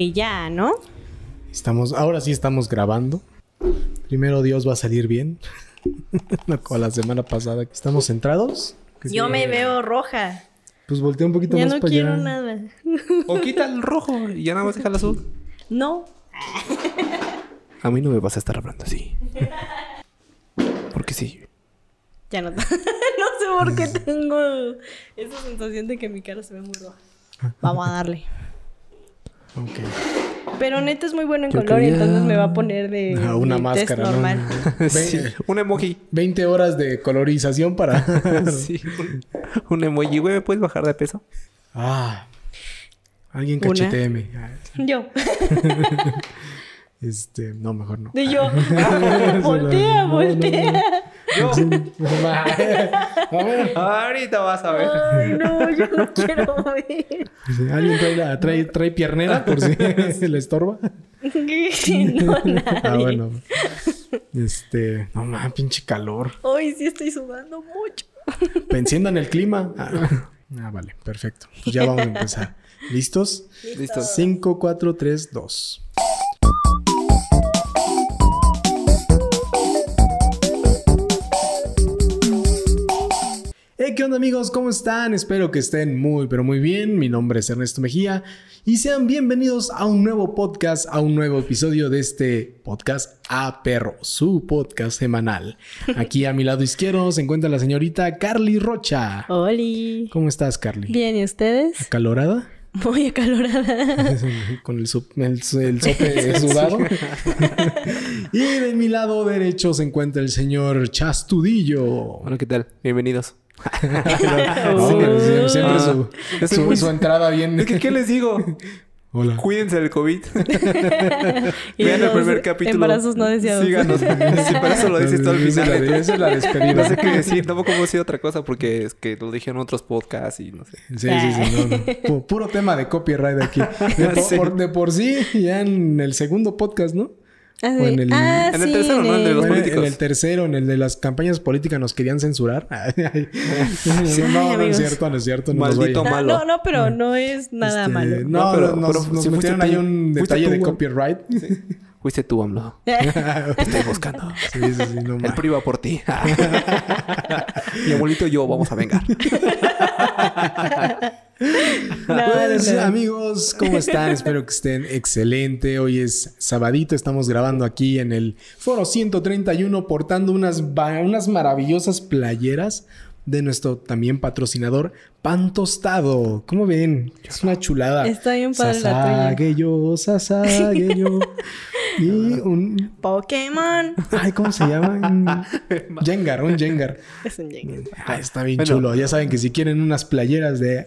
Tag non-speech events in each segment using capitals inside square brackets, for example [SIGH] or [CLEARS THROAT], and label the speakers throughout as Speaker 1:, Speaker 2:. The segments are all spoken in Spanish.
Speaker 1: Y ya, ¿no?
Speaker 2: Estamos, ahora sí estamos grabando. Primero Dios va a salir bien. [LAUGHS] no como la semana pasada que estamos centrados. Que
Speaker 1: Yo
Speaker 2: sí.
Speaker 1: me veo roja.
Speaker 2: Pues voltea un poquito
Speaker 1: Ya
Speaker 2: más
Speaker 1: no
Speaker 2: para
Speaker 1: quiero
Speaker 2: allá.
Speaker 1: nada.
Speaker 3: O quita el rojo y ya nada más deja el azul.
Speaker 1: No.
Speaker 3: A mí no me vas a estar hablando así. [LAUGHS] Porque sí.
Speaker 1: Ya no. [LAUGHS] no sé por qué tengo esa sensación de que mi cara se ve muy roja. Vamos a darle.
Speaker 2: Ok.
Speaker 1: Pero neta es muy bueno en
Speaker 3: Yo
Speaker 1: color y
Speaker 3: quería-
Speaker 1: entonces me va a poner de,
Speaker 2: Ah, una
Speaker 1: de test
Speaker 2: máscara, ¿no?
Speaker 1: normal.
Speaker 2: [LAUGHS] Ve-
Speaker 3: Sí, Un emoji.
Speaker 2: 20 horas de colorización para.
Speaker 3: [LAUGHS] Sí. Un, un emoji. Güey, ¿me puedes bajar de peso?
Speaker 2: ah. Alguien
Speaker 1: Una.
Speaker 2: cacheteeme. Ah,
Speaker 1: Yo.
Speaker 2: Este, no, mejor no.
Speaker 1: De
Speaker 2: [LAUGHS]
Speaker 1: yo. [LAUGHS] voltea,
Speaker 2: No,
Speaker 1: voltea.
Speaker 3: Yo.
Speaker 2: [LAUGHS] A ver.
Speaker 3: Ahorita vas a ver.
Speaker 1: Ay, no, yo no quiero ver. [LAUGHS]
Speaker 2: Alguien trae, la- trae, trae piernera por si [LAUGHS] le estorba.
Speaker 1: no,
Speaker 2: Ah,
Speaker 1: nadie.
Speaker 2: bueno. Este, no mames, pinche calor.
Speaker 1: Hoy sí estoy sudando mucho.
Speaker 2: Enciendan el clima. Ah, ah, vale, perfecto. Pues ya vamos a empezar. ¿Listos?
Speaker 3: Listo.
Speaker 2: 5, 4, 3, 2. Hey, ¿qué onda amigos? ¿Cómo están? Espero que estén muy, pero muy bien. Mi nombre es Ernesto Mejía y sean bienvenidos a un nuevo podcast, a un nuevo episodio de este podcast A Perro, su podcast semanal. Aquí a mi lado izquierdo se encuentra la señorita Carly Rocha.
Speaker 1: Oli.
Speaker 2: ¿Cómo estás, Carly?
Speaker 1: Bien, ¿y ustedes?
Speaker 2: ¿Acalorada?
Speaker 1: [LAUGHS] Muy acalorada.
Speaker 2: [LAUGHS] con el, sop- el, so- el
Speaker 3: [LAUGHS]
Speaker 2: sope sudado. y de mi lado derecho se encuentra el señor Chastudillo.
Speaker 3: Bueno, ¿qué tal? Bienvenidos.
Speaker 2: No, pero
Speaker 1: Uh,
Speaker 2: sie- siempre su,
Speaker 3: Ah, es
Speaker 2: su-
Speaker 3: muy-
Speaker 2: su entrada bien.
Speaker 3: Es que, ¿qué les digo?
Speaker 2: Hola.
Speaker 3: [LAUGHS] Cuídense del COVID.
Speaker 1: Y
Speaker 3: Vean el
Speaker 1: los
Speaker 3: primer capítulo.
Speaker 1: Embarazos no deseados. [LAUGHS]
Speaker 3: Síganos. Si para eso lo dices todo al
Speaker 2: Esa es
Speaker 3: final.
Speaker 2: la de- esa es la despedida.
Speaker 3: No sé qué decir, tampoco puedo decir otra cosa porque es que lo dije en otros podcasts y no sé.
Speaker 2: Sí, sí, sí. no, no. Pu- Puro tema de copyright aquí. De
Speaker 3: [LAUGHS]
Speaker 2: po-
Speaker 3: Sí.
Speaker 2: por, de por sí, ya en el segundo podcast, ¿no?
Speaker 1: Ah,
Speaker 2: O en
Speaker 1: sí.
Speaker 2: el-
Speaker 1: Ah,
Speaker 3: en el
Speaker 1: sí,
Speaker 3: tercero, ¿no?
Speaker 1: en
Speaker 3: El de
Speaker 1: el-
Speaker 3: los
Speaker 2: Bueno, en
Speaker 3: políticos.
Speaker 2: el tercero, en el de las campañas políticas, nos querían censurar. [LAUGHS] no, no, no
Speaker 1: amigos.
Speaker 2: es cierto, no es cierto. No nos
Speaker 3: Maldito
Speaker 2: vayan.
Speaker 1: Ah,
Speaker 3: malo.
Speaker 1: no, no, pero no es nada
Speaker 2: Este,
Speaker 1: malo.
Speaker 2: No,
Speaker 3: No,
Speaker 2: pero,
Speaker 3: pero-
Speaker 2: nos,
Speaker 3: pero
Speaker 2: nos
Speaker 3: si fuiste
Speaker 2: metieron
Speaker 3: tú.
Speaker 2: ahí un
Speaker 3: Fuiste
Speaker 2: detalle
Speaker 3: tú,
Speaker 2: de
Speaker 3: güey.
Speaker 2: copyright. [LAUGHS] Sí,
Speaker 3: Fuiste tú, AMLO. Te estoy buscando.
Speaker 2: sí, sí, no
Speaker 3: El
Speaker 2: mames.
Speaker 3: PRI va por [LAUGHS] ti. Mi abuelito y yo vamos a vengar.
Speaker 1: No, no,
Speaker 2: Pues,
Speaker 1: no.
Speaker 2: amigos, ¿cómo están? Espero que estén excelente. Hoy es sabadito, estamos grabando aquí en el Foro 131 portando unas, ba- unas maravillosas playeras de nuestro también patrocinador Pan Tostado. ¿Cómo ven? Es una chulada.
Speaker 1: Está bien padre la tuya. [LAUGHS]
Speaker 2: Sasageyo, sasageyo. Y un... [LAUGHS]
Speaker 1: Pokémon.
Speaker 2: Ay, ¿cómo se
Speaker 3: [LAUGHS]
Speaker 2: llama? Un Jengar, un Jengar.
Speaker 1: Es un Jenga.
Speaker 2: Ah, está bien
Speaker 3: Bueno.
Speaker 2: chulo. Ya saben que si quieren unas playeras de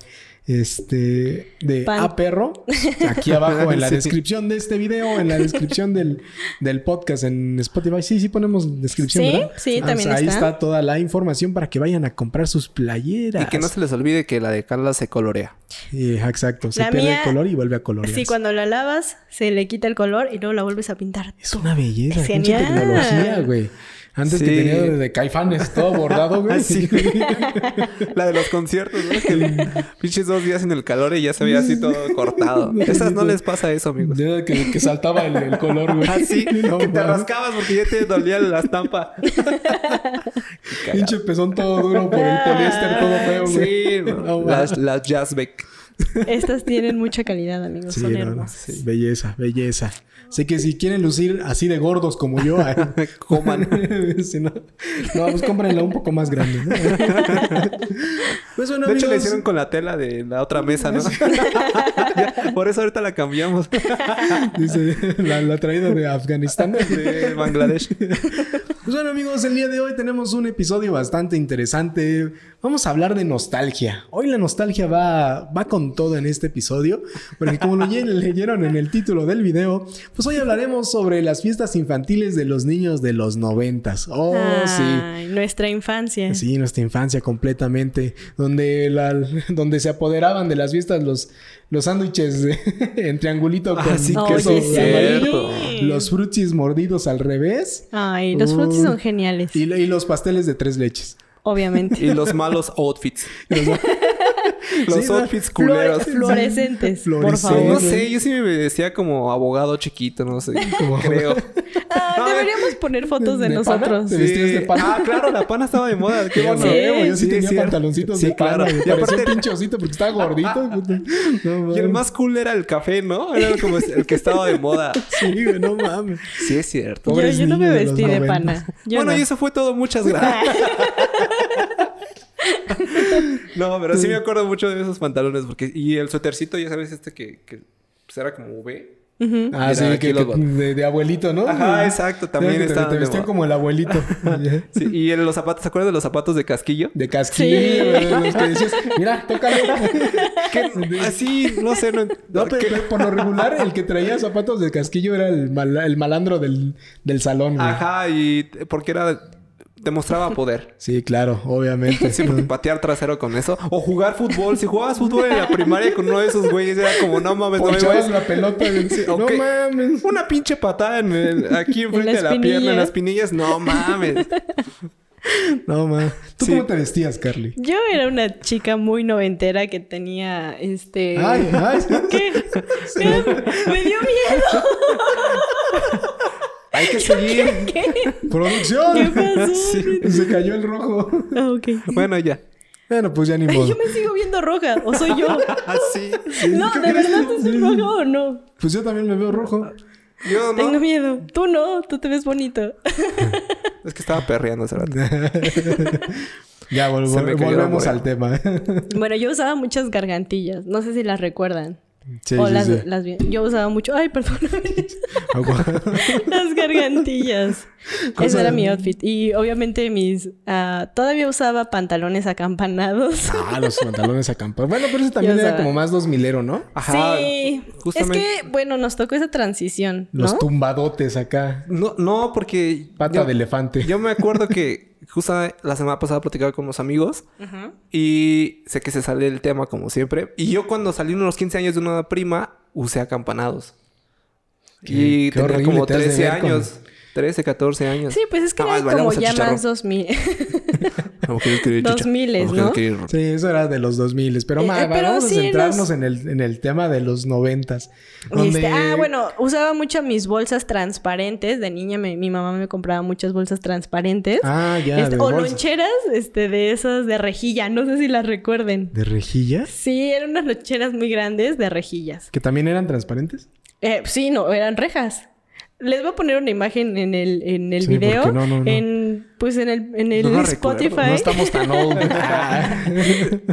Speaker 2: este de
Speaker 1: Pan.
Speaker 2: a perro,
Speaker 1: [LAUGHS]
Speaker 2: aquí abajo en la
Speaker 3: Sí.
Speaker 2: descripción de este video, en la descripción del, del podcast en Spotify. Sí, sí ponemos descripción,
Speaker 1: Sí,
Speaker 2: ¿verdad?
Speaker 1: sí,
Speaker 2: Ah,
Speaker 1: también
Speaker 2: o sea, Ahí
Speaker 1: está.
Speaker 2: está toda la información para que vayan a comprar sus playeras.
Speaker 3: Y que no se les olvide que la de Carla se colorea.
Speaker 2: Eh, exacto, se
Speaker 1: La
Speaker 2: pierde
Speaker 1: mía-
Speaker 2: el color y vuelve a colorear.
Speaker 1: Sí, cuando la lavas, se le quita el color y luego la vuelves a
Speaker 2: [LAUGHS]
Speaker 1: pintar.
Speaker 2: Es una belleza,
Speaker 1: Es
Speaker 2: pinche
Speaker 1: genial.
Speaker 2: tecnología, güey. Antes que
Speaker 3: Sí.
Speaker 2: tenía de, de caifanes todo bordado,
Speaker 3: [LAUGHS]
Speaker 2: güey. [LAUGHS]
Speaker 3: Así, güey. La de los conciertos, ¿no? Que pinches dos días en el calor y ya se veía así todo cortado. Esas no les pasa eso, amigos.
Speaker 2: De- que, que saltaba el, el color,
Speaker 3: [LAUGHS]
Speaker 2: güey.
Speaker 3: Así
Speaker 2: [LAUGHS] No
Speaker 3: Ah, que te
Speaker 2: mames.
Speaker 3: rascabas porque ya te dolía
Speaker 2: [LAUGHS]
Speaker 3: la estampa. Qué cagado.
Speaker 2: Pinche pezón todo duro por el poliéster todo feo, güey.
Speaker 3: Sí, no.
Speaker 2: No,
Speaker 3: las, las Jazzbeck.
Speaker 1: Estas tienen mucha calidad, amigos. Son
Speaker 2: no, no,
Speaker 1: hermosas.
Speaker 2: sí. Belleza, belleza. Sé que si quieren lucir así de gordos como yo, ay, [LAUGHS]
Speaker 3: Coman.
Speaker 2: si no, no, pues cómprenla un poco más grande. ¿no? pues bueno,
Speaker 3: De hecho, la
Speaker 2: amigos,
Speaker 3: hicieron con la tela de la otra mesa, ¿no? [LAUGHS] Ya, por eso ahorita la cambiamos.
Speaker 2: dice, la, la traída de Afganistán.
Speaker 3: De Bangladesh.
Speaker 2: Pues bueno, amigos, el día de hoy tenemos un episodio bastante interesante. Vamos a hablar de nostalgia. Hoy la nostalgia va, va con todo en este episodio, porque como lo ye- [LAUGHS] leyeron en el título del video, pues hoy hablaremos sobre las fiestas infantiles de los niños de los noventas. Oh,
Speaker 3: Ah.
Speaker 2: sí.
Speaker 1: Ay, Nuestra infancia.
Speaker 2: Sí, nuestra infancia completamente, donde, la, donde se apoderaban de las fiestas los, los sándwiches de- [LAUGHS] en triangulito con
Speaker 3: Así
Speaker 1: Oye,
Speaker 3: que
Speaker 2: queso
Speaker 3: Ah, sí,
Speaker 2: amarillo,
Speaker 3: cierto.
Speaker 2: los frutis mordidos al revés.
Speaker 1: Ay, los frutis son
Speaker 2: Uh.
Speaker 1: geniales.
Speaker 2: Y, y los pasteles de tres leches. [LAUGHS]
Speaker 1: Obviamente.
Speaker 3: Y los malos outfits.
Speaker 2: Los-
Speaker 3: Los
Speaker 2: Sí,
Speaker 3: outfits
Speaker 1: Flore-
Speaker 3: culeros.
Speaker 1: Fluorescentes, por
Speaker 2: Fluorescentes.
Speaker 3: No
Speaker 1: favor.
Speaker 3: sé, yo sí me decía como abogado chiquito, no sé, creo.
Speaker 1: Ah,
Speaker 3: No,
Speaker 1: deberíamos poner fotos de
Speaker 2: ¿De pana?
Speaker 1: nosotros.
Speaker 2: ¿Te vestías de pana?
Speaker 3: Ah, claro, la pana estaba de moda. Qué bueno.
Speaker 2: Sí, güey, yo sí,
Speaker 3: Sí,
Speaker 2: tenía
Speaker 3: cierto.
Speaker 2: pantaloncitos
Speaker 3: Sí,
Speaker 2: de pana,
Speaker 3: claro.
Speaker 2: güey.
Speaker 3: Y
Speaker 2: Parecía
Speaker 3: aparte-
Speaker 2: un pinche osito porque estaba gordito.
Speaker 3: [LAUGHS]
Speaker 2: puta. No,
Speaker 3: Y el
Speaker 2: mames.
Speaker 3: más cool era el café, ¿no? Era como el que estaba de moda.
Speaker 2: Sí, güey, no mames.
Speaker 3: Sí, es cierto.
Speaker 1: Yo,
Speaker 2: Pobres
Speaker 1: yo no me
Speaker 2: niños de los
Speaker 1: vestí de,
Speaker 2: noventas.
Speaker 1: pana. Yo
Speaker 3: bueno,
Speaker 1: no.
Speaker 3: y eso fue todo.
Speaker 2: [LAUGHS]
Speaker 3: Muchas gracias. no, pero sí me acuerdo mucho de esos pantalones. porque Y el suétercito, ya sabes, este que, que pues, era como V.
Speaker 1: Ujú.
Speaker 2: Ah,
Speaker 3: Mira,
Speaker 2: sí,
Speaker 3: aquí
Speaker 2: que,
Speaker 3: los
Speaker 2: que-
Speaker 3: botones.
Speaker 2: de, de abuelito, ¿no?
Speaker 3: Ajá, exacto, también
Speaker 2: Te- te-
Speaker 3: estaban
Speaker 2: Te
Speaker 3: de
Speaker 2: vestían
Speaker 3: moda.
Speaker 2: como el abuelito.
Speaker 3: [LAUGHS] Sí, y el- los zapatos, ¿se acuerdan de los zapatos de casquillo?
Speaker 2: De casquillo,
Speaker 1: Sí.
Speaker 2: güey, los que decías, mira, tócale.
Speaker 1: [LAUGHS]
Speaker 3: Que así, Ah, no sé, no,
Speaker 2: No, pero,
Speaker 3: que-
Speaker 2: pero por lo regular, el que traía zapatos de casquillo era el, mala- el malandro del, del salón, güey.
Speaker 3: Ajá, y t- porque era demostraba poder.
Speaker 2: Sí, claro, obviamente.
Speaker 3: Sí, porque patear trasero con eso. O jugar fútbol. Si jugabas fútbol en la primaria con uno de esos güeyes, era como, no mames, no me
Speaker 2: Ponchabas
Speaker 3: vayas.
Speaker 2: la pelota. güey.
Speaker 3: Sí,
Speaker 2: No
Speaker 3: ok.
Speaker 2: mames.
Speaker 3: Una pinche patada en el- aquí enfrente
Speaker 1: la
Speaker 3: de la pierna,
Speaker 1: espinilla.
Speaker 3: en las pinillas. No mames.
Speaker 2: [LAUGHS] No mames. ¿Tú
Speaker 3: Sí.
Speaker 2: cómo te vestías, Carly?
Speaker 1: Yo era una chica muy noventera que tenía este.
Speaker 2: Ay, ay.
Speaker 1: ¿Qué? ¿Qué? Me dio miedo.
Speaker 3: Hay que seguir.
Speaker 1: ¿Qué? ¿Qué
Speaker 2: ¡Producción! [LAUGHS]
Speaker 1: pasó?
Speaker 3: Sí.
Speaker 2: Se cayó el rojo.
Speaker 1: Ah, ok.
Speaker 3: Bueno, ya.
Speaker 2: Bueno, pues ya ni
Speaker 1: Yo
Speaker 2: modo.
Speaker 1: me sigo viendo roja, o soy yo.
Speaker 3: Así.
Speaker 1: No, ¿de verdad tú estás roja o no?
Speaker 2: Pues yo también me veo rojo.
Speaker 3: Yo
Speaker 1: Tengo
Speaker 3: no.
Speaker 1: miedo. Tú no, tú te ves bonito.
Speaker 3: Es que estaba perreando hace rato.
Speaker 2: Ya, vol-
Speaker 3: Se me
Speaker 2: vol-
Speaker 3: cayó la
Speaker 2: volvemos
Speaker 3: muela.
Speaker 2: al tema. [LAUGHS]
Speaker 1: Bueno, yo usaba muchas gargantillas. No sé si las recuerdan.
Speaker 2: Sí,
Speaker 1: o
Speaker 2: sí,
Speaker 1: las,
Speaker 2: sí. Ah,
Speaker 1: las vi- Yo usaba mucho. Ay, perdóname.
Speaker 2: Agua-
Speaker 1: [LAUGHS] las gargantillas. Ese
Speaker 2: Cosa-
Speaker 1: era mi outfit. Y obviamente mis. ah, todavía usaba pantalones acampanados.
Speaker 2: Ah, los pantalones acampados. Bueno, pero ese también
Speaker 1: Ya
Speaker 2: era
Speaker 1: saben.
Speaker 2: como más dos milero, ¿no?
Speaker 3: Ajá.
Speaker 1: sí.
Speaker 3: justamente.
Speaker 1: Es que, bueno, nos tocó esa transición. ¿no?
Speaker 2: Los tumbadotes acá.
Speaker 3: No, no, porque.
Speaker 2: Pata
Speaker 3: yo-
Speaker 2: de elefante.
Speaker 3: Yo me acuerdo que justo la semana pasada platicaba con unos amigos
Speaker 1: Ajá.
Speaker 3: y sé que se sale el tema como siempre. Y yo cuando salí a los 15 años de una prima, usé acampanados.
Speaker 2: Qué-
Speaker 3: y
Speaker 2: qué
Speaker 3: tenía
Speaker 2: horrible
Speaker 3: como
Speaker 2: te has de
Speaker 3: 13
Speaker 2: ver con-
Speaker 3: años. 13, 14 años.
Speaker 1: Sí, pues es que
Speaker 3: Nada más
Speaker 1: eran como
Speaker 3: bailamos el
Speaker 1: ya
Speaker 3: chicharrón.
Speaker 1: más [LAUGHS] 2000.
Speaker 3: Como que yo quería
Speaker 1: Dos
Speaker 3: chicha.
Speaker 1: miles,
Speaker 3: Como que yo
Speaker 1: ¿no?
Speaker 3: quería-
Speaker 2: Sí, eso era de los 2000, pero
Speaker 1: Eh,
Speaker 2: ma,
Speaker 1: eh, pero
Speaker 2: vamos
Speaker 1: sí,
Speaker 2: a centrarnos
Speaker 1: los-
Speaker 2: en, el, en el tema de los 90.
Speaker 1: Este, ah, bueno, usaba mucho mis bolsas transparentes. De niña me- mi mamá me compraba muchas bolsas transparentes.
Speaker 2: Ah, ya,
Speaker 1: Este,
Speaker 2: de,
Speaker 1: o
Speaker 2: bolsa.
Speaker 1: loncheras este, de esas de rejilla. No sé si las recuerden.
Speaker 2: ¿De rejillas?
Speaker 1: Sí, eran unas loncheras muy grandes de rejillas.
Speaker 2: ¿Que también eran transparentes?
Speaker 1: Eh, sí, no, eran rejas. Les voy a poner una imagen en el, en el
Speaker 2: Sí,
Speaker 1: video.
Speaker 2: porque no, no, no.
Speaker 1: En, pues en el, en el
Speaker 3: No la recuerdo,
Speaker 1: Spotify.
Speaker 2: No estamos
Speaker 1: [LAUGHS]
Speaker 2: tan old. Ah.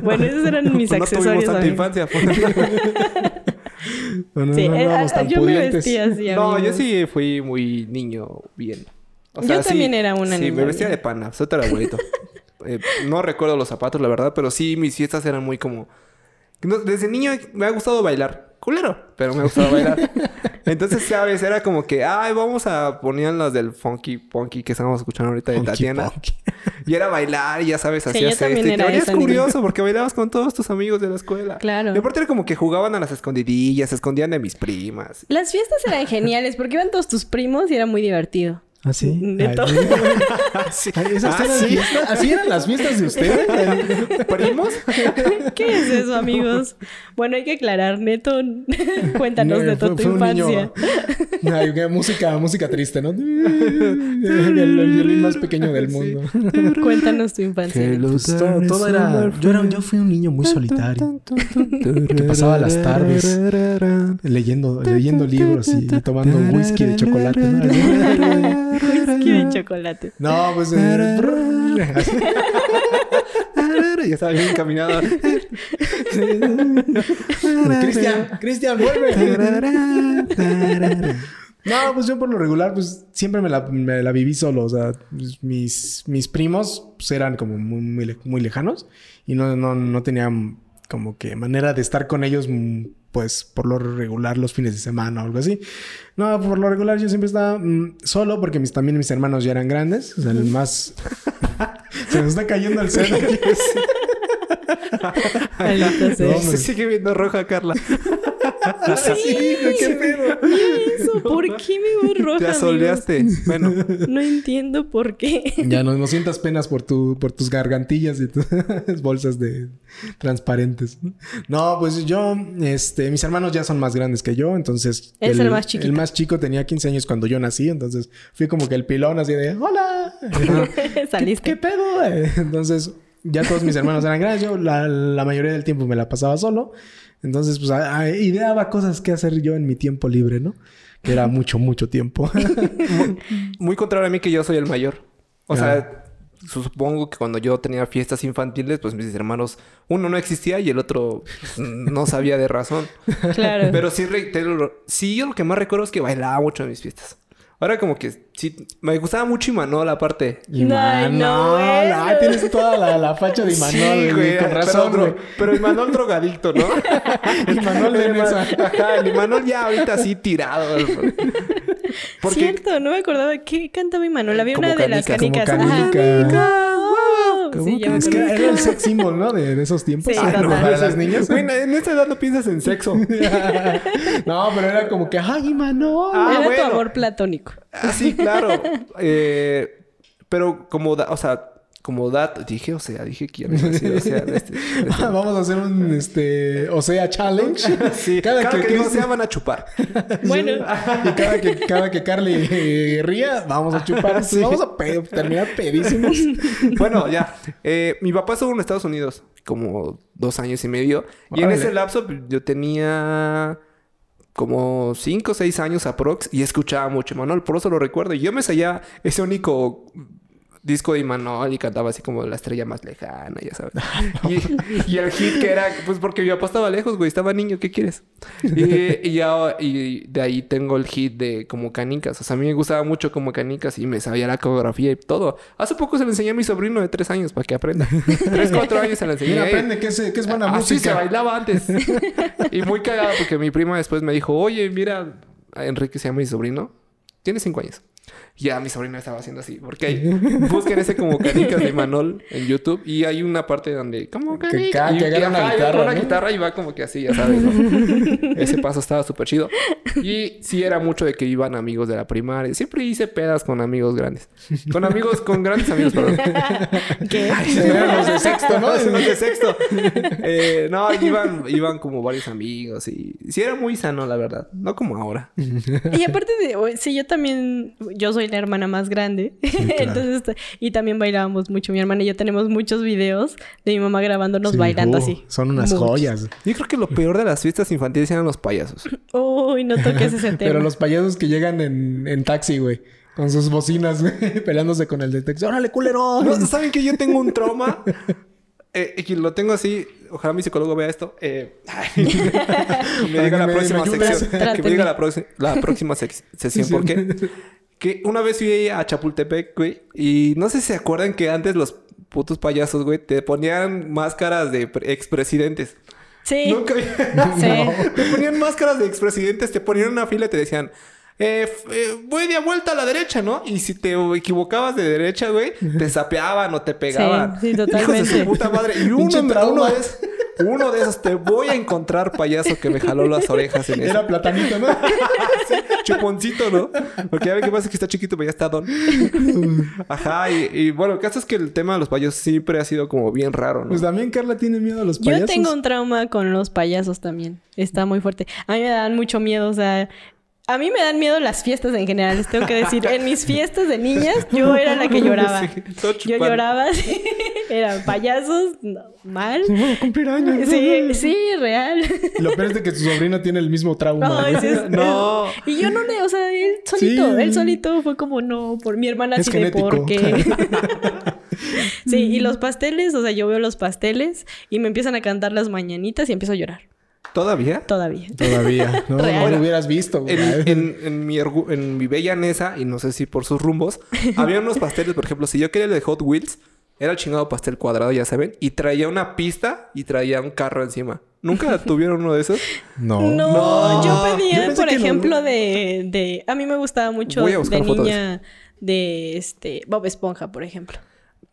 Speaker 1: Bueno, esos eran mis
Speaker 3: Pues [LAUGHS] no
Speaker 1: accesorios.
Speaker 3: tuvimos tanta
Speaker 1: amigos.
Speaker 3: infancia.
Speaker 2: No, no,
Speaker 1: Sí,
Speaker 2: no, no
Speaker 1: eh,
Speaker 2: éramos
Speaker 1: ah,
Speaker 2: tan
Speaker 1: yo me
Speaker 2: pudientes.
Speaker 1: vestía así.
Speaker 3: no, yo
Speaker 1: amigos.
Speaker 3: sí fui muy niño bien.
Speaker 1: Yo también era una
Speaker 3: sí,
Speaker 1: niña
Speaker 3: me vestía
Speaker 1: bien.
Speaker 3: de pana. Suéter
Speaker 1: [LAUGHS]
Speaker 3: abuelito. Eh, no recuerdo los zapatos, la verdad, pero sí mis fiestas eran muy como... No, desde niño me ha gustado bailar. Culero, pero me ha
Speaker 1: [LAUGHS]
Speaker 3: gustado bailar. Entonces, ¿sabes? Era como que, ay, vamos a poner las del Funky Punky que estábamos escuchando ahorita de
Speaker 2: Funky
Speaker 3: Tatiana.
Speaker 2: punky.
Speaker 3: Y era bailar, y ya sabes,
Speaker 1: Sí,
Speaker 3: hacías
Speaker 1: yo también
Speaker 3: esto. Y te
Speaker 1: era
Speaker 3: veías
Speaker 1: esa niña.
Speaker 3: curioso porque bailabas con todos tus amigos de la escuela.
Speaker 1: Claro.
Speaker 3: Y aparte era como que jugaban a las escondidillas, se escondían de
Speaker 1: [LAUGHS]
Speaker 3: mis primas.
Speaker 1: Las fiestas eran geniales porque iban todos tus primos y era muy divertido. [LAUGHS]
Speaker 2: ¿Ah, sí?
Speaker 1: De
Speaker 2: Ay,
Speaker 1: todo.
Speaker 2: mira.
Speaker 3: Así.
Speaker 2: Ay, ¿Esas
Speaker 3: [LAUGHS] ¿Ah,
Speaker 2: eran
Speaker 3: sí?
Speaker 2: fiestas? ¿Así eran las fiestas de
Speaker 1: [LAUGHS]
Speaker 2: ustedes?
Speaker 3: ¿Primos?
Speaker 1: ¿Qué es eso, amigos? Bueno, hay que aclarar, Neto, [LAUGHS] cuéntanos de
Speaker 2: Fue-
Speaker 1: toda tu
Speaker 2: fue un niño-
Speaker 1: infancia.
Speaker 2: [LAUGHS] Ay, qué música, música triste, ¿no? [LAUGHS] El, el violín más pequeño del mundo.
Speaker 3: [LAUGHS]
Speaker 2: [LAUGHS]
Speaker 1: Cuéntanos tu infancia. Neto.
Speaker 2: Pues todo, todo era. Yo, era- yo fui un niño muy solitario. [LAUGHS] Que pasaba las tardes leyendo, leyendo libros y, y tomando whisky de chocolate. ¿no?
Speaker 1: Whisky de chocolate.
Speaker 2: No, pues. eh,
Speaker 3: Ya estaba bien
Speaker 2: [LAUGHS]
Speaker 3: encaminado.
Speaker 2: Cristian, Cristian, vuelve. No, pues yo por lo regular, pues siempre me la, me la viví solo. O sea, pues, mis, mis primos pues, eran como muy, muy, le- muy lejanos y no, no, no tenía mm, como que manera de estar con ellos, mm, pues por lo regular los fines de semana o algo así. No, por lo regular yo siempre estaba mm, solo porque mis, también mis hermanos ya eran grandes. O sea, el más. [LAUGHS] Se nos está cayendo el cero.
Speaker 1: Maldita sea.
Speaker 2: No, hombre.
Speaker 3: Se sigue viendo roja, Carla.
Speaker 1: [LAUGHS]
Speaker 2: Sí, güey, qué pedo.
Speaker 1: ¿Qué hizo? ¿Por aquí me voy
Speaker 2: [LAUGHS]
Speaker 1: roja.
Speaker 3: Te asoleaste. Bueno,
Speaker 1: amigos. No entiendo por qué.
Speaker 2: Ya no, no sientas penas por, tu, por tus gargantillas y tus [LAUGHS] bolsas de transparentes. No, pues yo, este, mis hermanos ya son más grandes que yo, entonces.
Speaker 1: Eres el más chiquito.
Speaker 2: El más chico tenía 15 años cuando yo nací, entonces fui como que el pilón así de: ¡Hola! ¿Qué
Speaker 1: [LAUGHS] Saliste.
Speaker 2: pedo? eh? [LAUGHS] Entonces, ya todos mis hermanos eran grandes. Yo la, la mayoría del tiempo me la pasaba solo. Entonces, pues, a- a- ideaba cosas que hacer yo en mi tiempo libre, ¿no? Que era mucho, mucho tiempo. [LAUGHS]
Speaker 3: muy contrario a mí que yo soy el mayor. O
Speaker 2: Ah.
Speaker 3: sea, supongo que cuando yo tenía fiestas infantiles, pues mis hermanos, uno no existía y el otro pues, no sabía de razón.
Speaker 1: Claro.
Speaker 3: Pero sí, reitero, sí, yo lo que más recuerdo es que bailaba mucho en mis fiestas. Ahora como que sí, me gustaba mucho Imanol aparte.
Speaker 2: Y
Speaker 1: Ay, no,
Speaker 2: Manol,
Speaker 1: bueno.
Speaker 2: ay, tienes toda la, la facha de Imanol,
Speaker 3: sí,
Speaker 2: güey,
Speaker 3: güey.
Speaker 2: con
Speaker 3: pero
Speaker 2: razón,
Speaker 3: dro-
Speaker 2: güey.
Speaker 3: Pero Imanol drogadicto, [LAUGHS] ¿no?
Speaker 2: Imanol de
Speaker 3: El Ima-
Speaker 2: mesa.
Speaker 3: Ajá, el Imanol ya ahorita así tirado. Porque...
Speaker 1: Cierto, no me acordaba. ¿Qué cantaba mi Manuel? Había
Speaker 3: Como
Speaker 1: una de las
Speaker 2: canica, como
Speaker 1: canicas.
Speaker 2: canica.
Speaker 1: Ajá.
Speaker 2: ¿Cómo
Speaker 1: Sí,
Speaker 2: que-
Speaker 1: ya me
Speaker 2: es que
Speaker 1: acordé.
Speaker 2: era
Speaker 1: [LAUGHS]
Speaker 2: el sex symbol, ¿no? De, de esos tiempos.
Speaker 1: Sí,
Speaker 2: Ah, no,
Speaker 1: total.
Speaker 2: para las niñas.
Speaker 3: Güey, en esta edad no piensas en sexo.
Speaker 2: [LAUGHS] no, pero era como que, ay, Imanol.
Speaker 3: Ah,
Speaker 1: Era
Speaker 3: bueno.
Speaker 1: tu amor
Speaker 2: [LAUGHS]
Speaker 1: platónico.
Speaker 3: Ah, sí, claro. Eh, pero como, da- o sea, como dato, dije, o sea, dije que ya había nacido, o sea, de este- de este-
Speaker 2: [LAUGHS] Vamos a hacer un, este, o sea, challenge.
Speaker 3: Sí, cada, que, no sea van a chupar.
Speaker 1: Bueno,
Speaker 2: Y cada que, cada que Carly eh, ría, vamos a
Speaker 3: [LAUGHS]
Speaker 2: chupar. Vamos a pe- terminar pedísimos.
Speaker 3: Bueno, ya. Eh, mi papá estuvo en Estados Unidos como dos años y medio. Y en
Speaker 2: Órale.
Speaker 3: ese lapso pues, yo tenía como cinco o seis años aprox y escuchaba mucho Manuel. Por eso lo recuerdo. Y yo me sabía ese único disco de Imanol y cantaba así como la estrella más lejana,
Speaker 2: [LAUGHS]
Speaker 3: ya sabes.
Speaker 2: Ah,
Speaker 3: Y, y el hit que era, pues porque mi papá estaba lejos, güey, estaba niño, ¿qué quieres? Y, y ya, y de ahí tengo el hit de como canicas. O sea, a mí me gustaba mucho como canicas y me sabía la coreografía y todo. Hace poco se le enseñé a mi sobrino de tres años para
Speaker 2: [LAUGHS]
Speaker 3: que aprenda. Tres, cuatro años se le enseñé.
Speaker 2: Mira,
Speaker 3: "Ey,
Speaker 2: aprende que es, que es buena
Speaker 3: Así
Speaker 2: música.
Speaker 3: Ah, se bailaba antes.
Speaker 2: [LAUGHS]
Speaker 3: y muy cagado porque mi prima después me dijo, oye, mira, a Enrique se llama mi sobrino. Tiene cinco años. Y ya mi sobrino estaba haciendo así.
Speaker 2: [LAUGHS]
Speaker 3: Porque ahí busquen ese como canicas de Manol en YouTube. Y hay una parte donde... Como
Speaker 2: Que
Speaker 3: canicas.
Speaker 2: ca- que
Speaker 3: y- y
Speaker 2: agarra una
Speaker 3: ajá, y
Speaker 2: guitarra,
Speaker 3: una
Speaker 2: ¿no?
Speaker 3: guitarra y va como que así, ya sabes. ¿no?
Speaker 2: [LAUGHS]
Speaker 3: ese paso estaba súper chido. Y sí era mucho de que iban amigos de la primaria. Siempre hice pedas con amigos grandes. Con amigos, con grandes amigos, perdón.
Speaker 1: ¿qué?
Speaker 2: Eran los de sexto, ¿no?
Speaker 3: No, ese no es de sexto. Eh, no, iban, iban como varios amigos y sí era muy sano, la verdad. No como ahora.
Speaker 1: [LAUGHS] Y aparte de, o- sí, yo también, yo soy la hermana más grande,
Speaker 2: claro.
Speaker 1: [LAUGHS] entonces, t- y también bailábamos mucho, mi hermana y yo tenemos muchos videos de mi mamá grabándonos bailando
Speaker 2: Uh,
Speaker 1: así.
Speaker 2: Son unas
Speaker 1: Muchos.
Speaker 2: joyas.
Speaker 3: Yo creo que lo peor de las fiestas infantiles eran los payasos.
Speaker 1: Uy, no toques ese tema.
Speaker 2: [LAUGHS] Pero los payasos que llegan en, en taxi, güey. Con sus bocinas, güey. [LAUGHS] Peleándose con el detective. ¡Órale,
Speaker 3: [LAUGHS]
Speaker 2: culero!
Speaker 3: No, ¿Saben que yo tengo un trauma? Eh, y que lo tengo así. Ojalá mi psicólogo vea esto. Eh, [LAUGHS] me diga
Speaker 2: que
Speaker 3: la
Speaker 2: me-
Speaker 3: próxima
Speaker 2: me ayudes.
Speaker 3: sección. Que me
Speaker 1: Tráteme.
Speaker 3: diga la, proxi- la próxima sex- sesión.
Speaker 2: Sí.
Speaker 3: ¿Por qué? Que una vez fui a Chapultepec, güey. Y no sé si se acuerdan que antes los putos payasos, güey, te ponían máscaras de pre- expresidentes.
Speaker 1: Sí,
Speaker 3: Nunca vi-
Speaker 1: [LAUGHS] sí.
Speaker 3: Te ponían máscaras de expresidentes, te ponían una fila y te decían, eh, f- eh, voy de vuelta a la derecha, ¿no? Y si te equivocabas de derecha, güey, te sapeaban o te pegaban.
Speaker 1: sí,
Speaker 3: Hijos de su
Speaker 1: totalmente.
Speaker 3: puta madre.
Speaker 1: [LAUGHS]
Speaker 3: Y uno,
Speaker 2: Pinche
Speaker 3: uno,
Speaker 2: trauma.
Speaker 3: de esos, uno de esos, te voy a encontrar payaso que me jaló las orejas en
Speaker 2: [LAUGHS]
Speaker 3: eso.
Speaker 2: Era platanito, ¿no?
Speaker 3: [LAUGHS] Chuponcito, ¿no? Porque ya ve que pasa que está chiquito, pero ya
Speaker 1: [LAUGHS]
Speaker 3: está don. Ajá, y, y bueno, el caso es que el tema de los payasos siempre ha sido como bien raro, ¿no?
Speaker 2: Pues también Carla tiene miedo a los
Speaker 1: Yo
Speaker 2: payasos.
Speaker 1: tengo un trauma con los payasos también. Está muy fuerte. A mí me dan mucho miedo, o sea, a mí me dan miedo las fiestas en general, les tengo que decir. En mis fiestas de niñas, yo era la que lloraba.
Speaker 3: [LAUGHS] Sí, todo
Speaker 1: Yo
Speaker 3: chupando.
Speaker 1: lloraba, [LAUGHS] sí. eran payasos, no, mal.
Speaker 2: Sí, [LAUGHS] voy a cumplir años.
Speaker 1: Sí, sí, real.
Speaker 2: Y Lo peor es de que su sobrino tiene el mismo trauma.
Speaker 1: No,
Speaker 2: güey.
Speaker 1: ese es-
Speaker 3: No.
Speaker 1: Y yo no le, o sea, él solito,
Speaker 2: Sí.
Speaker 1: él solito fue como no, por mi hermana
Speaker 2: Es
Speaker 1: así de
Speaker 2: genético.
Speaker 1: por qué. sí, y los pasteles, o sea, yo veo los pasteles y me empiezan a cantar las mañanitas y empiezo a llorar
Speaker 3: ¿Todavía?
Speaker 1: todavía.
Speaker 2: [LAUGHS] Todavía. No, no
Speaker 1: Real.
Speaker 2: lo hubieras visto, güey.
Speaker 3: En, en- en mi, ergu- en mi bella Nesa, y no sé si por sus [LAUGHS] rumbos, había unos pasteles, por ejemplo, si yo quería el de Hot Wheels, era el chingado pastel cuadrado, ya saben, y traía una pista y traía un carro encima. [LAUGHS] ¿Nunca tuvieron uno de esos?
Speaker 2: No.
Speaker 1: No, yo
Speaker 3: No.
Speaker 2: Yo
Speaker 1: pedía,
Speaker 2: pensé
Speaker 1: por
Speaker 2: que lo-
Speaker 1: ejemplo, de, de- A mí me gustaba mucho
Speaker 3: Voy a buscar
Speaker 1: de
Speaker 3: fotos.
Speaker 1: niña de este Bob Esponja, por ejemplo.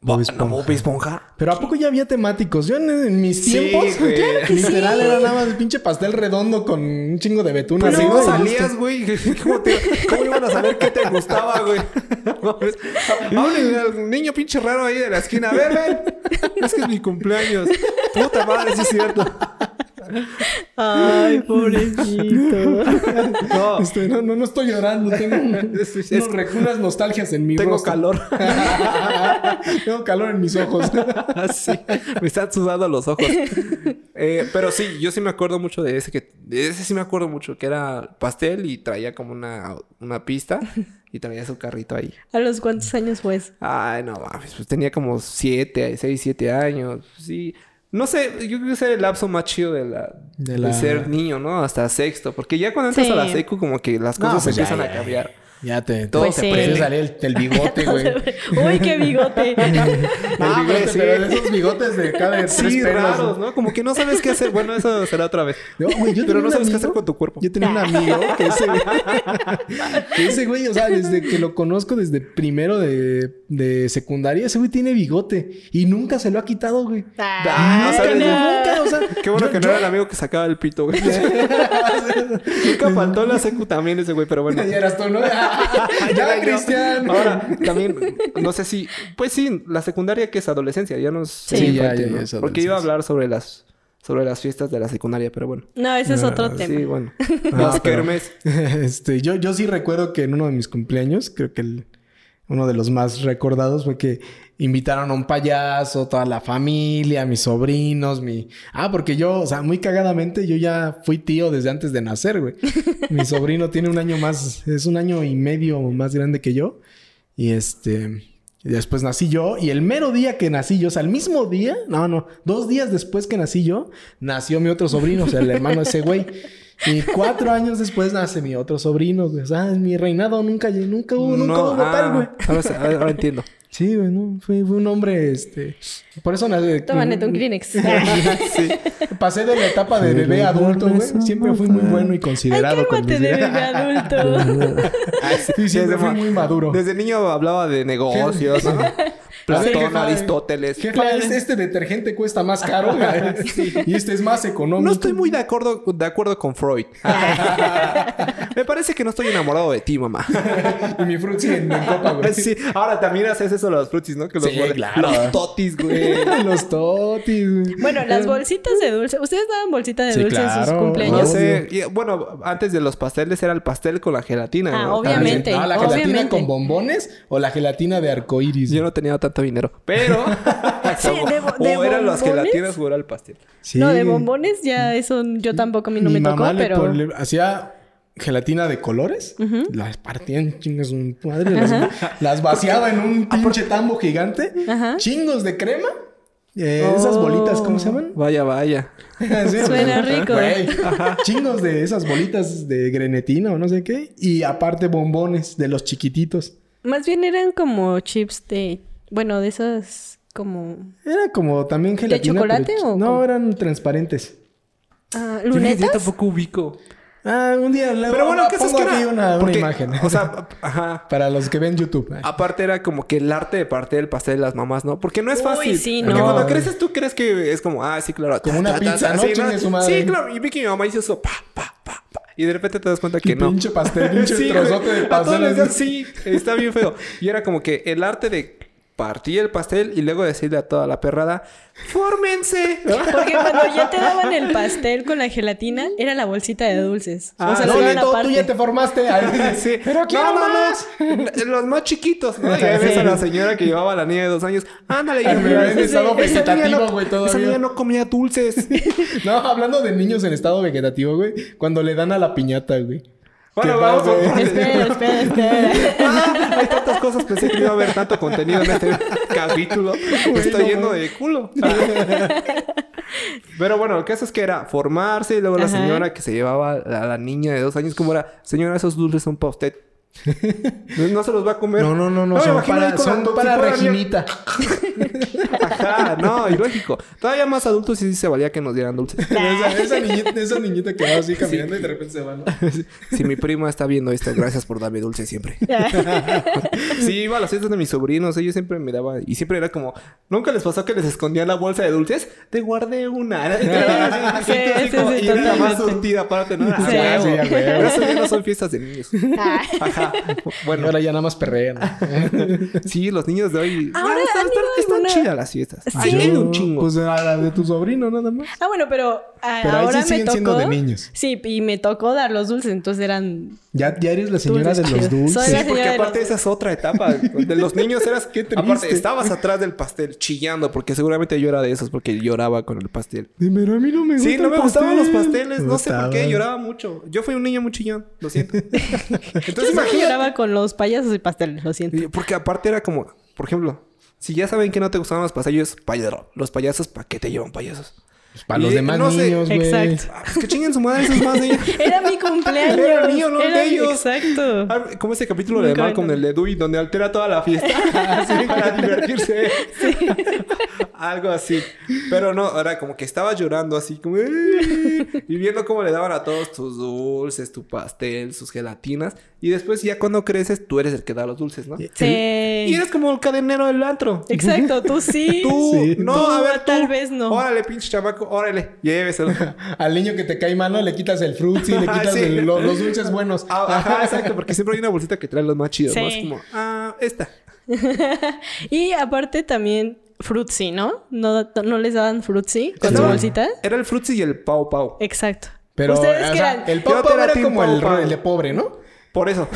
Speaker 2: Bob
Speaker 3: ¿No,
Speaker 2: Esponja.
Speaker 3: Bob Esponja?
Speaker 2: Pero ¿a poco ya había temáticos? Yo en, en mis
Speaker 3: Sí,
Speaker 2: tiempos, [LAUGHS]
Speaker 3: güey. Claro
Speaker 1: que sí.
Speaker 2: literal, era nada más pinche pastel redondo con un chingo de betún
Speaker 3: Pues si
Speaker 2: arriba
Speaker 3: no
Speaker 2: y listo.
Speaker 3: salías, güey, [LAUGHS] ¿cómo, te- cómo iban a saber qué te gustaba, güey? [LAUGHS] Háblenle al niño pinche raro ahí de la esquina. A ver, ven. [LAUGHS] Es que es mi cumpleaños. Puta madre, sí es cierto.
Speaker 1: Ay, pobrecito.
Speaker 3: No,
Speaker 2: Este, no, no, no estoy llorando.
Speaker 3: [LAUGHS]
Speaker 2: Tengo
Speaker 3: Es- es-
Speaker 2: unos rec- unas nostalgias en mi
Speaker 3: tengo
Speaker 2: rostro.
Speaker 3: calor.
Speaker 2: [LAUGHS] tengo calor en mis ojos.
Speaker 3: [LAUGHS] Así. Me están sudando los ojos. Eh, pero sí, yo sí me acuerdo mucho de ese que... De ese sí me acuerdo mucho. Que era pastel y traía como una, una pista. Y traía su carrito ahí.
Speaker 1: ¿A los cuántos años fue eso?
Speaker 3: Ay, no mames, pues tenía como 7, 6, 7 años. Sí. No sé, yo creo que ese era el lapso más chido de la,
Speaker 2: De
Speaker 3: de
Speaker 2: la-
Speaker 3: ser niño, ¿no? Hasta sexto. Porque ya cuando entras
Speaker 1: Sí.
Speaker 3: a la secu, como que las
Speaker 2: No,
Speaker 3: cosas
Speaker 2: pues ya,
Speaker 3: empiezan
Speaker 2: ya,
Speaker 3: a cambiar.
Speaker 2: Ya te...
Speaker 3: Todo
Speaker 1: Pues
Speaker 3: se
Speaker 1: sí.
Speaker 2: Empieza a
Speaker 3: prende.
Speaker 2: salir el, el
Speaker 3: [LAUGHS]
Speaker 2: bigote, güey. El
Speaker 1: [LAUGHS] Uy, qué bigote.
Speaker 3: Ah,
Speaker 2: bigote,
Speaker 3: pero sí.
Speaker 2: pero de esos bigotes de cada de tres
Speaker 3: Sí,
Speaker 2: pelos.
Speaker 3: raros, ¿no? Como que no sabes qué hacer. Bueno, eso será otra vez.
Speaker 2: No, güey, yo tenía
Speaker 3: Pero no
Speaker 2: un
Speaker 3: sabes qué hacer
Speaker 2: amigo-
Speaker 3: con tu cuerpo.
Speaker 2: Yo tenía un amigo que ese, que ese güey, o sea, desde que lo conozco desde primero de, de secundaria, ese güey tiene bigote y nunca se lo ha quitado,
Speaker 3: [LAUGHS]
Speaker 2: güey.
Speaker 3: Ah,
Speaker 2: nunca,
Speaker 3: ¿sabes?
Speaker 2: nunca, o sea,
Speaker 3: Qué bueno
Speaker 2: yo-
Speaker 3: que no
Speaker 2: yo-
Speaker 3: era el amigo que sacaba el pito, güey. Nunca faltó en la secu también ese güey, pero bueno.
Speaker 2: Ya eras tú, ¿no? ya,
Speaker 3: Era yo.
Speaker 2: Cristian.
Speaker 3: Ahora, también, no sé si... Pues sí, la secundaria que es adolescencia, ya no es...
Speaker 1: Sí.
Speaker 2: Sí, ya,
Speaker 3: infantil,
Speaker 2: ya,
Speaker 3: ¿no?
Speaker 2: ya es
Speaker 3: Porque iba a
Speaker 2: adolescencia.
Speaker 3: hablar sobre las... Sobre las fiestas de la secundaria, pero bueno.
Speaker 1: No, ese es otro tema.
Speaker 2: [LAUGHS]
Speaker 3: Sí, bueno.
Speaker 2: No,
Speaker 3: Las
Speaker 2: pero-
Speaker 3: kermes.
Speaker 2: Este, yo, yo sí recuerdo que en uno de mis cumpleaños, creo que el- uno de los más recordados fue que invitaron a un payaso, toda la familia, mis sobrinos, mi... Ah, porque yo, o sea, muy cagadamente, yo ya fui tío desde antes de nacer, güey. Mi sobrino tiene un año más, es un año y medio más grande que yo. Y este... y Después nací yo y el mero día que nací yo, o sea, el mismo día, no, no, dos días después que nací yo, nació mi otro sobrino, o sea, el hermano de ese güey. Y cuatro años después nace mi otro sobrino, güey. O sea, mi reinado nunca, lle- nunca hubo, nunca hubo
Speaker 3: ah,
Speaker 2: tal, güey.
Speaker 3: ahora, sí, ahora- ahora entiendo.
Speaker 2: [LAUGHS] Sí, güey, no, fue, fue un hombre, este... Por eso nace...
Speaker 1: Toma, neta, un
Speaker 2: [LAUGHS]
Speaker 1: Kleenex.
Speaker 3: Sí.
Speaker 2: Pasé de la etapa de bebé a adulto, güey. Siempre fui muy bueno y
Speaker 1: Ay,
Speaker 2: considerado con
Speaker 1: cálmate
Speaker 2: mis...
Speaker 1: de bebé adulto.
Speaker 2: [LAUGHS] Sí, siempre fui muy maduro.
Speaker 3: Desde niño hablaba de negocios, ¿no?
Speaker 2: Sí,
Speaker 3: Platón,
Speaker 2: jefa.
Speaker 3: Aristóteles.
Speaker 2: Jefa, es- este detergente cuesta más caro,
Speaker 3: [LAUGHS]
Speaker 2: güey. Y este es más económico.
Speaker 3: No estoy muy de acuerdo, de acuerdo con Freud. Me parece que no estoy enamorado de ti, mamá.
Speaker 2: [LAUGHS] Y mi fruit sigue en, en copa, güey.
Speaker 3: Sí, ahora también haces eso de los frutis, ¿no? Que los,
Speaker 2: Sí,
Speaker 3: muerden.
Speaker 2: claro.
Speaker 3: los totis, güey.
Speaker 2: [LAUGHS] Los totis, güey.
Speaker 1: Bueno, las bolsitas de dulce. ¿Ustedes daban bolsita de
Speaker 2: Sí,
Speaker 1: dulce en sus
Speaker 2: claro.
Speaker 1: cumpleaños?
Speaker 3: No
Speaker 2: Obvio.
Speaker 3: sé. y, bueno, antes de los pasteles era el pastel con la gelatina.
Speaker 1: Ah,
Speaker 3: ¿no?
Speaker 1: obviamente.
Speaker 3: También.
Speaker 2: No, la gelatina
Speaker 1: obviamente.
Speaker 2: con bombones o la gelatina de arcoíris.
Speaker 3: Yo no tenía tanto dinero. Pero.
Speaker 1: [LAUGHS] Sí, de bo- de
Speaker 3: [LAUGHS] o eran las
Speaker 1: bombones.
Speaker 3: gelatinas o era el pastel.
Speaker 2: Sí.
Speaker 1: No, de bombones ya eso yo tampoco a mí no
Speaker 2: Mi
Speaker 1: me tocó,
Speaker 2: mamá le
Speaker 1: pero
Speaker 2: pon- le hacía gelatina de colores, las partía en chingas un madre, las, las vaciaba en un pinche tambo gigante,
Speaker 1: Ah, Ajá.
Speaker 2: chingos de crema, eh, esas bolitas, ¿cómo se llaman?
Speaker 3: Vaya, vaya.
Speaker 2: [LAUGHS] Sí,
Speaker 1: Oh. Suena
Speaker 2: güey.
Speaker 1: rico.
Speaker 2: Güey, chingos de esas bolitas de grenetina o no sé qué, y aparte bombones de los chiquititos.
Speaker 1: más bien eran como chips de, bueno, de esas como
Speaker 2: Era como también gelatina.
Speaker 1: chocolate
Speaker 2: pero-
Speaker 1: o
Speaker 2: No,
Speaker 1: cómo?
Speaker 2: eran transparentes.
Speaker 1: ah,
Speaker 3: Yo
Speaker 1: lunetas.
Speaker 3: tampoco ubico.
Speaker 2: Ah, un día luego
Speaker 3: Pero bueno, ¿qué es
Speaker 2: pongo
Speaker 3: que
Speaker 2: aquí
Speaker 3: era?
Speaker 2: una, una
Speaker 3: Porque,
Speaker 2: imagen. [LAUGHS]
Speaker 3: O sea, ajá.
Speaker 2: para los que ven YouTube. Ay.
Speaker 3: Aparte era como que el arte de parte del pastel de las mamás, ¿no? Porque no es
Speaker 1: Uy,
Speaker 3: fácil.
Speaker 1: sí,
Speaker 3: Porque
Speaker 2: no.
Speaker 3: cuando creces tú crees que es como, ah, sí, claro.
Speaker 2: Como una pizza, ¿no?
Speaker 3: Sí,
Speaker 2: Chingue su madre.
Speaker 3: Sí, claro. Y vi que mi mamá hizo eso, pa, pa, pa, pa. Y de repente te das cuenta
Speaker 2: Y
Speaker 3: que no.
Speaker 2: pinche pastel, pinche
Speaker 3: [LAUGHS] Sí,
Speaker 2: trozote
Speaker 3: güey.
Speaker 2: de
Speaker 3: A todos
Speaker 2: pastel.
Speaker 3: les
Speaker 2: así.
Speaker 3: decían, sí, está bien feo. Y era como que el arte de partir el pastel y luego decirle a toda la perrada,
Speaker 2: [LAUGHS]
Speaker 3: ¡fórmense!
Speaker 1: Porque cuando ya te daban el pastel con la gelatina, era la bolsita de dulces.
Speaker 3: Ah,
Speaker 1: o sea,
Speaker 3: no,
Speaker 1: no,
Speaker 2: No,
Speaker 3: Solo
Speaker 1: daban
Speaker 2: Neto, tú ya
Speaker 1: aparte.
Speaker 2: te
Speaker 3: [LAUGHS]
Speaker 2: formaste. Ay,
Speaker 3: Sí.
Speaker 2: Pero quiero
Speaker 3: no, no,
Speaker 2: más. [LAUGHS]
Speaker 3: no. Los más chiquitos. ¿no? Y ahí ves a la señora que llevaba a la niña de dos años. Ándale,
Speaker 2: Ay,
Speaker 3: yo
Speaker 2: pero en estado vegetativo,
Speaker 3: no,
Speaker 2: güey,
Speaker 3: Esa
Speaker 2: todavía.
Speaker 3: niña no comía dulces.
Speaker 2: No, hablando de niños en estado vegetativo, güey. Cuando le dan a la piñata, güey.
Speaker 3: [LAUGHS] bueno,
Speaker 2: Qué
Speaker 3: vamos
Speaker 2: padre.
Speaker 3: por partes.
Speaker 1: Espera, espera, espera.
Speaker 3: [LAUGHS] Ah, Hay tantas cosas. Pensé que no iba a haber tanto contenido en
Speaker 2: [LAUGHS]
Speaker 3: este capítulo. Me
Speaker 2: Güey,
Speaker 3: está
Speaker 2: no
Speaker 3: lleno
Speaker 2: mames.
Speaker 3: de
Speaker 2: [LAUGHS]
Speaker 3: culo. Pero bueno, el caso es que era formarse y luego la
Speaker 1: Ajá.
Speaker 2: [LAUGHS]
Speaker 3: señora que se llevaba a la niña de dos años, como era, señora, esos dulces son para usted. No, no se los va a comer.
Speaker 2: No, no, no, no.
Speaker 3: me
Speaker 2: son
Speaker 3: imagino ahí
Speaker 2: para,
Speaker 3: con la
Speaker 2: son para
Speaker 3: toxicornia. [LAUGHS]
Speaker 2: Reginita. [LAUGHS]
Speaker 3: Ajá, no, y lógico. Todavía más adultos sí se valía que nos dieran dulces.
Speaker 2: esa, esa niñita, esa niñita que va así caminando y de repente se va.
Speaker 3: [LAUGHS]
Speaker 2: ¿no?
Speaker 3: Si mi prima está viendo esto, gracias por darme
Speaker 1: [LAUGHS]
Speaker 3: dulce siempre. Sí, iba a las fiestas de mis sobrinos, ellos siempre me daban. Y siempre era como, nunca les pasó que les escondían la bolsa de dulces, te guardé una.
Speaker 1: [LAUGHS] Sí, sí, sí,
Speaker 3: Y era más
Speaker 1: totalmente.
Speaker 3: surtida, aparte, ¿no?
Speaker 1: Sí.
Speaker 3: Ah,
Speaker 2: Sí, a
Speaker 3: huevo.
Speaker 2: huevo.
Speaker 3: Pero eso ya no son fiestas de niños.
Speaker 1: Ah.
Speaker 3: Ajá.
Speaker 2: Bueno, Ah,
Speaker 3: Bueno,
Speaker 2: ahora ya nada más perrean.
Speaker 3: sí, los niños de hoy.
Speaker 1: Ahora
Speaker 3: Ah, están
Speaker 1: han
Speaker 3: están-
Speaker 1: ido
Speaker 3: están
Speaker 1: alguna-
Speaker 3: chidas las fiestas.
Speaker 1: Sí.
Speaker 3: Ay, hay un chingo.
Speaker 2: Pues a la de tu sobrino nada más.
Speaker 1: Ah, bueno, pero, ah,
Speaker 2: Pero ahí sí
Speaker 1: ahora me
Speaker 2: siguen
Speaker 1: tocó.
Speaker 2: siendo de niños.
Speaker 1: Sí, y me tocó dar los dulces, entonces eran.
Speaker 2: Ya, ya eres la señora
Speaker 1: Dulces,
Speaker 2: de los
Speaker 1: chido.
Speaker 2: dulces.
Speaker 1: Soy
Speaker 3: Sí,
Speaker 1: la
Speaker 3: porque
Speaker 1: señora de
Speaker 3: aparte
Speaker 1: los-
Speaker 3: esa es otra etapa. De los niños eras...
Speaker 2: [LAUGHS] Qué triste.
Speaker 3: Aparte, estabas atrás del pastel chillando porque seguramente yo era de esos porque lloraba con el pastel.
Speaker 2: Sí, Pero a mí no me gusta
Speaker 3: Sí, no
Speaker 2: el
Speaker 3: me gustaban los
Speaker 2: pastel.
Speaker 3: pasteles.
Speaker 2: Me
Speaker 3: No sé por qué.
Speaker 2: gustaban.
Speaker 3: Lloraba mucho. Yo fui un niño muy chillón.
Speaker 2: [LAUGHS]
Speaker 3: Lo siento. Entonces
Speaker 1: Yo solo
Speaker 3: imagínate.
Speaker 1: lloraba con los payasos y pasteles, lo siento.
Speaker 3: Y- Porque aparte era como... Por ejemplo... Si ya saben que no te gustaban los pasallos, payaso. Los payasos, ¿para qué te llevan payasos?
Speaker 2: Para los
Speaker 3: Y-
Speaker 2: demás
Speaker 3: no sé,
Speaker 2: niños, güey.
Speaker 1: exacto.
Speaker 3: Ah, pues que chinguen su madre esos más
Speaker 1: [LAUGHS]
Speaker 3: ¿eh? niños.
Speaker 1: Era
Speaker 2: [LAUGHS]
Speaker 1: mi cumpleaños.
Speaker 3: Era mío, no el de ellos.
Speaker 1: Exacto.
Speaker 3: Ah, Como ese capítulo de
Speaker 1: Nunca
Speaker 3: Malcolm,
Speaker 1: me
Speaker 3: el de Dewey, donde altera toda la fiesta [LAUGHS] así, para divertirse.
Speaker 2: [LAUGHS]
Speaker 3: Algo así. Pero no, ahora como que estaba llorando así, como... "Eh", Y viendo cómo le daban a todos tus dulces, tu pastel, sus gelatinas. Y después ya cuando creces, tú eres el que da los dulces,
Speaker 2: Eh,
Speaker 3: ¿no? Y
Speaker 1: Sí.
Speaker 3: eres como el cadenero del antro.
Speaker 1: Exacto, tú
Speaker 2: [LAUGHS]
Speaker 1: sí.
Speaker 3: Tú,
Speaker 2: Sí.
Speaker 3: no,
Speaker 1: Tú,
Speaker 3: a ver, tú.
Speaker 1: tal vez no.
Speaker 3: Órale, pinche chamaco, órale,
Speaker 1: [LAUGHS]
Speaker 3: lléveselo.
Speaker 2: Al niño que te cae mal, ¿no? le quitas el frutti,
Speaker 3: [LAUGHS]
Speaker 2: le quitas
Speaker 3: Ah, Sí.
Speaker 2: el- lo- los dulces buenos.
Speaker 3: Ah, Ajá, exacto, porque siempre hay una bolsita que trae los más chidos, ¿no?
Speaker 1: Sí.
Speaker 3: Es como, ah, esta.
Speaker 1: Y aparte también Fruitsy, ¿no? ¿No, no les daban Fruitsy con
Speaker 2: Sí.
Speaker 1: su bolsita?
Speaker 3: Este, Era el Fruitsy y el Pau Pau.
Speaker 1: Exacto.
Speaker 2: Pero
Speaker 1: ¿Ustedes
Speaker 2: o
Speaker 1: qué
Speaker 2: sea,
Speaker 1: eran?
Speaker 2: el pau
Speaker 3: Yo
Speaker 2: Pau
Speaker 3: era
Speaker 2: era
Speaker 3: team
Speaker 2: como
Speaker 3: Pau
Speaker 2: el,
Speaker 3: Pau.
Speaker 2: el de pobre, ¿no?
Speaker 3: Por eso.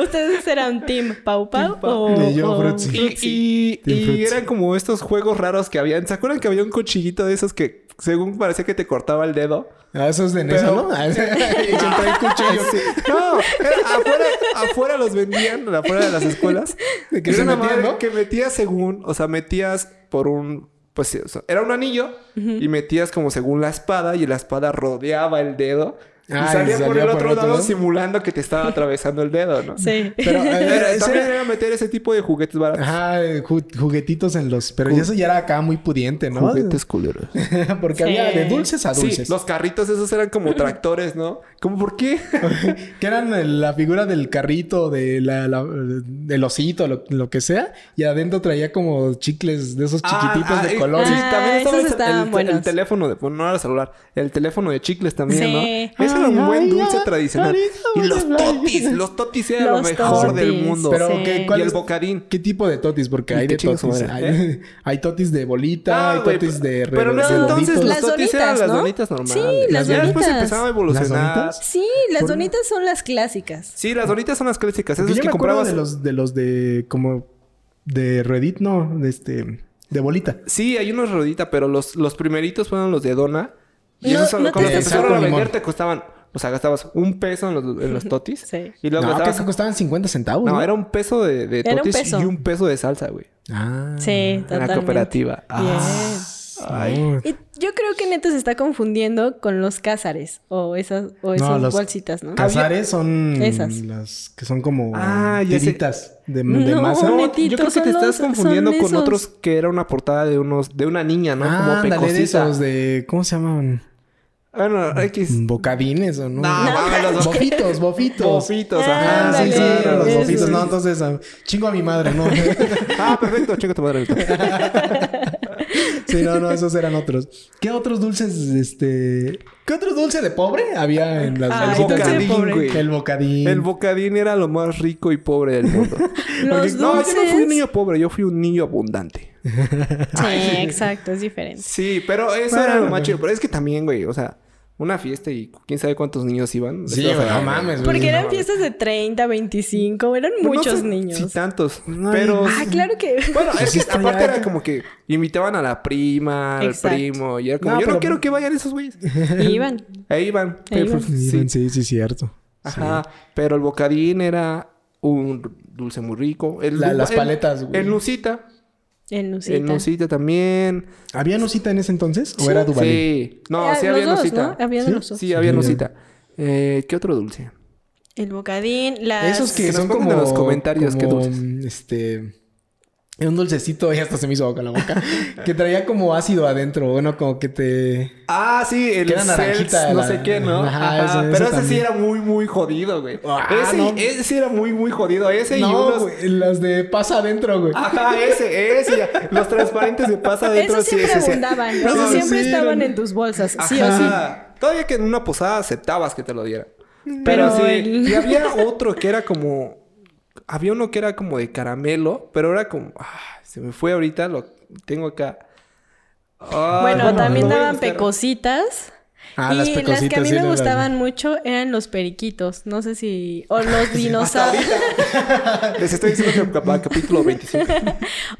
Speaker 1: ¿Ustedes eran Team Pau Pau
Speaker 3: Team Pau.
Speaker 1: o...?
Speaker 2: Y yo
Speaker 1: o-
Speaker 2: Fruitsy. [LAUGHS]
Speaker 3: y y-
Speaker 2: Team
Speaker 3: y
Speaker 2: Fruitsy.
Speaker 3: eran como estos juegos raros que habían. ¿Se acuerdan que había un cuchillito de esos que según parecía que te cortaba el dedo?
Speaker 2: Ah, eso es de Nesa, ¿no?
Speaker 3: Pero-
Speaker 2: Ah,
Speaker 3: [LAUGHS]
Speaker 2: sí. Y siempre hay cuchillos.
Speaker 3: No, [LAUGHS] era- afuera, afuera los vendían, afuera de las escuelas.
Speaker 2: De que
Speaker 3: Era
Speaker 2: se
Speaker 3: una
Speaker 2: metían,
Speaker 3: madre
Speaker 2: ¿no?
Speaker 3: Que metías según, o sea, metías por un... Pues sí, o sea, era un anillo y metías como según la espada y la espada rodeaba el dedo. Y
Speaker 2: Ah, y
Speaker 3: salía por
Speaker 2: salía por
Speaker 3: el otro
Speaker 2: otro
Speaker 3: lado
Speaker 2: lado.
Speaker 3: simulando que te estaba atravesando el dedo, ¿no?
Speaker 1: Sí. [LAUGHS]
Speaker 2: Pero eh,
Speaker 3: Era-
Speaker 2: ese
Speaker 3: también
Speaker 2: era-
Speaker 3: era meter ese tipo de juguetes baratos.
Speaker 2: Ajá, ju- juguetitos en los... Pero eso ya era acá muy pudiente, ¿no?
Speaker 3: culeros.
Speaker 2: [LAUGHS] Porque
Speaker 1: Sí.
Speaker 2: había de dulces a
Speaker 3: Sí,
Speaker 2: dulces.
Speaker 3: los carritos esos eran como tractores, ¿no? ¿Cómo por qué?
Speaker 2: [LAUGHS] que eran el- la figura del carrito, de la, la- del osito, lo, lo que sea. Y adentro traía como chicles de esos [LAUGHS] chiquititos
Speaker 3: Ah, ah,
Speaker 2: de
Speaker 3: y-
Speaker 2: colores.
Speaker 3: sí,
Speaker 1: Ah,
Speaker 3: también estaba
Speaker 1: esos
Speaker 3: el-
Speaker 1: estaban
Speaker 3: el, el
Speaker 1: buenos.
Speaker 3: teléfono de... Bueno, no era celular. El teléfono de chicles también,
Speaker 1: Sí.
Speaker 3: ¿no? Ese era un
Speaker 2: Ay,
Speaker 3: buen
Speaker 2: ay,
Speaker 3: dulce
Speaker 2: ay,
Speaker 3: tradicional.
Speaker 2: ahorita
Speaker 3: Y
Speaker 2: voy a
Speaker 3: los
Speaker 2: hablar.
Speaker 3: totis. Los totis era lo
Speaker 1: Los
Speaker 3: mejor del
Speaker 1: totis,
Speaker 3: mundo.
Speaker 2: Pero,
Speaker 1: Sí.
Speaker 2: ¿qué,
Speaker 3: Y
Speaker 2: cuál
Speaker 3: el
Speaker 2: es-
Speaker 3: bocadín.
Speaker 2: ¿Qué tipo de totis? Porque
Speaker 3: Y
Speaker 2: hay
Speaker 3: que
Speaker 2: de
Speaker 3: chingue su
Speaker 2: totis.
Speaker 3: madre,
Speaker 2: Hay, [LAUGHS] hay totis de bolita,
Speaker 3: Ah,
Speaker 2: hay
Speaker 3: güey,
Speaker 2: totis de
Speaker 3: Pero no
Speaker 2: re-
Speaker 3: entonces
Speaker 2: redonditos.
Speaker 3: los
Speaker 1: Las
Speaker 3: totis eran
Speaker 1: donitas,
Speaker 3: las
Speaker 1: ¿no?
Speaker 3: donitas normales.
Speaker 1: Sí, las
Speaker 3: Ya después
Speaker 1: donitas.
Speaker 3: empezaban a
Speaker 2: ¿Las
Speaker 3: evolucionar.
Speaker 2: donitas?
Speaker 1: Sí, las donitas son las clásicas.
Speaker 3: Sí, las donitas son las clásicas.
Speaker 2: Porque
Speaker 3: Esas
Speaker 2: yo
Speaker 3: que
Speaker 2: me acuerdo
Speaker 3: comprabas...
Speaker 2: de los, de los de como de Reddit, no, de este, de bolita.
Speaker 3: Sí, hay unos rodita, pero los, los primeritos fueron los de dona. Y
Speaker 1: No,
Speaker 3: esos son-
Speaker 1: no
Speaker 3: cuando
Speaker 2: te-
Speaker 3: te empezaron
Speaker 2: Saco
Speaker 3: a vender
Speaker 2: limón.
Speaker 3: te costaban... O sea, gastabas un peso en los,
Speaker 2: [LAUGHS]
Speaker 3: en los totis.
Speaker 1: Sí.
Speaker 3: Y luego
Speaker 2: no, que
Speaker 3: gastabas...
Speaker 2: eso costaban 50 centavos.
Speaker 3: No,
Speaker 2: No,
Speaker 3: era un peso de, de
Speaker 1: Era un
Speaker 3: totis
Speaker 1: peso.
Speaker 3: y un peso de salsa, güey.
Speaker 2: Ah.
Speaker 1: Sí,
Speaker 3: Mm, En la
Speaker 1: totalmente.
Speaker 3: cooperativa. Ah,
Speaker 1: Bien.
Speaker 2: No.
Speaker 1: Y yo creo que neta se está confundiendo con los cázares o esas o esas
Speaker 2: los
Speaker 1: bolsitas, ¿no?
Speaker 2: Cazares son
Speaker 1: Esas.
Speaker 2: las que son como
Speaker 3: Ah, ya sé.
Speaker 2: tiritas de, de
Speaker 1: No,
Speaker 2: masa.
Speaker 1: no,
Speaker 3: No, yo creo
Speaker 1: Netitos,
Speaker 3: que te
Speaker 1: son
Speaker 3: estás
Speaker 1: los-
Speaker 3: confundiendo
Speaker 1: son
Speaker 3: con
Speaker 1: esos.
Speaker 3: otros que era una portada de unos de una niña, ¿no?
Speaker 2: Ah,
Speaker 3: Como
Speaker 2: ándale, de
Speaker 3: pecosita.
Speaker 2: esos de ¿cómo se llamaban?
Speaker 3: Bueno, X.
Speaker 2: Bocadines o no?
Speaker 3: No, mames, los bo-
Speaker 2: bofitos, bofitos.
Speaker 3: bofitos,
Speaker 2: Ah,
Speaker 3: ajá.
Speaker 1: Ándale,
Speaker 2: sí, sí,
Speaker 3: claro,
Speaker 2: eran los
Speaker 1: eso.
Speaker 2: bofitos. No, entonces ah, chingo a mi madre, no. [LAUGHS]
Speaker 3: Ah, perfecto, chica tu madre
Speaker 1: [LAUGHS]
Speaker 3: ahorita.
Speaker 2: Sí, no, no, esos eran otros. ¿Qué otros dulces, este... ¿Qué otro dulce de pobre había en las
Speaker 1: Ah, el
Speaker 2: bolsitas?
Speaker 1: dulce de pobre.
Speaker 3: güey.
Speaker 2: El bocadín.
Speaker 3: El bocadín era lo más rico y pobre
Speaker 1: [LAUGHS]
Speaker 3: del mundo. Porque-
Speaker 1: Los
Speaker 3: No, yo no fui
Speaker 1: dulces-
Speaker 3: un niño pobre, yo fui un niño abundante.
Speaker 1: Sí, exacto, es
Speaker 3: [LAUGHS]
Speaker 1: diferente.
Speaker 3: Sí, pero eso era lo más chido. Pero es que también, güey, o sea, una fiesta y quién sabe cuántos niños iban.
Speaker 2: Sí,
Speaker 3: Estabas
Speaker 2: güey, no
Speaker 3: hablando-
Speaker 2: mames, güey.
Speaker 1: Porque
Speaker 2: no
Speaker 1: eran
Speaker 2: mames.
Speaker 1: fiestas de 30, 25, eran
Speaker 3: Pues No
Speaker 1: muchos
Speaker 3: sé
Speaker 1: niños.
Speaker 3: Si tantos. Pero.
Speaker 1: Ah, claro
Speaker 3: [LAUGHS]
Speaker 1: que.
Speaker 3: Bueno,
Speaker 2: Pues
Speaker 3: es
Speaker 2: sí
Speaker 3: que
Speaker 2: está
Speaker 3: aparte
Speaker 2: ya.
Speaker 3: era como que invitaban a la prima, al
Speaker 1: Exacto.
Speaker 3: primo, y era como,
Speaker 2: No,
Speaker 3: yo no
Speaker 2: pero-
Speaker 3: quiero que vayan esos
Speaker 1: [LAUGHS]
Speaker 3: güeyes.
Speaker 1: Y iban.
Speaker 3: Ahí van.
Speaker 1: Ahí van.
Speaker 2: Sí,
Speaker 3: Sí.
Speaker 2: sí, sí, cierto.
Speaker 3: Ajá. Pero el bocadín era un dulce muy rico. El
Speaker 2: La-
Speaker 3: lu-
Speaker 2: las
Speaker 3: el-
Speaker 2: paletas, güey.
Speaker 3: El nucita.
Speaker 1: En Lucita.
Speaker 3: El nucita Eh, también.
Speaker 2: ¿Había Nusita en ese entonces? ¿O era Duvalín?
Speaker 3: Sí. No,
Speaker 1: Eh,
Speaker 3: sí
Speaker 1: los
Speaker 3: había
Speaker 1: dos,
Speaker 3: nucita.
Speaker 1: ¿no? Había de
Speaker 2: Sí.
Speaker 1: los dos.
Speaker 3: Sí, había
Speaker 2: Sí.
Speaker 3: nucita. Eh, ¿Qué otro dulce?
Speaker 1: El bocadín, las...
Speaker 2: Esos que,
Speaker 3: Que nos
Speaker 2: son
Speaker 3: pongan
Speaker 2: como...
Speaker 3: en los comentarios qué
Speaker 2: como,
Speaker 3: dulces.
Speaker 2: mm, Este... Un dulcecito, y hasta se me hizo agua en la boca. que traía como ácido adentro. Bueno, como que te...
Speaker 3: Ah, sí, el
Speaker 2: Que era
Speaker 3: Cells,
Speaker 2: naranjita,
Speaker 3: no
Speaker 2: la-
Speaker 3: sé qué, ¿no?
Speaker 2: Ajá,
Speaker 3: Ajá,
Speaker 2: ese- ese
Speaker 3: pero ese sí
Speaker 2: también.
Speaker 3: era muy, muy jodido, güey.
Speaker 2: Ah,
Speaker 3: ese,
Speaker 2: no.
Speaker 3: ese sí era muy, muy jodido. Ese y
Speaker 2: No,
Speaker 3: unos... Ah,
Speaker 2: güey, las de pasa adentro, güey.
Speaker 3: Ajá, ese, ese. ya. Los transparentes
Speaker 1: [LAUGHS]
Speaker 3: de pasa adentro.
Speaker 1: Esos
Speaker 3: sí,
Speaker 1: siempre
Speaker 3: ese, sí.
Speaker 1: abundaban.
Speaker 2: No,
Speaker 1: esos siempre
Speaker 2: sí,
Speaker 1: estaban
Speaker 2: eran-
Speaker 1: en tus bolsas, sí o sí.
Speaker 3: Ajá. Todavía que en una posada aceptabas que te lo dieran. Pero,
Speaker 1: Pero
Speaker 3: sí.
Speaker 1: el-
Speaker 3: Y había otro que era como. Había uno que era como de caramelo, pero era como. ah, se me fue ahorita, lo tengo acá. Ah,
Speaker 1: Bueno,
Speaker 2: bueno,
Speaker 1: también
Speaker 3: lo voy a
Speaker 1: daban
Speaker 3: buscar.
Speaker 1: pecositas.
Speaker 2: Ah, las
Speaker 1: y las que a
Speaker 2: pecositas,
Speaker 1: mí
Speaker 2: sí,
Speaker 1: me
Speaker 2: las-
Speaker 1: gustaban mucho eran los periquitos. No sé si.
Speaker 2: Ah,
Speaker 1: O
Speaker 2: [LAUGHS]
Speaker 1: los dinosaurios.
Speaker 3: Les estoy diciendo que cap-
Speaker 1: [LAUGHS]
Speaker 3: capítulo 25.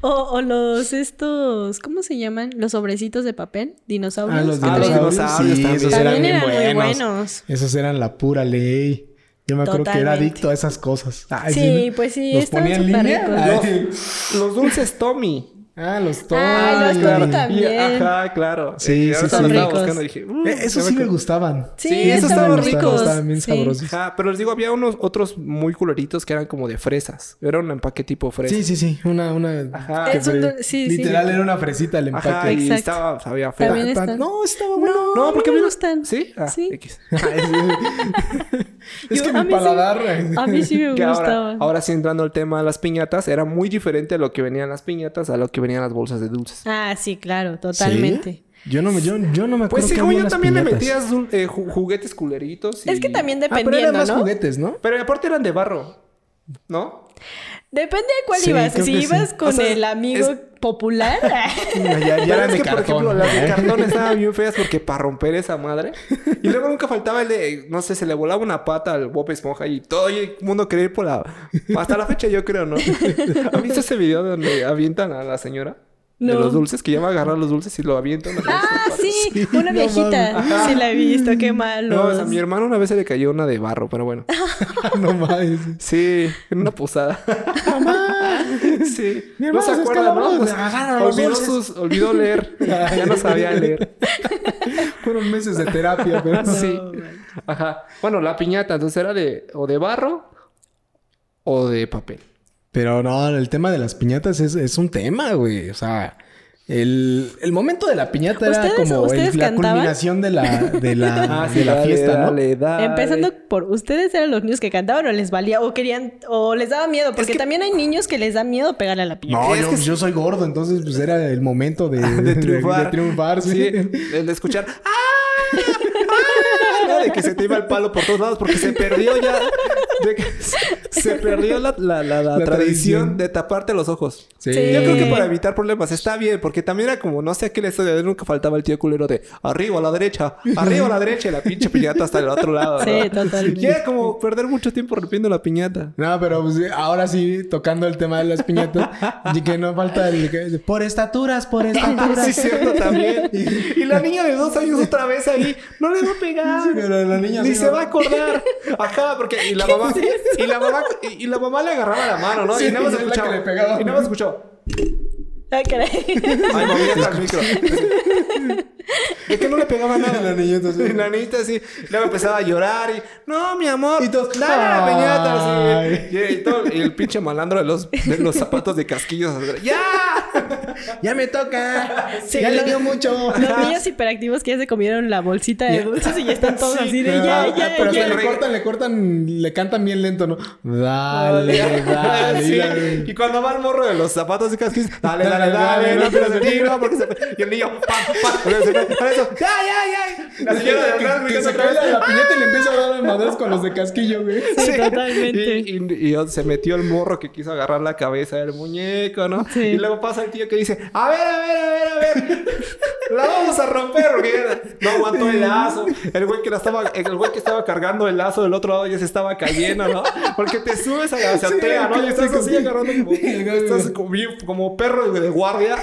Speaker 1: o, o los estos. ¿Cómo se llaman? Los sobrecitos de papel. Dinosaurios.
Speaker 2: Ah, los
Speaker 1: que
Speaker 3: Ah, los
Speaker 1: traían.
Speaker 2: dinosaurios.
Speaker 3: dinosaurios
Speaker 2: sí,
Speaker 3: también.
Speaker 2: esos eran,
Speaker 1: También
Speaker 2: bien
Speaker 1: eran muy
Speaker 2: buenos.
Speaker 1: buenos.
Speaker 2: Esos eran la pura ley. Yo me acuerdo que era
Speaker 1: Totalmente.
Speaker 2: adicto a esas cosas. Ay,
Speaker 1: Sí, pues sí,
Speaker 2: Los
Speaker 1: estaban
Speaker 2: ponía en
Speaker 1: súper
Speaker 2: línea.
Speaker 1: ricos.
Speaker 2: Ay,
Speaker 3: Los dulces Tommy.
Speaker 2: Ah, los
Speaker 1: Ay, los
Speaker 2: Tommy.
Speaker 1: Tommy
Speaker 3: Y-
Speaker 1: también.
Speaker 3: ajá, claro.
Speaker 2: Sí, sí,
Speaker 3: Eh, ahorita
Speaker 2: sí.
Speaker 3: lo estaba
Speaker 1: Son ricos.
Speaker 3: buscando y dije, mm,
Speaker 2: Eh, esos
Speaker 3: ya
Speaker 2: sí me
Speaker 3: acu-
Speaker 2: gustaban.
Speaker 1: Sí,
Speaker 3: Sí, esos
Speaker 2: esos
Speaker 1: estaban
Speaker 2: me gustaban,
Speaker 1: ricos.
Speaker 2: Estaban bien
Speaker 1: Sí.
Speaker 2: sabrosos.
Speaker 3: Ajá, pero les digo, había unos otros muy coloritos que eran como de fresas. Era un empaque tipo fresa.
Speaker 2: Sí, sí, sí. Una, una.
Speaker 3: Ajá.
Speaker 2: que
Speaker 1: Es un
Speaker 2: fue-
Speaker 1: dul- sí, sí.
Speaker 2: literal era una fresita el empaque.
Speaker 3: Ajá, y
Speaker 1: Exacto.
Speaker 3: estaba, sabía feo.
Speaker 1: También
Speaker 2: Ta- ta-
Speaker 1: están.
Speaker 2: No, [LAUGHS] estaba bueno.
Speaker 1: No,
Speaker 3: No, porque
Speaker 1: a mí me
Speaker 3: me-
Speaker 1: gustan.
Speaker 3: ¿Sí? Ah,
Speaker 1: sí.
Speaker 3: X.
Speaker 2: Ay, sí. es
Speaker 1: Yo-
Speaker 2: que
Speaker 1: a
Speaker 2: mi
Speaker 1: mí sí-
Speaker 2: paladar.
Speaker 1: A mí
Speaker 2: [LAUGHS]
Speaker 1: sí me
Speaker 3: [LAUGHS] Que ahora,
Speaker 1: gustaban.
Speaker 3: ahora sí entrando al tema de las piñatas, era muy diferente a lo que venían las piñatas a lo que venían las bolsas de dulces.
Speaker 1: Ah, sí, claro, totalmente.
Speaker 2: ¿Sí? Yo no me, yo, yo no me acuerdo.
Speaker 3: Pues sí,
Speaker 2: que
Speaker 3: como
Speaker 2: había
Speaker 3: yo
Speaker 2: unas
Speaker 3: también le
Speaker 2: piñatas.
Speaker 3: metías un- eh, ju- juguetes culeritos. y-
Speaker 1: Es que también
Speaker 2: Ah, pero eran
Speaker 1: dependiendo,
Speaker 2: más
Speaker 1: ¿no?
Speaker 2: juguetes,
Speaker 3: [LAUGHS]
Speaker 2: ¿no?
Speaker 3: Pero aparte eran de barro, ¿no?
Speaker 1: Depende de cuál
Speaker 2: Sí,
Speaker 1: ibas.
Speaker 2: creo
Speaker 1: Si
Speaker 2: que sí.
Speaker 1: ibas con
Speaker 3: O sea,
Speaker 1: el amigo
Speaker 2: [LAUGHS]
Speaker 1: popular.
Speaker 2: Ya, ya
Speaker 3: Pero
Speaker 2: eran
Speaker 3: es
Speaker 2: de
Speaker 3: que,
Speaker 2: cartón.
Speaker 3: por ejemplo, las de
Speaker 2: ¿eh?
Speaker 3: cartón estaban
Speaker 2: [LAUGHS]
Speaker 3: bien feas porque para romper esa madre. Y luego nunca faltaba el de, no sé, se le volaba una pata al Bob Esponja y todo el mundo quería ir por la. Hasta la fecha, yo creo, ¿no? [LAUGHS] ¿Han visto ese video donde avientan a la señora? De
Speaker 1: No.
Speaker 3: los dulces, que ya va a agarrar los dulces y lo avientan. a los-
Speaker 1: ah, sí,
Speaker 2: Sí,
Speaker 1: una
Speaker 2: no
Speaker 1: viejita.
Speaker 3: mames.
Speaker 1: sí, la he visto, qué
Speaker 3: No,
Speaker 1: malo.
Speaker 3: a mi hermano una vez se le cayó una de barro, pero bueno. [LAUGHS]
Speaker 2: no mames.
Speaker 3: Sí, en una posada. Sí.
Speaker 2: Mi
Speaker 3: no
Speaker 2: hermano
Speaker 3: se
Speaker 2: se
Speaker 3: acuerda,
Speaker 2: escaló,
Speaker 3: ¿no? Pues,
Speaker 2: bro. Agarra los
Speaker 3: olvidó,
Speaker 2: dulces.
Speaker 3: sus- olvidó leer. Ya
Speaker 2: [LAUGHS]
Speaker 3: no sabía leer.
Speaker 2: Fueron meses de terapia,
Speaker 3: [LAUGHS]
Speaker 2: pero no.
Speaker 3: Sí. Ajá. Bueno, la piñata, entonces era de o de barro o de papel.
Speaker 2: Pero no, el tema de las piñatas es, es un tema, güey. O sea, el, el momento de la piñata era
Speaker 1: ¿Ustedes-
Speaker 2: como el-
Speaker 1: ustedes
Speaker 2: la
Speaker 1: cantaban?
Speaker 2: culminación de la, de
Speaker 3: [LAUGHS]
Speaker 2: la, de Ah, la
Speaker 3: Ah, dale,
Speaker 2: fiesta, ¿no?
Speaker 3: dale, dale.
Speaker 1: Empezando por ustedes eran los niños que cantaban o les valía o querían o les daba miedo, porque
Speaker 3: que-
Speaker 1: también hay niños que les da miedo pegarle a la piña.
Speaker 2: No,
Speaker 3: Es
Speaker 2: yo,
Speaker 3: que sí.
Speaker 2: yo soy gordo, entonces pues era el momento
Speaker 3: [LAUGHS]
Speaker 2: de,
Speaker 3: de triunfar.
Speaker 2: de- de triunfar, sí.
Speaker 3: El de escuchar. ¡Ah! ¡Ah! De que se te iba el palo por todos lados porque se perdió ya. de que se- se perdió la, la- la- la
Speaker 2: La
Speaker 3: tradición
Speaker 2: tradición.
Speaker 3: de taparte los ojos.
Speaker 2: Sí.
Speaker 1: Sí.
Speaker 3: Yo creo que
Speaker 1: Eh.
Speaker 3: para evitar problemas está bien, porque también era como, no sé a qué le estoy de nunca faltaba el tío culero de arriba a la derecha, arriba a la derecha y la pinche piñata hasta el otro lado.
Speaker 1: Sí,
Speaker 3: ¿no?
Speaker 1: totalmente.
Speaker 3: Y era como perder mucho tiempo rompiendo la piñata.
Speaker 2: No, pero pues, ahora sí, tocando el tema de las piñatas, y que no falta el que- por estaturas, por
Speaker 1: Ah,
Speaker 2: estaturas.
Speaker 3: [LAUGHS] Sí, cierto también. Y la niña de dos años otra vez ahí, no le va a pegar.
Speaker 2: Sí, pero la niña
Speaker 3: Ni
Speaker 2: sí,
Speaker 3: se
Speaker 2: ¿no?
Speaker 3: va a acordar. Ajá, porque y la mamá, y la mamá, y, y la mamá le agarraba la mano, ¿no?
Speaker 2: Sí,
Speaker 3: y nada más
Speaker 2: es la que
Speaker 3: escuchaba.
Speaker 2: le pegaba.
Speaker 3: Y nada más escuchó.
Speaker 1: Ah,
Speaker 3: [LAUGHS]
Speaker 1: caray.
Speaker 3: Ay, moví
Speaker 2: [LAUGHS]
Speaker 3: hasta el micro. Es que no le pegaba nada.
Speaker 2: La niñita así. [LAUGHS]
Speaker 3: Y [LAUGHS] la niñita así. Y Luego empezaba a llorar y. No, mi amor.
Speaker 2: Y todos,
Speaker 3: Dale a la
Speaker 2: "Ay".
Speaker 3: piñata. Así. Y, y todo- y el pinche malandro de los, de los zapatos de casquillos. así, ¡Ya!
Speaker 2: Ya me toca.
Speaker 3: [LAUGHS]
Speaker 1: Sí,
Speaker 2: ya
Speaker 1: lo-
Speaker 2: le dio mucho.
Speaker 1: Los niños hiperactivos que ya se comieron la bolsita de
Speaker 2: Ya.
Speaker 1: dulces y ya están
Speaker 3: [LAUGHS]
Speaker 1: todos así de
Speaker 2: Pero-
Speaker 1: ya,
Speaker 3: Ah,
Speaker 1: ya,
Speaker 2: Ah, pero
Speaker 1: ya.
Speaker 2: hasta le
Speaker 3: Reg-
Speaker 2: cortan, le cortan, le cantan bien lento, ¿no?
Speaker 3: [LAUGHS]
Speaker 2: Dale, dale.
Speaker 3: Ah, Sí.
Speaker 2: dale.
Speaker 3: Y cuando va el morro de los zapatos de casquillos, dale, dale, dale, no te el tiro, porque se... Y el niño, pam, pam, [LAUGHS] para eso, ya, ya, ya. La señora de atrás
Speaker 2: que, que
Speaker 3: gritando
Speaker 2: se
Speaker 3: otra
Speaker 2: cae
Speaker 3: vez.
Speaker 2: la, la piñata y le empieza a dar las madres con los de casquillo, güey.
Speaker 1: Sí, totalmente.
Speaker 3: Y, y- y se metió el morro que quiso agarrar la cabeza del muñeco, ¿no?
Speaker 1: Sí.
Speaker 3: Y luego pasa el tío que dice, a ver, a ver, a ver, a ver. La vamos a romper porque no aguantó el lazo. El güey que la estaba, el güey que estaba cargando el lazo del otro lado ya se estaba cayendo, ¿no? Porque te subes a la azotea, ¿no? Y estás así agarrando como, estás como, bien- como perro de guardia.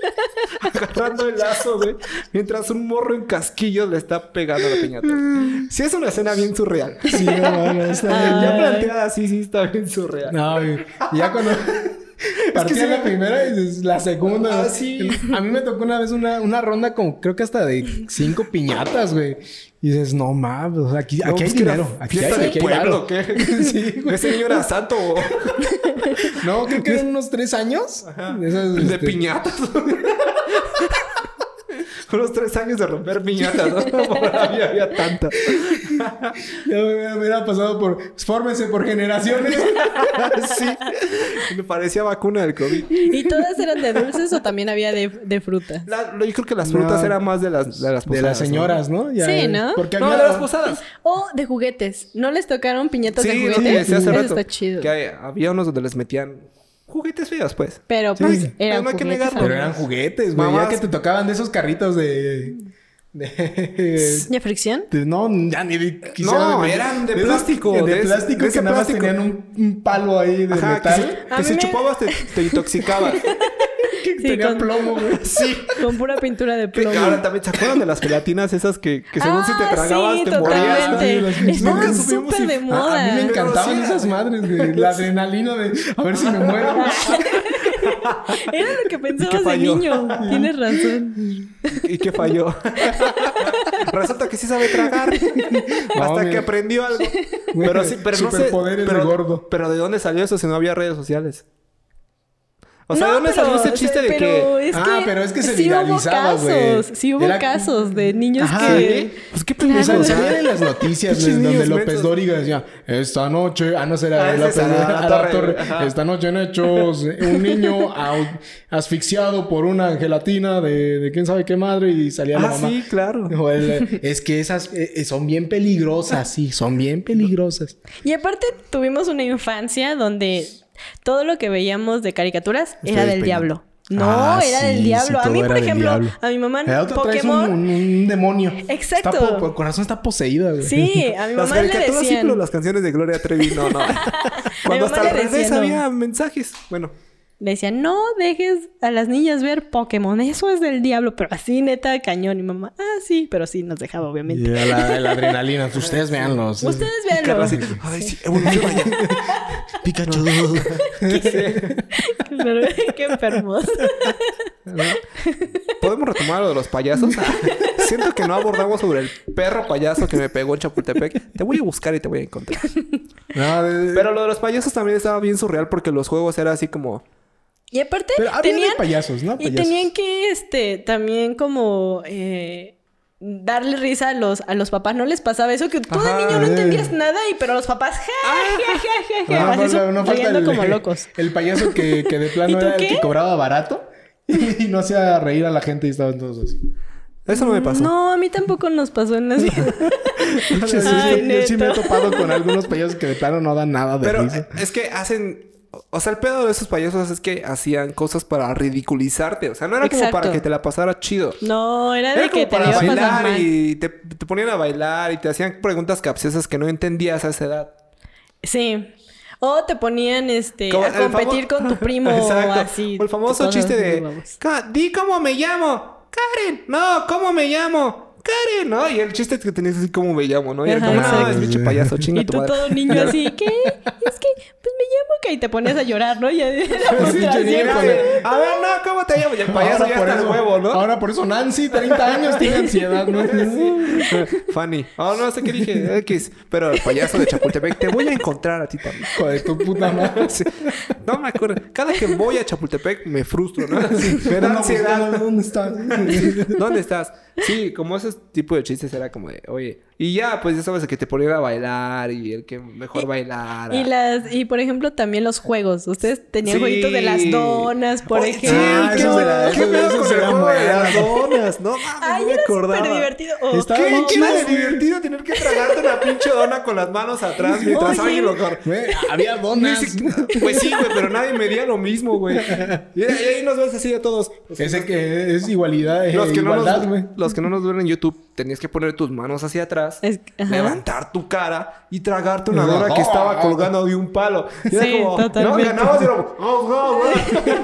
Speaker 3: [LAUGHS] agarrando el lazo, güey. Mientras un morro en casquillos le está pegando la piñata.
Speaker 1: Mm.
Speaker 3: Sí, es una escena bien surreal.
Speaker 2: Sí, no, no, está bien.
Speaker 3: Ya planteada así, sí, está bien surreal. [LAUGHS]
Speaker 2: No, güey. Y ya cuando. [LAUGHS] Partía
Speaker 3: sí me-
Speaker 2: la primera y la segunda.
Speaker 3: Ah, sí.
Speaker 2: A mí me tocó una vez una, una ronda con creo que hasta de cinco piñatas, güey. Y dices, no mames, o sea, aquí,
Speaker 3: No,
Speaker 2: aquí hay
Speaker 3: pues que era
Speaker 2: dinero. Aquí hay,
Speaker 3: fiesta de
Speaker 2: aquí hay
Speaker 3: pueblo,
Speaker 2: varo.
Speaker 3: ¿qué?
Speaker 2: [LAUGHS] Sí,
Speaker 3: [LAUGHS]
Speaker 2: güey.
Speaker 3: Ese niño era santo. [LAUGHS]
Speaker 2: No, creo que eran unos tres años. De esas,
Speaker 3: De
Speaker 2: este,
Speaker 3: piñatas. [LAUGHS] Unos tres años de romper piñatas.
Speaker 2: [LAUGHS]
Speaker 3: ¿no? Por ahí había tanta. [LAUGHS]
Speaker 2: Ya me hubiera pasado por. pues, Fórmense por
Speaker 3: [LAUGHS]
Speaker 2: generaciones.
Speaker 3: sí. Me parecía vacuna del COVID.
Speaker 1: ¿Y todas eran de dulces o también había de, de fruta?
Speaker 3: La- lo- yo creo que las frutas
Speaker 2: No.
Speaker 3: eran más de las De las,
Speaker 2: De las
Speaker 3: posadas, ¿no?
Speaker 2: señoras, ¿no? Ya, eh,
Speaker 1: Sí, ¿no?
Speaker 2: Porque
Speaker 3: No,
Speaker 2: había.
Speaker 3: de las posadas.
Speaker 1: O de juguetes. ¿No les tocaron piñatas de
Speaker 3: Sí, lo que
Speaker 1: juguetes?
Speaker 3: decía hace
Speaker 1: Eso
Speaker 3: rato.
Speaker 1: está chido.
Speaker 3: Que hay- había unos donde les metían juguetes feos, pues.
Speaker 1: Pero
Speaker 2: Sí.
Speaker 1: pues
Speaker 2: Pero
Speaker 1: eran
Speaker 3: no hay que
Speaker 1: juguetes.
Speaker 3: negarlo.
Speaker 2: pero eran juguetes, güey. Ya
Speaker 3: Mamás.
Speaker 2: que te tocaban de esos carritos de. de-
Speaker 1: ¿De fricción?
Speaker 2: de- no, ya ni de-
Speaker 3: No,
Speaker 2: de-
Speaker 3: eran de
Speaker 2: esos-
Speaker 3: plástico,
Speaker 2: De,
Speaker 3: de ese-
Speaker 2: plástico
Speaker 3: de ese
Speaker 2: que nada más
Speaker 3: plástico.
Speaker 2: tenían un, un palo ahí de
Speaker 3: Ajá, que si,
Speaker 2: metal.
Speaker 1: A
Speaker 3: que
Speaker 1: mí
Speaker 3: si
Speaker 1: me-
Speaker 3: chupabas te, te [LAUGHS] intoxicabas.
Speaker 1: Sí,
Speaker 2: tenía
Speaker 1: con,
Speaker 2: plomo, güey.
Speaker 1: [LAUGHS]
Speaker 3: sí.
Speaker 1: con pura pintura de
Speaker 3: Que
Speaker 1: plomo.
Speaker 3: ahora también, ¿se acuerdan de las gelatinas esas que, que según si te
Speaker 1: Ah,
Speaker 3: tragabas
Speaker 1: sí,
Speaker 3: te
Speaker 1: totalmente.
Speaker 3: morías?
Speaker 2: Las-
Speaker 1: Estaban
Speaker 3: Nunca supimos
Speaker 1: súper
Speaker 3: si-
Speaker 1: de
Speaker 3: a- a mí
Speaker 2: A, a
Speaker 1: moda.
Speaker 2: mí me encantaban
Speaker 3: Pero sí,
Speaker 2: esas
Speaker 3: era-
Speaker 2: madres, güey. La adrenalina de a ver si
Speaker 1: [LAUGHS]
Speaker 2: me muero.
Speaker 1: Era lo que
Speaker 3: Y
Speaker 1: pensabas
Speaker 3: que
Speaker 1: de
Speaker 3: falló.
Speaker 1: niño. Tienes razón.
Speaker 3: [LAUGHS] ¿Y que falló? [LAUGHS] Resulta que sí sabe [LAUGHS] tragar. hasta
Speaker 2: mira.
Speaker 3: que aprendió [LAUGHS] algo. Pero sí, pero no sé.
Speaker 2: Superpoderes
Speaker 3: pero,
Speaker 2: de gordo.
Speaker 3: Pero ¿de dónde salió eso si no había redes sociales? O sea, ¿de
Speaker 1: No,
Speaker 3: dónde
Speaker 1: pero,
Speaker 3: salió ese
Speaker 1: o sea,
Speaker 3: chiste de
Speaker 1: pero
Speaker 3: que.
Speaker 1: es
Speaker 2: Ah, pero es que se
Speaker 1: sí hubo
Speaker 2: viralizaba, güey.
Speaker 1: casos, Sí hubo
Speaker 2: Era-
Speaker 1: casos de niños
Speaker 2: Ajá.
Speaker 1: que...
Speaker 3: ¿Eh? Pues qué
Speaker 2: O
Speaker 3: pendejo.
Speaker 2: sea,
Speaker 3: o
Speaker 2: salía
Speaker 3: sea,
Speaker 2: en las noticias güey,
Speaker 3: Pinches
Speaker 2: donde
Speaker 3: niños
Speaker 2: López
Speaker 3: mensos.
Speaker 2: Dóriga decía, esta noche, ah, no será de
Speaker 3: Ah, ese
Speaker 2: López
Speaker 3: es Ara-
Speaker 2: Dóriga,
Speaker 3: Ara
Speaker 2: Ara Torre,
Speaker 3: Torre, ajá.
Speaker 2: esta noche han hecho un niño au- asfixiado por una gelatina de, de quién sabe qué madre y salía la
Speaker 3: Ah,
Speaker 2: mamá.
Speaker 3: sí, claro.
Speaker 2: O el- es que esas eh, eh, son bien peligrosas, sí, son bien peligrosas.
Speaker 1: Y aparte tuvimos una infancia donde todo lo que veíamos de caricaturas era
Speaker 2: Ustedes
Speaker 1: del
Speaker 2: peinan.
Speaker 1: diablo. No,
Speaker 2: Ah,
Speaker 1: era
Speaker 2: sí,
Speaker 1: del
Speaker 2: sí,
Speaker 1: diablo. a
Speaker 2: todo
Speaker 1: mí,
Speaker 2: era
Speaker 1: por
Speaker 2: del
Speaker 1: ejemplo,
Speaker 2: diablo.
Speaker 1: a mi mamá
Speaker 2: La
Speaker 1: en
Speaker 2: otra traes un,
Speaker 1: Pokémon...
Speaker 2: un- un demonio.
Speaker 1: Exacto.
Speaker 2: Está po- por corazón está poseída,
Speaker 1: [LAUGHS]
Speaker 2: güey.
Speaker 1: Sí, a mi
Speaker 3: Las
Speaker 1: mamá le
Speaker 3: caricaturas sí, pero
Speaker 1: decían...
Speaker 3: las canciones de Gloria Trevi,
Speaker 1: [LAUGHS]
Speaker 3: no, no.
Speaker 1: mamá
Speaker 3: Cuando hasta al
Speaker 1: le
Speaker 3: revés
Speaker 1: decía, no.
Speaker 3: había mensajes. Bueno,
Speaker 1: Le decían, no dejes a las niñas ver Pokémon, eso es del diablo, pero así neta cañón. Y mamá, ah, sí, pero sí nos dejaba, obviamente.
Speaker 2: Y a la, la adrenalina, pues, ustedes veanlos.
Speaker 1: Ustedes véanlo.
Speaker 3: Carla así, Ay, sí, evoluciona ya.
Speaker 2: Pikachu.
Speaker 1: [LAUGHS]
Speaker 3: [LAUGHS]
Speaker 1: Pero, Qué enfermos.
Speaker 3: ¿Podemos retomar lo de los payasos? [LAUGHS] Siento que no abordamos sobre el perro payaso que me pegó en Chapultepec. Te voy a buscar y te voy a encontrar.
Speaker 2: No, de- de-
Speaker 3: Pero lo de los payasos también estaba bien surreal porque los juegos era así como...
Speaker 1: Y aparte,
Speaker 2: Pero había
Speaker 1: tenían...
Speaker 2: de payasos, ¿no?
Speaker 1: Y
Speaker 2: Payasos.
Speaker 1: tenían que, este, también como... eh, Darle risa a los, a los papás. ¿No les pasaba eso? Que tú
Speaker 3: Ajá, Ah.
Speaker 1: de niño no
Speaker 2: eh.
Speaker 1: entendías nada y... Pero los papás... Ja, ja, ja, ja, ja,
Speaker 2: Ah,
Speaker 1: así
Speaker 2: no, no, no falta
Speaker 1: riendo
Speaker 2: el, [LAUGHS]
Speaker 3: [LAUGHS]
Speaker 1: como locos.
Speaker 2: el payaso que, que de
Speaker 1: ¿Y
Speaker 2: plano
Speaker 1: tú
Speaker 2: era el
Speaker 1: qué?
Speaker 2: que cobraba barato [LAUGHS] y no hacía reír a la gente y estaban todos así.
Speaker 3: Eso no me pasó.
Speaker 1: No, a mí tampoco nos pasó en
Speaker 3: [LAUGHS]
Speaker 1: las...
Speaker 2: Yo sí-
Speaker 1: Ay,
Speaker 2: yo sí me he
Speaker 1: neto.
Speaker 2: topado con algunos payasos que de plano no dan nada de
Speaker 3: Pero eh,
Speaker 2: risa.
Speaker 3: es que hacen... O sea, el pedo de esos payasos es que hacían cosas para ridiculizarte. O sea, no era como
Speaker 1: Exacto.
Speaker 3: para que te la pasara chido.
Speaker 1: No, era de
Speaker 3: Era
Speaker 1: que
Speaker 3: como
Speaker 1: te
Speaker 3: para
Speaker 1: la iba a pasar
Speaker 3: bailar
Speaker 1: mal.
Speaker 3: y te, te ponían a bailar y te hacían preguntas capciosas que no entendías a esa edad.
Speaker 1: Sí. O te ponían este
Speaker 3: Como
Speaker 1: a
Speaker 3: el famo-
Speaker 1: competir con
Speaker 3: [LAUGHS]
Speaker 1: tu primo o
Speaker 3: Exacto.
Speaker 1: así.
Speaker 3: O el famoso
Speaker 1: cosas
Speaker 3: chiste de...
Speaker 1: muy babosas.
Speaker 3: "Ca- Di cómo me llamo. Karen. No, ¿cómo me llamo? Karen. No, y el chiste que tenías así cómo me llamo, ¿no? Y era
Speaker 1: Ajá,
Speaker 3: como, no,
Speaker 1: exacto.
Speaker 3: es bicho payaso, chinga
Speaker 1: Y
Speaker 3: tu
Speaker 1: tú
Speaker 3: madre".
Speaker 1: todo
Speaker 3: [LAUGHS]
Speaker 1: niño así, ¿qué? Es que, pues me llamo que y te pones a llorar, ¿no? Ya
Speaker 3: [LAUGHS]
Speaker 1: [LAUGHS] de la
Speaker 3: Pues,
Speaker 1: frustración.
Speaker 2: yo ni
Speaker 3: Era de, A ver, no, ¿cómo te llamo? Y el payaso ya está de
Speaker 2: eso,
Speaker 3: huevo, ¿no?
Speaker 2: ahora por eso Nancy, 30 años, tiene ansiedad, ¿no?
Speaker 3: [LAUGHS] Fanny. Oh, no sé qué dije. X. Pero el payaso de Chapultepec, te voy a encontrar a ti también. [LAUGHS]
Speaker 2: Hijo de tu puta madre.
Speaker 3: Sí. No me acuerdo. Cada que voy a Chapultepec me frustro, ¿no? Sí, me da
Speaker 2: No,
Speaker 3: ansiedad.
Speaker 2: no, ¿Dónde está?
Speaker 3: [LAUGHS] ¿Dónde estás? Sí, como ese tipo de chistes era como de, oye, y ya, pues ya sabes, el que te ponía a bailar y el que mejor bailara.
Speaker 1: Y las, y por ejemplo, también los juegos. Ustedes tenían
Speaker 3: Sí.
Speaker 1: jueguitos de las donas, por
Speaker 3: Oye,
Speaker 1: ejemplo.
Speaker 2: Ah,
Speaker 3: Sí, qué
Speaker 2: esos de la-
Speaker 3: bueno, qué
Speaker 2: esos-
Speaker 3: pedo
Speaker 2: esos
Speaker 3: con
Speaker 2: se
Speaker 3: el
Speaker 2: dan
Speaker 3: juego de
Speaker 2: buenas.
Speaker 3: las donas. No mames,
Speaker 1: Ay,
Speaker 3: no me
Speaker 1: era
Speaker 3: acordaba.
Speaker 1: súper divertido. O
Speaker 2: Está
Speaker 1: como-
Speaker 2: bien
Speaker 3: Qué chido de
Speaker 2: Más-
Speaker 3: divertido tener que tragarte una pinche dona con las manos atrás mientras
Speaker 1: Oye.
Speaker 3: alguien lo corre.
Speaker 2: Güey, Había
Speaker 3: Ni
Speaker 2: donas.
Speaker 3: siquiera- Pues sí, güey, pero nadie medía lo mismo, güey. Y y ahí nos ves así a todos.
Speaker 2: Ese que es igualdad, eh,
Speaker 3: Los que, no
Speaker 2: igualdad,
Speaker 3: nos,
Speaker 2: güey.
Speaker 3: los que no nos ven en YouTube, tenías que poner tus manos hacia atrás,
Speaker 1: Es- ajá.
Speaker 3: levantar tu cara y tragarte una dona que estaba colgando de un palo. Y era
Speaker 1: Sí,
Speaker 3: como,
Speaker 1: totalmente.
Speaker 3: no, ganabas y era como, "Oh, oh, oh",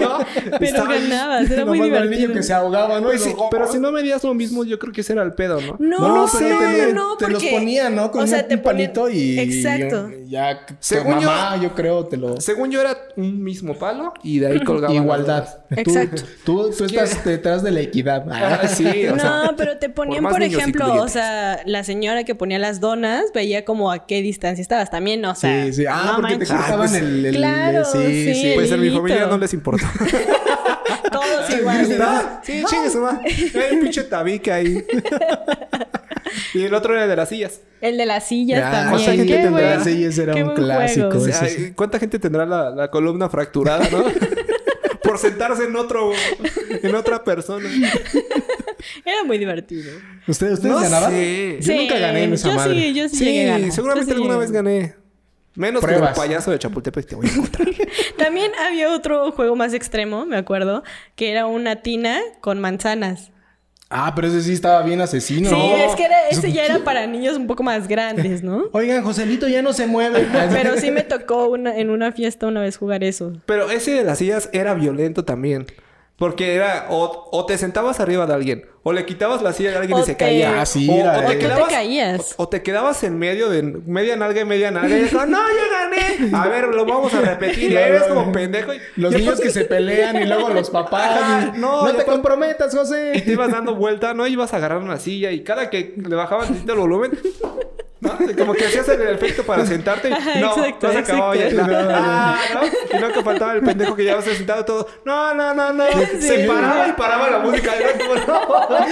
Speaker 3: ¿no?
Speaker 1: [LAUGHS] Pero
Speaker 3: Estaba-
Speaker 1: ganabas, era Ah, muy
Speaker 2: Nomás era el
Speaker 1: divertido.
Speaker 2: niño que se ahogaba, ¿no?
Speaker 3: Pues
Speaker 2: Y
Speaker 3: sí,
Speaker 2: luego-
Speaker 3: pero si no medías lo mismo, yo creo que ese era el pedo, ¿no?
Speaker 1: No, no,
Speaker 2: No, pero
Speaker 1: sé,
Speaker 2: te-
Speaker 1: no,
Speaker 2: te
Speaker 1: porque...
Speaker 2: los ponía, ¿no? Con
Speaker 1: o sea,
Speaker 2: un,
Speaker 1: te
Speaker 2: un palito
Speaker 1: ponían-
Speaker 2: y...
Speaker 1: Exacto.
Speaker 2: y ya, tu
Speaker 3: Según yo-
Speaker 2: mamá, yo... creo, te lo...
Speaker 3: Según yo era un mismo palo y de ahí colgaba.
Speaker 2: Igualdad. Tú-
Speaker 1: Exacto.
Speaker 2: Tú, tú estás detrás de la
Speaker 3: [LAUGHS]
Speaker 2: equidad.
Speaker 3: Ah, sí, o sea.
Speaker 1: no, pero te ponían, por,
Speaker 3: más niños
Speaker 1: ejemplo, o
Speaker 3: incluyentes.
Speaker 1: sea, la señora que ponía las donas veía como a qué distancia estabas también, o sea.
Speaker 2: Sí, sí. Ah,
Speaker 1: no
Speaker 2: porque
Speaker 3: [LAUGHS]
Speaker 1: manches.
Speaker 2: te cortaban
Speaker 3: Ah, pues,
Speaker 2: el, el-
Speaker 1: claro, sí, el-
Speaker 3: Pues en mi
Speaker 1: Delito.
Speaker 3: familia no les importó.
Speaker 1: [LAUGHS] Todos iguales.
Speaker 3: ¿Verdad? Sí,
Speaker 2: Ah.
Speaker 3: chingue su madre. Hay un pinche
Speaker 2: [LAUGHS]
Speaker 3: tabique ahí. y el otro era de las sillas.
Speaker 1: El de las sillas
Speaker 2: Ah,
Speaker 1: también.
Speaker 3: sí,
Speaker 1: Qué
Speaker 3: tendrá
Speaker 1: buen-
Speaker 2: las sillas, era
Speaker 1: qué
Speaker 2: un
Speaker 1: buen
Speaker 2: clásico.
Speaker 1: juego.
Speaker 3: O
Speaker 2: Pues
Speaker 3: sea,
Speaker 2: sí.
Speaker 3: ¿Cuánta gente tendrá la, la columna fracturada,
Speaker 2: [LAUGHS]
Speaker 3: no? Por sentarse en otro... En otra persona.
Speaker 1: Era muy divertido.
Speaker 2: ¿Ustedes, ustedes
Speaker 3: No
Speaker 2: ganaban?
Speaker 3: sé.
Speaker 2: Yo
Speaker 1: Sí,
Speaker 2: nunca gané en esa
Speaker 1: yo
Speaker 2: madre.
Speaker 1: Sí, yo sí, llegué a ganar.
Speaker 3: Sí,
Speaker 1: Yo
Speaker 3: seguramente
Speaker 1: sí
Speaker 3: alguna
Speaker 1: llegué a
Speaker 3: vez gané. Menos que el
Speaker 2: Pruebas.
Speaker 3: payaso de Chapultepec te voy a encontrar.
Speaker 1: [LAUGHS] También había otro juego más extremo, me acuerdo, que era una tina con manzanas.
Speaker 2: Ah, pero ese sí estaba bien asesino.
Speaker 1: Sí, es que era, ese ya era para niños un poco más grandes,
Speaker 2: [LAUGHS]
Speaker 1: ¿no?
Speaker 2: Oigan, Joselito ya no se mueve.
Speaker 1: [LAUGHS] Pero sí
Speaker 2: [LAUGHS]
Speaker 1: me tocó una- en una fiesta una vez jugar eso.
Speaker 3: Pero ese de las sillas era violento también. Porque era o, o te sentabas arriba de alguien, o le quitabas la silla a alguien
Speaker 1: O
Speaker 3: y se
Speaker 1: te-
Speaker 3: caía.
Speaker 2: Ah, sí,
Speaker 3: o,
Speaker 2: era
Speaker 3: o
Speaker 2: de-
Speaker 1: O tú te caías.
Speaker 3: O, o te quedabas en medio de media nalga y media nalga. Y eso, no, yo gané. A ver, lo vamos
Speaker 2: [LAUGHS]
Speaker 3: a repetir. Y ahí eres como pendejo. Y,
Speaker 2: Los
Speaker 3: y
Speaker 2: niños
Speaker 3: [LAUGHS]
Speaker 2: que se pelean y luego los papás.
Speaker 3: Ajá,
Speaker 2: y, no
Speaker 3: no, y
Speaker 2: te
Speaker 3: aparte-
Speaker 2: comprometas,
Speaker 3: y te
Speaker 2: José.
Speaker 3: ibas dando vuelta, ¿no? Ibas a agarrar una silla y cada que le bajaban tantito el volumen. ¿no? Como que hacías el efecto para sentarte y
Speaker 1: Ajá,
Speaker 3: no,
Speaker 1: exacto,
Speaker 3: no se acababa ya.
Speaker 1: exacto.
Speaker 3: No, ah, ¿no? Y luego que faltaba el pendejo que ya había sentado todo. No, no, no, no. Se paraba y paraba la música. Y era como, no.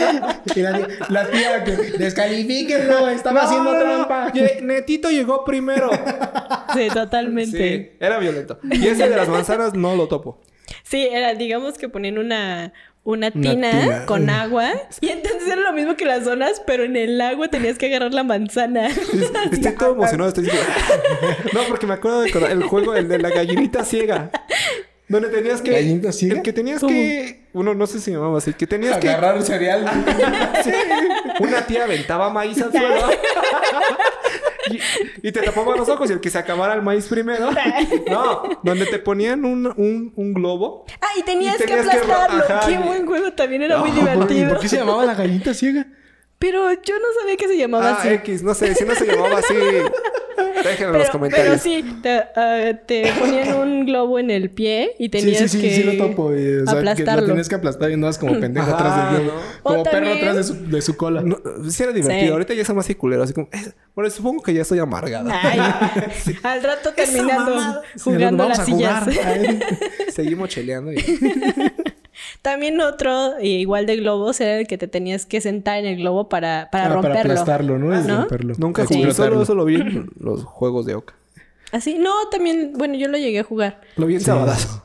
Speaker 2: Y la, la tía que descalifíquenlo, estaba
Speaker 3: No,
Speaker 2: haciendo
Speaker 3: no, no.
Speaker 2: trampa.
Speaker 3: Ye- Netito llegó primero.
Speaker 1: Sí,
Speaker 3: Sí,
Speaker 1: totalmente.
Speaker 3: era violento. Y ese de las manzanas no lo topo.
Speaker 1: Sí. era, digamos que ponían una, una
Speaker 2: Una
Speaker 1: tina,
Speaker 2: tina.
Speaker 1: con agua. Y entonces era lo mismo que las zonas, pero en el agua tenías que agarrar la manzana.
Speaker 3: Estoy todo emocionado, estoy diciendo, [LAUGHS] No, porque me acuerdo del el juego, el de la gallinita ciega. Donde tenías que.
Speaker 2: ¿Gallinita ciega?
Speaker 3: El que tenías
Speaker 1: ¿Cómo?
Speaker 3: que. Uno, no sé si me llamaba así. Que tenías que.
Speaker 2: Agarrar cereal.
Speaker 1: Ah,
Speaker 3: Sí. Una tía aventaba maíz al suelo.
Speaker 1: [LAUGHS]
Speaker 3: Y, y te tapaban los ojos y el que se acabara el maíz
Speaker 1: [LAUGHS]
Speaker 3: primero. No, donde te ponían un, un, un globo.
Speaker 1: [LAUGHS] Ah, y tenías,
Speaker 3: Y tenías
Speaker 1: que
Speaker 3: que ro-
Speaker 1: aplastarlo.
Speaker 3: ajá,
Speaker 1: Qué
Speaker 3: y-
Speaker 1: buen juego, también era
Speaker 2: [LAUGHS]
Speaker 1: muy
Speaker 2: ¿Por,
Speaker 1: divertido.
Speaker 2: por qué se llamaba la gallita ciega?
Speaker 1: [LAUGHS] Pero yo no sabía que se llamaba
Speaker 3: Ah,
Speaker 1: así.
Speaker 2: eh,
Speaker 3: X, no sé, si no se llamaba así. Déjenlo en los
Speaker 1: Pero, pero
Speaker 3: comentarios.
Speaker 1: sí, te, ah, te ponían un globo en el pie y tenías
Speaker 2: sí, sí,
Speaker 1: que
Speaker 2: sí, sí lo topo. eh, o sea, que
Speaker 1: aplastarlo.
Speaker 2: lo tenías que aplastar y andabas como pendejo
Speaker 3: Ajá,
Speaker 2: atrás del globo.
Speaker 3: ¿no?
Speaker 2: Como
Speaker 1: O
Speaker 2: perro
Speaker 1: también-
Speaker 2: atrás de su, de su cola. Ah,
Speaker 3: No, sí era divertido.
Speaker 1: Sí.
Speaker 3: Ahorita ya está más culero. Así como, eh, bueno, supongo que ya estoy amargada.
Speaker 2: [LAUGHS]
Speaker 1: Ay, al rato terminando
Speaker 3: mamada.
Speaker 1: jugando a las
Speaker 2: Vamos a
Speaker 1: sillas.
Speaker 2: jugar.
Speaker 1: [LAUGHS]
Speaker 3: Seguimos cheleando. Y... [LAUGHS]
Speaker 1: También otro, eh, igual de globos, era el que te tenías que sentar en el globo para, para
Speaker 2: Ah, para
Speaker 1: romperlo.
Speaker 2: aplastarlo, ¿no? Es
Speaker 1: ¿No?
Speaker 2: romperlo.
Speaker 3: Nunca
Speaker 2: Es
Speaker 3: jugué.
Speaker 2: explotarlo.
Speaker 3: Solo eso lo vi en los juegos de Oca.
Speaker 1: Así, no, también, bueno, yo lo llegué a
Speaker 2: [LAUGHS]
Speaker 1: jugar.
Speaker 3: Lo vi en Sabadazo.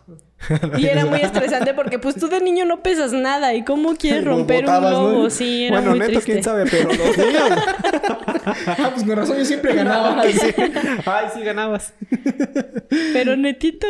Speaker 1: Y era muy estresante porque pues tú de niño no pesas nada y
Speaker 2: [LAUGHS]
Speaker 1: cómo quieres
Speaker 2: Lo
Speaker 1: romper
Speaker 2: botabas,
Speaker 1: un
Speaker 2: ¿no?
Speaker 1: globo, sí, era
Speaker 3: Bueno,
Speaker 1: muy
Speaker 3: neto,
Speaker 1: triste.
Speaker 3: quién sabe, pero [LAUGHS] los niños.
Speaker 2: Ah, pues con razón
Speaker 1: [LAUGHS]
Speaker 2: yo siempre ganaba.
Speaker 3: [LAUGHS] Ay, sí ganabas.
Speaker 1: Pero netito,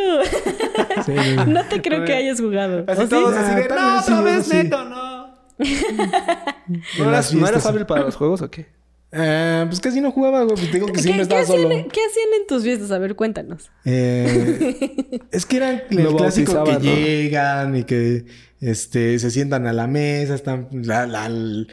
Speaker 2: Sí, sí.
Speaker 1: [LAUGHS] no te creo que hayas jugado.
Speaker 3: Así
Speaker 1: ¿o sí?
Speaker 3: todos así de,
Speaker 2: Ah, tal
Speaker 3: no,
Speaker 2: vez
Speaker 3: otra
Speaker 2: sí,
Speaker 3: vez,
Speaker 2: sí.
Speaker 3: neto, no.
Speaker 2: En
Speaker 3: ¿No
Speaker 2: las
Speaker 3: eras, ¿No eras
Speaker 2: fiestas.
Speaker 3: hábil para los juegos o qué?
Speaker 2: Ah, pues casi no jugaba, güey. Pues te digo que siempre
Speaker 1: ¿Qué, qué
Speaker 2: estaba
Speaker 1: hacían,
Speaker 2: solo.
Speaker 1: qué hacían en tus fiestas? A ver, cuéntanos.
Speaker 2: Eh, es que eran el
Speaker 3: Lo
Speaker 2: clásico que
Speaker 3: bautizaban, ¿no?
Speaker 2: llegan y que este, se sientan a la mesa, están. la- la- l-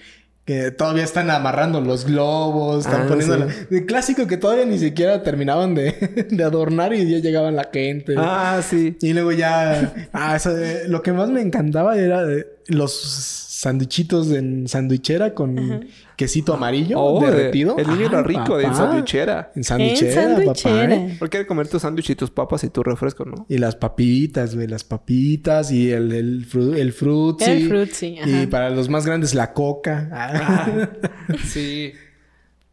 Speaker 2: que todavía están amarrando los globos, están
Speaker 3: Ah,
Speaker 2: poniendo.
Speaker 3: sí.
Speaker 2: la- el clásico que todavía ni siquiera terminaban de, [LAUGHS] de adornar y ya llegaban la gente.
Speaker 3: Ah, sí.
Speaker 2: Y luego ya. ah, eso, eh, lo que más me encantaba era eh, los sanduichitos en sandwichera con quesito amarillo
Speaker 3: Oh,
Speaker 2: derretido.
Speaker 3: El niño
Speaker 2: Ah,
Speaker 3: era rico de
Speaker 2: papá.
Speaker 3: sandwichera.
Speaker 2: En sandwichera,
Speaker 1: En
Speaker 2: papá.
Speaker 1: sandwichera.
Speaker 2: ¿eh?
Speaker 3: Porque era comer tu sándwich y tus papas y tu refresco, ¿no?
Speaker 2: Y las papitas, güey, las papitas y el, el, fru- el frutzi.
Speaker 1: El frutzi, ajá. [LAUGHS] Ah.
Speaker 2: Y para los más grandes, la coca. Ah.
Speaker 3: Sí.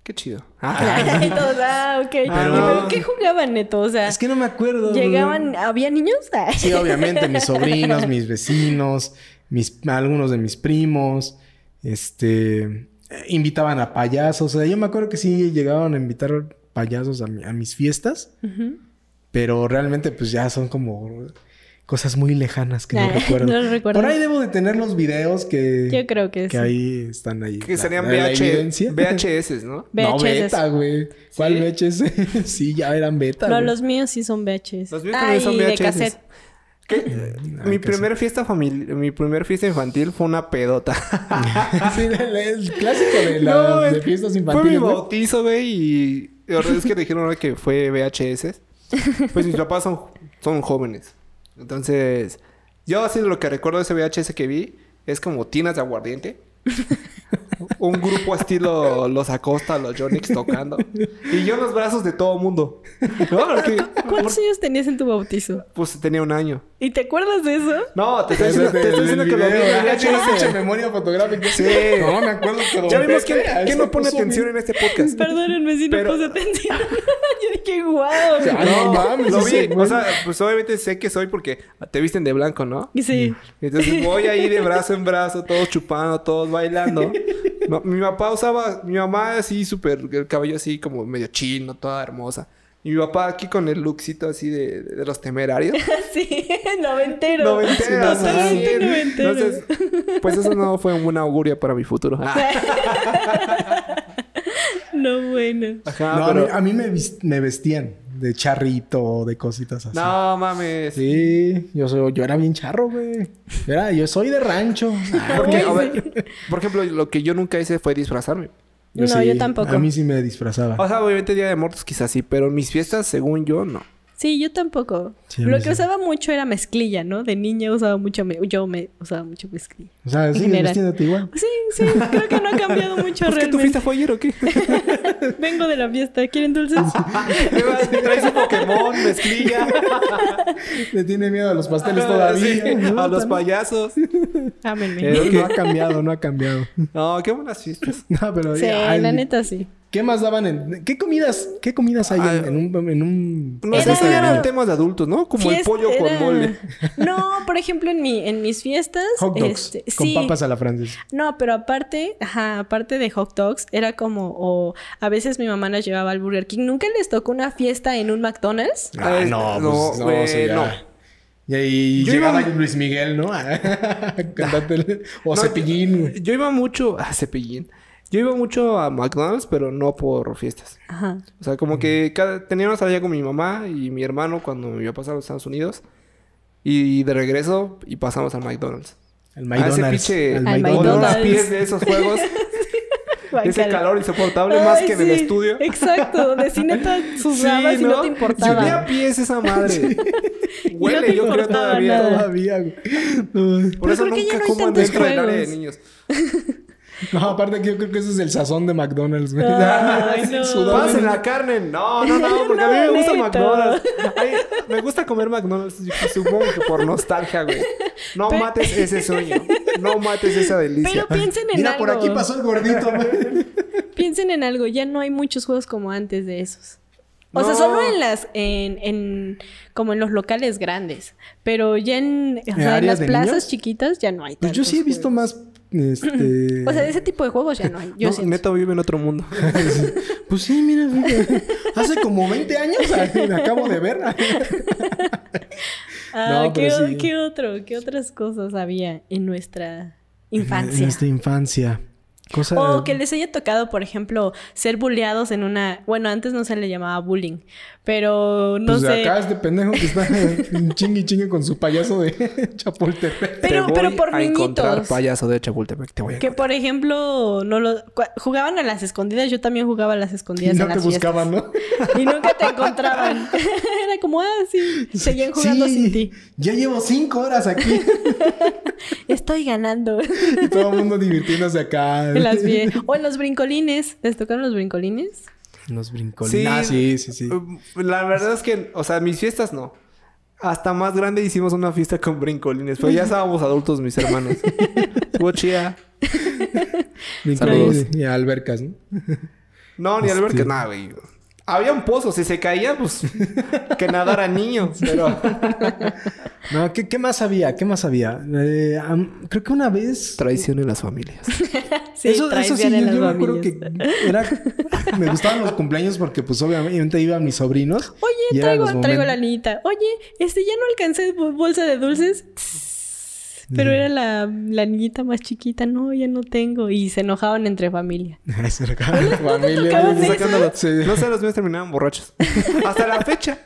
Speaker 3: Qué chido.
Speaker 1: Y todos, ah, ok. ¿Y
Speaker 3: Ah,
Speaker 1: pero
Speaker 3: no.
Speaker 1: qué jugaban, Neto? O sea,
Speaker 2: [LAUGHS] es que no me acuerdo.
Speaker 1: llegaban, ¿había niños? Ah. [LAUGHS]
Speaker 2: Sí, obviamente, mis sobrinos, mis vecinos, mis, algunos de mis primos, este, eh, invitaban a payasos. O sea, yo me acuerdo que sí llegaban a invitar payasos a, mi- a mis fiestas,
Speaker 1: Ujú.
Speaker 2: pero realmente pues ya son como Cosas muy lejanas que no
Speaker 1: Ah, [LAUGHS]
Speaker 2: recuerdo.
Speaker 1: no recuerdo.
Speaker 2: Por ahí debo de tener los videos que,
Speaker 1: Yo creo que, sí.
Speaker 2: que ahí están ahí.
Speaker 3: Que
Speaker 2: La-
Speaker 3: serían
Speaker 2: la- la
Speaker 3: VH,
Speaker 2: evidencia.
Speaker 3: VHS, ¿no?
Speaker 2: No,
Speaker 1: VHS.
Speaker 2: beta, güey. ¿Cuál
Speaker 3: ¿Sí?
Speaker 2: VHS? [LAUGHS] sí, ya eran beta.
Speaker 1: No,
Speaker 2: güey.
Speaker 1: los míos sí son VHS.
Speaker 3: Los míos también son
Speaker 1: y de
Speaker 3: VHS.
Speaker 1: cassette.
Speaker 3: Que,
Speaker 2: Ah,
Speaker 3: eh, mi primera fiesta familiar, mi primer fiesta infantil fue una pedota.
Speaker 2: sí, el, el clásico de, las
Speaker 3: No,
Speaker 2: de
Speaker 3: es-
Speaker 2: fiestas
Speaker 3: Fue mi
Speaker 2: infantiles. güey.
Speaker 3: bautizo, güey, y la verdad es que dijeron ahora que fue
Speaker 1: [LAUGHS]
Speaker 3: VHS. Pues mis papás son, son jóvenes. Entonces, yo así lo que recuerdo de ese VHS que vi es como tinas
Speaker 1: [LAUGHS]
Speaker 3: de aguardiente. Un grupo estilo Los Acosta, los Jonix tocando. Y yo en los brazos de todo
Speaker 1: [LAUGHS]
Speaker 3: mundo. No, porque,
Speaker 1: ¿Cuántos años tenías en tu bautizo?
Speaker 3: pues tenía un año.
Speaker 1: ¿Y te acuerdas de eso?
Speaker 3: No, te estoy
Speaker 2: Ese
Speaker 3: diciendo,
Speaker 2: del-
Speaker 3: te estoy diciendo
Speaker 2: del
Speaker 3: que lo vi.
Speaker 2: video,
Speaker 3: en
Speaker 2: ya tiene mucha
Speaker 3: VHS.
Speaker 2: memoria fotográfica.
Speaker 3: Sí.
Speaker 2: No, me acuerdo que
Speaker 3: Ya [LAUGHS] vimos que,
Speaker 2: que
Speaker 3: no pone atención en este podcast.
Speaker 1: Perdónenme si no
Speaker 3: Pero-
Speaker 1: puse atención. [LAUGHS] Yo dije, wow.
Speaker 2: sea, Ay, no mames,
Speaker 3: lo
Speaker 2: ese
Speaker 3: vi.
Speaker 2: güey.
Speaker 3: O sea, pues obviamente sé que soy porque te visten de blanco, ¿no?
Speaker 1: Sí.
Speaker 3: Entonces voy ahí de brazo en brazo, todos chupando, todos bailando. No, mi papá usaba, mi mamá así súper, el cabello así como medio chino, toda hermosa. Y mi papá aquí con el lookcito así de, de los temerarios.
Speaker 1: Sí, [LAUGHS] noventero.
Speaker 3: Noventero,
Speaker 1: Totalmente
Speaker 3: sí.
Speaker 1: noventero.
Speaker 3: Entonces, pues eso no fue una auguria para mi futuro.
Speaker 1: No, bueno.
Speaker 3: Ajá,
Speaker 2: no, a
Speaker 3: pero-
Speaker 2: mí- a mí, me, vis- me vestían de charrito, de cositas así.
Speaker 3: No mames.
Speaker 2: Sí, yo, soy, yo era bien charro, güey. Yo era- yo soy de [LAUGHS] rancho. Ah,
Speaker 3: Porque, a
Speaker 1: Ay,
Speaker 3: ver, por ejemplo, lo que yo nunca hice fue disfrazarme.
Speaker 1: No,
Speaker 2: sí,
Speaker 1: yo tampoco.
Speaker 2: A mí sí me disfrazaba.
Speaker 3: O sea, obviamente Día de Muertos quizás sí, pero en mis fiestas, según yo, no.
Speaker 1: Sí, yo tampoco.
Speaker 2: Sí, a
Speaker 1: Lo
Speaker 2: mí
Speaker 1: que
Speaker 2: sí.
Speaker 1: usaba mucho era mezclilla, ¿no? De niña usaba mucho... me- Yo me usaba mucho mezclilla.
Speaker 2: O sea, sí,
Speaker 1: general.
Speaker 2: vistiéndote igual.
Speaker 1: Sí, sí. Creo que no ha cambiado mucho
Speaker 3: [LAUGHS] ¿Es Pues que
Speaker 1: realmente.
Speaker 3: tu fiesta fue ayer o [LAUGHS] qué?
Speaker 1: Vengo de la fiesta. ¿Quieren dulces?
Speaker 3: Traes un Pokémon, mezclilla,
Speaker 2: Le tiene miedo a los pasteles
Speaker 3: [LAUGHS] Sí,
Speaker 2: todavía. ¿no?
Speaker 3: a
Speaker 2: También.
Speaker 3: los payasos.
Speaker 1: Ámenme.
Speaker 3: Eh,
Speaker 2: No, no ha cambiado, no ha cambiado. [LAUGHS]
Speaker 3: No, qué buenas fiestas.
Speaker 2: No, pero
Speaker 1: Sí,
Speaker 2: ay,
Speaker 1: la neta sí.
Speaker 2: ¿Qué más daban en qué comidas? ¿Qué comidas hay
Speaker 3: Ah,
Speaker 2: en, en un en un
Speaker 3: No sé
Speaker 1: Era-
Speaker 3: si eran temas de adultos, ¿no? Como el
Speaker 1: Fiesta
Speaker 3: pollo con
Speaker 1: era-
Speaker 3: mole.
Speaker 1: [LAUGHS] No, por ejemplo, en mi, en mis fiestas.
Speaker 2: hot dogs
Speaker 1: este,
Speaker 2: con
Speaker 1: sí.
Speaker 2: papas a la francesa?
Speaker 1: No, pero aparte, ajá, aparte de hot dogs, era como, o a veces mi mamá nos llevaba al Burger King. ¿Nunca les tocó una fiesta en un McDonald's?
Speaker 3: Ah, no, pues, no, eso ya.
Speaker 2: Y ahí
Speaker 3: Yo
Speaker 2: llegaba
Speaker 3: iba- Ah.
Speaker 2: Luis Miguel, ¿no? [LAUGHS] Cantante el- o
Speaker 3: No, ah,
Speaker 2: Cepillín. güey.
Speaker 3: Yo, yo iba mucho a Cepillín. Yo iba mucho a McDonald's, pero no por fiestas.
Speaker 1: Ajá.
Speaker 3: O sea, como que cada, tenía una salida con mi mamá y mi hermano cuando me iba a pasar a los Estados Unidos. Y de regreso, y pasamos al McDonald's.
Speaker 2: Al
Speaker 3: A ese
Speaker 2: McDonald's.
Speaker 3: pinche-
Speaker 1: Al
Speaker 3: Olor a
Speaker 1: McDonald's.
Speaker 3: pies de esos juegos. ese
Speaker 1: Guácala.
Speaker 3: calor insoportable más
Speaker 1: Ay,
Speaker 3: que del
Speaker 1: sí,
Speaker 3: estudio.
Speaker 1: Exacto, de sí neta
Speaker 3: [LAUGHS]
Speaker 1: sudabas y no te
Speaker 3: Si olía
Speaker 1: importaba.
Speaker 3: a pies
Speaker 1: [LAUGHS]
Speaker 3: esa madre. Huele,
Speaker 1: te
Speaker 3: yo creo
Speaker 1: importaba
Speaker 3: todavía.
Speaker 1: nada.
Speaker 2: Todavía, güey. No.
Speaker 3: Por
Speaker 1: Pero
Speaker 3: eso
Speaker 1: creo que ya
Speaker 3: nunca
Speaker 1: no hay
Speaker 3: coman
Speaker 1: tantos
Speaker 3: dentro del área de
Speaker 1: juegos.
Speaker 3: niños.
Speaker 2: No, aparte que yo creo que ese es el sazón de McDonald's, güey.
Speaker 1: Ay,
Speaker 2: [LAUGHS]
Speaker 1: no.
Speaker 2: Sudor.
Speaker 3: Pasen la carne. No,
Speaker 1: [LAUGHS]
Speaker 3: no, no, porque a mí me
Speaker 1: No,
Speaker 3: gusta
Speaker 1: neto.
Speaker 3: McDonald's. Ay, me gusta comer McDonald's, y supongo que por nostalgia, güey. No
Speaker 1: Pero-
Speaker 3: mates ese sueño. No mates esa delicia.
Speaker 1: Pero piensen en
Speaker 2: Mira,
Speaker 1: algo.
Speaker 2: por aquí pasó el
Speaker 1: [LAUGHS]
Speaker 2: gordito, güey.
Speaker 1: Piensen en algo, ya no hay muchos juegos como antes de esos. O sea,
Speaker 3: No.
Speaker 1: solo en las, en, en, como en los locales grandes. Pero ya en, o
Speaker 2: ¿En
Speaker 1: sea, en
Speaker 2: áreas
Speaker 1: las
Speaker 2: de
Speaker 1: plazas
Speaker 2: niños?
Speaker 1: chiquitas ya no hay
Speaker 2: Pues yo
Speaker 1: tantos
Speaker 2: sí he visto
Speaker 1: juegos.
Speaker 2: más este
Speaker 1: O sea, de ese tipo de juegos ya no hay. Yo
Speaker 3: No,
Speaker 1: siento.
Speaker 3: Neto vive en otro mundo.
Speaker 2: Pues sí, mira, fíjate. [LAUGHS] hace como 20 años a- la acabo de ver.
Speaker 1: Ah,
Speaker 2: No,
Speaker 1: ¿qué,
Speaker 2: pero
Speaker 1: o-
Speaker 2: sí.
Speaker 1: qué otro? ¿Qué otras cosas había en nuestra infancia?
Speaker 2: En nuestra Este, infancia. Cosa
Speaker 1: O que les haya tocado, por ejemplo, ser bulleados en una... Bueno, antes no se le llamaba bullying, pero no
Speaker 2: pues de
Speaker 1: sé...
Speaker 2: acá este pendejo que está chingue y chingue con su payaso de [LAUGHS] Chapultepec.
Speaker 1: Pero,
Speaker 3: [LAUGHS] Te
Speaker 1: pero
Speaker 3: voy
Speaker 1: por
Speaker 3: a encontrar
Speaker 1: niñitos.
Speaker 3: payaso de Chapultepec. Te voy a
Speaker 1: Que por ejemplo, no lo cua- jugaban a las escondidas, yo también jugaba a las
Speaker 2: Y
Speaker 1: escondidas
Speaker 2: no
Speaker 1: en
Speaker 2: te
Speaker 1: las
Speaker 2: buscaban, ¿no?
Speaker 1: fiestas. Y nunca te encontraban. [LAUGHS] Era como, ah, sí, [LAUGHS] seguían jugando
Speaker 2: Sí,
Speaker 1: sin ti.
Speaker 2: Ya llevo cinco horas aquí
Speaker 1: Estoy
Speaker 2: [LAUGHS]
Speaker 1: ganando.
Speaker 2: y todo el mundo divirtiéndose acá.
Speaker 1: En las fie- o en los brincolines. ¿Les tocaron los brincolines?
Speaker 2: Los brincos. Sí. Ah, sí, sí, sí.
Speaker 3: Um, La verdad es que, o sea, mis fiestas no. Hasta más grande hicimos una fiesta con brincolines, pero ya estábamos adultos,
Speaker 1: [LAUGHS]
Speaker 3: mis hermanos. Estuvo chida.
Speaker 2: Brincolines y albercas, ¿no?
Speaker 3: No, ni alberca, nada, güey. Había un pozo, si se caía, pues que nadara niño. Pero
Speaker 2: No, ¿qué, qué más había? ¿Qué más había? Eh, am- creo que una vez [LAUGHS]
Speaker 3: traición en las familias.
Speaker 1: Sí,
Speaker 2: eso, eso sí,
Speaker 1: traicionan
Speaker 2: yo,
Speaker 1: las
Speaker 2: yo me acuerdo
Speaker 1: familias.
Speaker 2: que era Me gustaban los cumpleaños porque, pues, obviamente iban mis sobrinos. y [LAUGHS]
Speaker 1: Oye,
Speaker 2: eran
Speaker 1: traigo,
Speaker 2: los
Speaker 1: traigo
Speaker 2: momentos-
Speaker 1: la niñita. Oye, este, ya no alcancé bo- bolsa de dulces. Tss, Pero era la, la niñita más chiquita. No, ya no tengo. Y se enojaban entre
Speaker 2: [LAUGHS]
Speaker 1: familia.
Speaker 2: Se le acaba la familia.
Speaker 1: tocabas
Speaker 2: Se
Speaker 1: eso?
Speaker 2: sacan los- se-
Speaker 3: No sé, los míos terminaban borrachos. Hasta la fecha.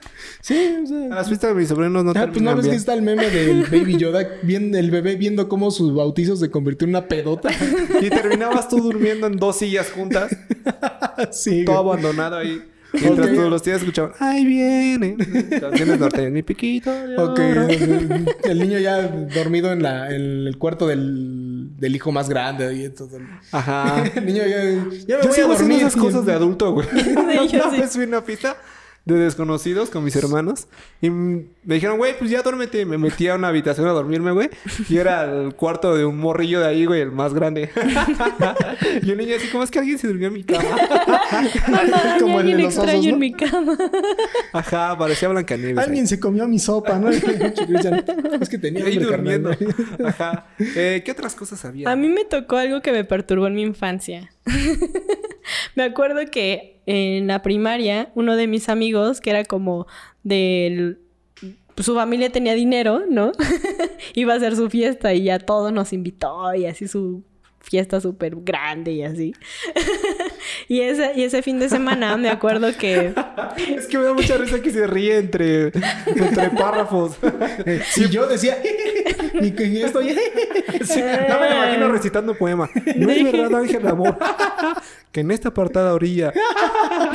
Speaker 2: Sí, o
Speaker 3: A
Speaker 2: sea.
Speaker 3: las fiestas de mis sobrinos no
Speaker 2: Ah, pues no
Speaker 3: terminan
Speaker 2: ves que
Speaker 3: bien.
Speaker 2: está el meme del Baby Yoda, viendo, el bebé viendo cómo su bautizo se convirtió en una pedota.
Speaker 3: Y terminabas tú durmiendo en dos sillas juntas,
Speaker 2: [LAUGHS] sí.
Speaker 3: todo
Speaker 2: güey.
Speaker 3: abandonado ahí. Mientras
Speaker 2: Ok.
Speaker 3: todos los tíos escuchaban, ¡Ay, viene! Canciones norteñas, mi piquito. de
Speaker 2: Ok,
Speaker 3: oro".
Speaker 2: el niño ya dormido en, la, en el cuarto del, del hijo más grande. Y entonces,
Speaker 3: Ajá.
Speaker 2: [LAUGHS] el niño ya, ya me
Speaker 3: Yo
Speaker 2: voy
Speaker 3: sigo
Speaker 2: a
Speaker 3: haciendo
Speaker 2: dormir.
Speaker 3: esas cosas de adulto, güey.
Speaker 1: Sí, yo
Speaker 3: Una
Speaker 1: sí.
Speaker 3: vez fui a una fiesta de desconocidos con mis hermanos y mm, me dijeron, güey, pues ya duérmete. Me metí a una habitación a dormirme, güey. Y era el cuarto de un morrillo de ahí, güey, el más grande. [LAUGHS] y el niño así, ¿cómo es que alguien se durmió en mi cama?
Speaker 1: Mamá, hay
Speaker 2: Como el de
Speaker 1: alguien
Speaker 2: los osos,
Speaker 1: extraño
Speaker 2: ¿no?
Speaker 1: en mi cama.
Speaker 3: Ajá, parecía Blancanieves. ahí.
Speaker 2: Alguien se comió mi sopa, ¿no? [LAUGHS] es que tenía
Speaker 3: Ahí
Speaker 2: hambre, carnal.
Speaker 3: durmiendo. Ajá. Eh, ¿Qué otras cosas había?
Speaker 1: A mí me tocó algo que me perturbó en mi
Speaker 3: [LAUGHS]
Speaker 1: infancia. me acuerdo que en la primaria, uno de mis amigos, que era como del... pues, Su familia tenía dinero,
Speaker 3: [LAUGHS]
Speaker 1: ¿no? Iba a hacer su fiesta y ya todos nos invitó y así su fiesta súper grande y así. [LAUGHS] y, ese, y ese fin de semana me acuerdo que...
Speaker 3: Es que me da mucha risa que se ríe entre, entre párrafos.
Speaker 2: Eh, Si yo decía,
Speaker 1: [LAUGHS]
Speaker 2: y que [LAUGHS] estoy,
Speaker 3: Sí, no
Speaker 2: Ah,
Speaker 3: me lo
Speaker 1: Eh.
Speaker 3: imagino recitando poema. No es
Speaker 1: [LAUGHS]
Speaker 3: verdad, Ángel Amor, que en esta apartada orilla.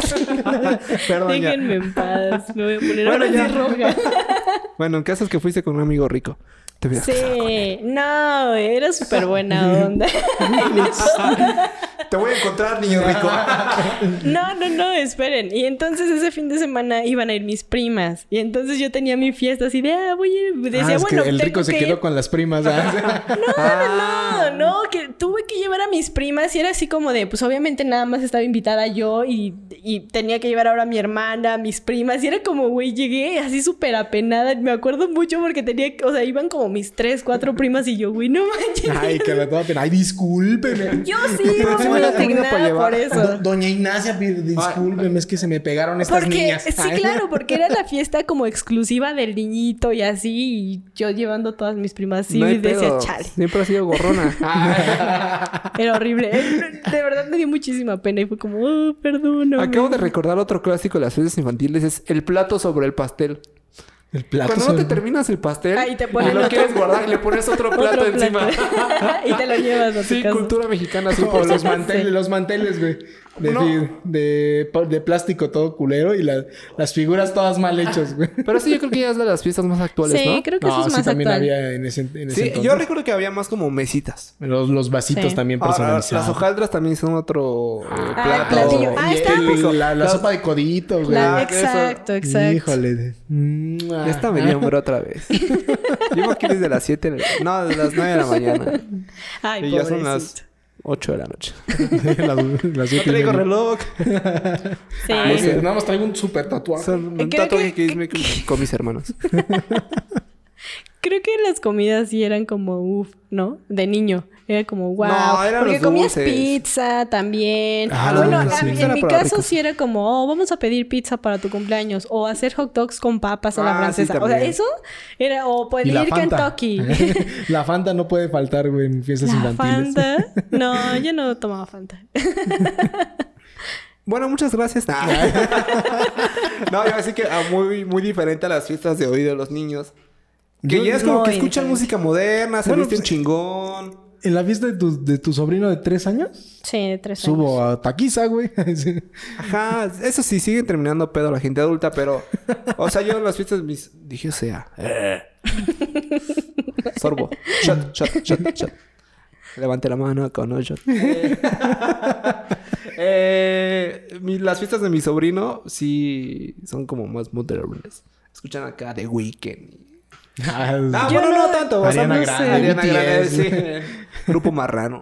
Speaker 3: [LAUGHS] Perdón, ya.
Speaker 1: Déjenme en paz, me voy a poner
Speaker 3: Bueno,
Speaker 1: ahora
Speaker 3: ya.
Speaker 1: sí
Speaker 3: [LAUGHS]
Speaker 1: roja.
Speaker 3: Bueno, en caso es que fuiste con un amigo rico. Te hubieras casado con él.
Speaker 1: Sí, no, güey, era súper buena onda.
Speaker 3: Te voy a encontrar, niño
Speaker 1: [LAUGHS]
Speaker 3: rico.
Speaker 1: No, no, no, esperen. Y entonces ese fin de semana iban a ir mis primas. Y entonces yo tenía mi fiesta así de, ah, voy a ir. Decía,
Speaker 2: Ah, es que
Speaker 1: bueno,
Speaker 2: el
Speaker 1: tengo
Speaker 2: rico se
Speaker 1: que
Speaker 2: quedó
Speaker 1: ir".
Speaker 2: con Ah. las primas. ¿ah?
Speaker 1: No, no, que tuve que llevar a mis primas y era así como de, pues obviamente nada más estaba invitada yo y, y tenía que llevar ahora a mi hermana, a mis primas. Y era como, güey, llegué así súper apenada. Me acuerdo mucho porque tenía, que- o sea, iban como mis tres, cuatro primas y yo, güey, no manches.
Speaker 2: [LAUGHS] Ay, que la toda pena. Ay, discúlpeme.
Speaker 1: Yo sí, iba
Speaker 3: sí
Speaker 1: muy
Speaker 3: me la tengo para
Speaker 1: indignada
Speaker 3: llevar.
Speaker 1: por eso.
Speaker 2: Do- Doña Ignacia, pide discúlpeme, es que se me pegaron estas
Speaker 1: Porque,
Speaker 2: niñas.
Speaker 1: sí,
Speaker 2: Ay.
Speaker 1: claro, porque era
Speaker 3: [LAUGHS]
Speaker 1: la fiesta como exclusiva del niñito y así, y yo llevando todas mis primas y
Speaker 3: No hay
Speaker 1: decía,
Speaker 3: pedo. [LAUGHS]
Speaker 1: chale,
Speaker 3: Siempre ha
Speaker 1: [LAUGHS]
Speaker 3: sido gorrona. Ah,
Speaker 1: era horrible. De verdad me dio muchísima pena y fue como, oh, perdóname.
Speaker 3: Acabo de recordar otro clásico de las fiestas infantiles. Es el plato sobre el pastel.
Speaker 2: El plato.
Speaker 3: Cuando no te
Speaker 2: sobre- [LAUGHS]
Speaker 3: terminas el pastel
Speaker 1: Ahí te
Speaker 3: y
Speaker 1: ponen
Speaker 3: lo
Speaker 1: otro.
Speaker 3: quieres guardar
Speaker 1: [LAUGHS]
Speaker 3: y le pones otro plato
Speaker 1: Otro [LAUGHS]
Speaker 3: encima.
Speaker 1: plato. y te lo llevas a tu
Speaker 3: Sí,
Speaker 1: casa.
Speaker 3: cultura mexicana
Speaker 1: [LAUGHS]
Speaker 2: Como
Speaker 3: 100%.
Speaker 2: los manteles, los manteles, güey. De,
Speaker 3: No.
Speaker 2: fi- de, pa- de plástico todo culero y la- las figuras todas mal hechas, güey.
Speaker 3: Pero sí, yo creo que ya es de las fiestas más actuales,
Speaker 1: Sí,
Speaker 3: ¿no?
Speaker 1: creo que eso
Speaker 2: No,
Speaker 1: es
Speaker 2: sí,
Speaker 1: más
Speaker 2: también
Speaker 1: actual.
Speaker 2: había en ese, en ese
Speaker 3: Sí,
Speaker 2: entonces.
Speaker 3: yo recuerdo que había más como mesitas.
Speaker 2: Los, los vasitos
Speaker 1: Sí.
Speaker 2: también
Speaker 3: Ahora,
Speaker 2: personalizados.
Speaker 3: las hojaldras también son otro eh,
Speaker 1: Ah,
Speaker 3: plato.
Speaker 1: platillo. Ah,
Speaker 2: Y
Speaker 1: está.
Speaker 2: el- la, pues, la
Speaker 3: Las-
Speaker 2: sopa de codito, güey.
Speaker 1: La-
Speaker 3: Ah,
Speaker 1: exacto, exacto.
Speaker 2: Híjole.
Speaker 3: Ya está me dio hambre otra vez. [LAUGHS] Yo me quiero de las 7, de la- no, de las 9 de la mañana.
Speaker 1: Ay,
Speaker 3: y ya son
Speaker 1: pobrecito.
Speaker 3: las 8 de la noche.
Speaker 2: [LAUGHS] las, las
Speaker 3: No Ah. traigo reloj.
Speaker 1: Sí.
Speaker 3: Ay, sí.
Speaker 2: Nada más traigo un súper tatuaje.
Speaker 3: Son un
Speaker 1: Creo
Speaker 3: tatuaje
Speaker 1: que-
Speaker 3: que hice con, con mis hermanos.
Speaker 1: Creo que las comidas sí eran como uff, ¿no? De niño. Era como wow.
Speaker 3: No, eran
Speaker 1: Porque
Speaker 3: los
Speaker 1: comías
Speaker 3: dulces.
Speaker 1: pizza también.
Speaker 2: Ah, los
Speaker 1: bueno,
Speaker 2: dulces,
Speaker 1: a mí-
Speaker 2: sí.
Speaker 1: en
Speaker 3: Era
Speaker 1: mi
Speaker 3: para
Speaker 1: caso
Speaker 3: ricos.
Speaker 1: sí era como, oh, vamos a pedir pizza para tu cumpleaños. O hacer hot dogs con papas a la
Speaker 3: Ah,
Speaker 1: francesa.
Speaker 3: sí,
Speaker 1: o sea,
Speaker 3: también.
Speaker 1: eso era, o
Speaker 2: Y
Speaker 1: pedir
Speaker 2: la Fanta.
Speaker 3: [LAUGHS]
Speaker 1: Kentucky.
Speaker 2: [LAUGHS] la Fanta no puede faltar, güey, en fiestas
Speaker 1: la
Speaker 2: infantiles.
Speaker 1: Fanta.
Speaker 3: [LAUGHS]
Speaker 1: No, yo no tomaba Fanta.
Speaker 3: Bueno, muchas gracias. Ah. no, yo así que ah, muy, muy diferente a las fiestas de hoy de los niños. Que
Speaker 2: Yo-
Speaker 3: ya es como que
Speaker 1: Muy
Speaker 3: escuchan
Speaker 1: diferente.
Speaker 3: música moderna, se
Speaker 2: Bueno,
Speaker 3: visten
Speaker 2: pues-
Speaker 3: chingón.
Speaker 2: En la fiesta de tu, de tu sobrino de tres años,
Speaker 1: Sí, de tres años.
Speaker 2: subo a taquiza, güey. [LAUGHS] Sí.
Speaker 3: Ajá, eso sí, siguen terminando pedo la gente adulta, pero. O sea, yo en las fiestas mis. Dije, o sea. eh. Sorbo. Shot, shot, shot, shot. Levante la mano con no shot. Eh, eh, mi- las fiestas de mi sobrino sí son como más modernas. Escuchan acá The Weeknd. y-
Speaker 2: Ah, [LAUGHS]
Speaker 3: Ah,
Speaker 1: Yo
Speaker 3: bueno, no,
Speaker 1: no-
Speaker 3: tanto. o sea,
Speaker 2: Ariana
Speaker 3: no sé,
Speaker 2: Grande,
Speaker 3: Ariana
Speaker 2: BTS.
Speaker 3: Grande, sí. [LAUGHS]
Speaker 1: [LAUGHS]
Speaker 3: Grupo Marrano.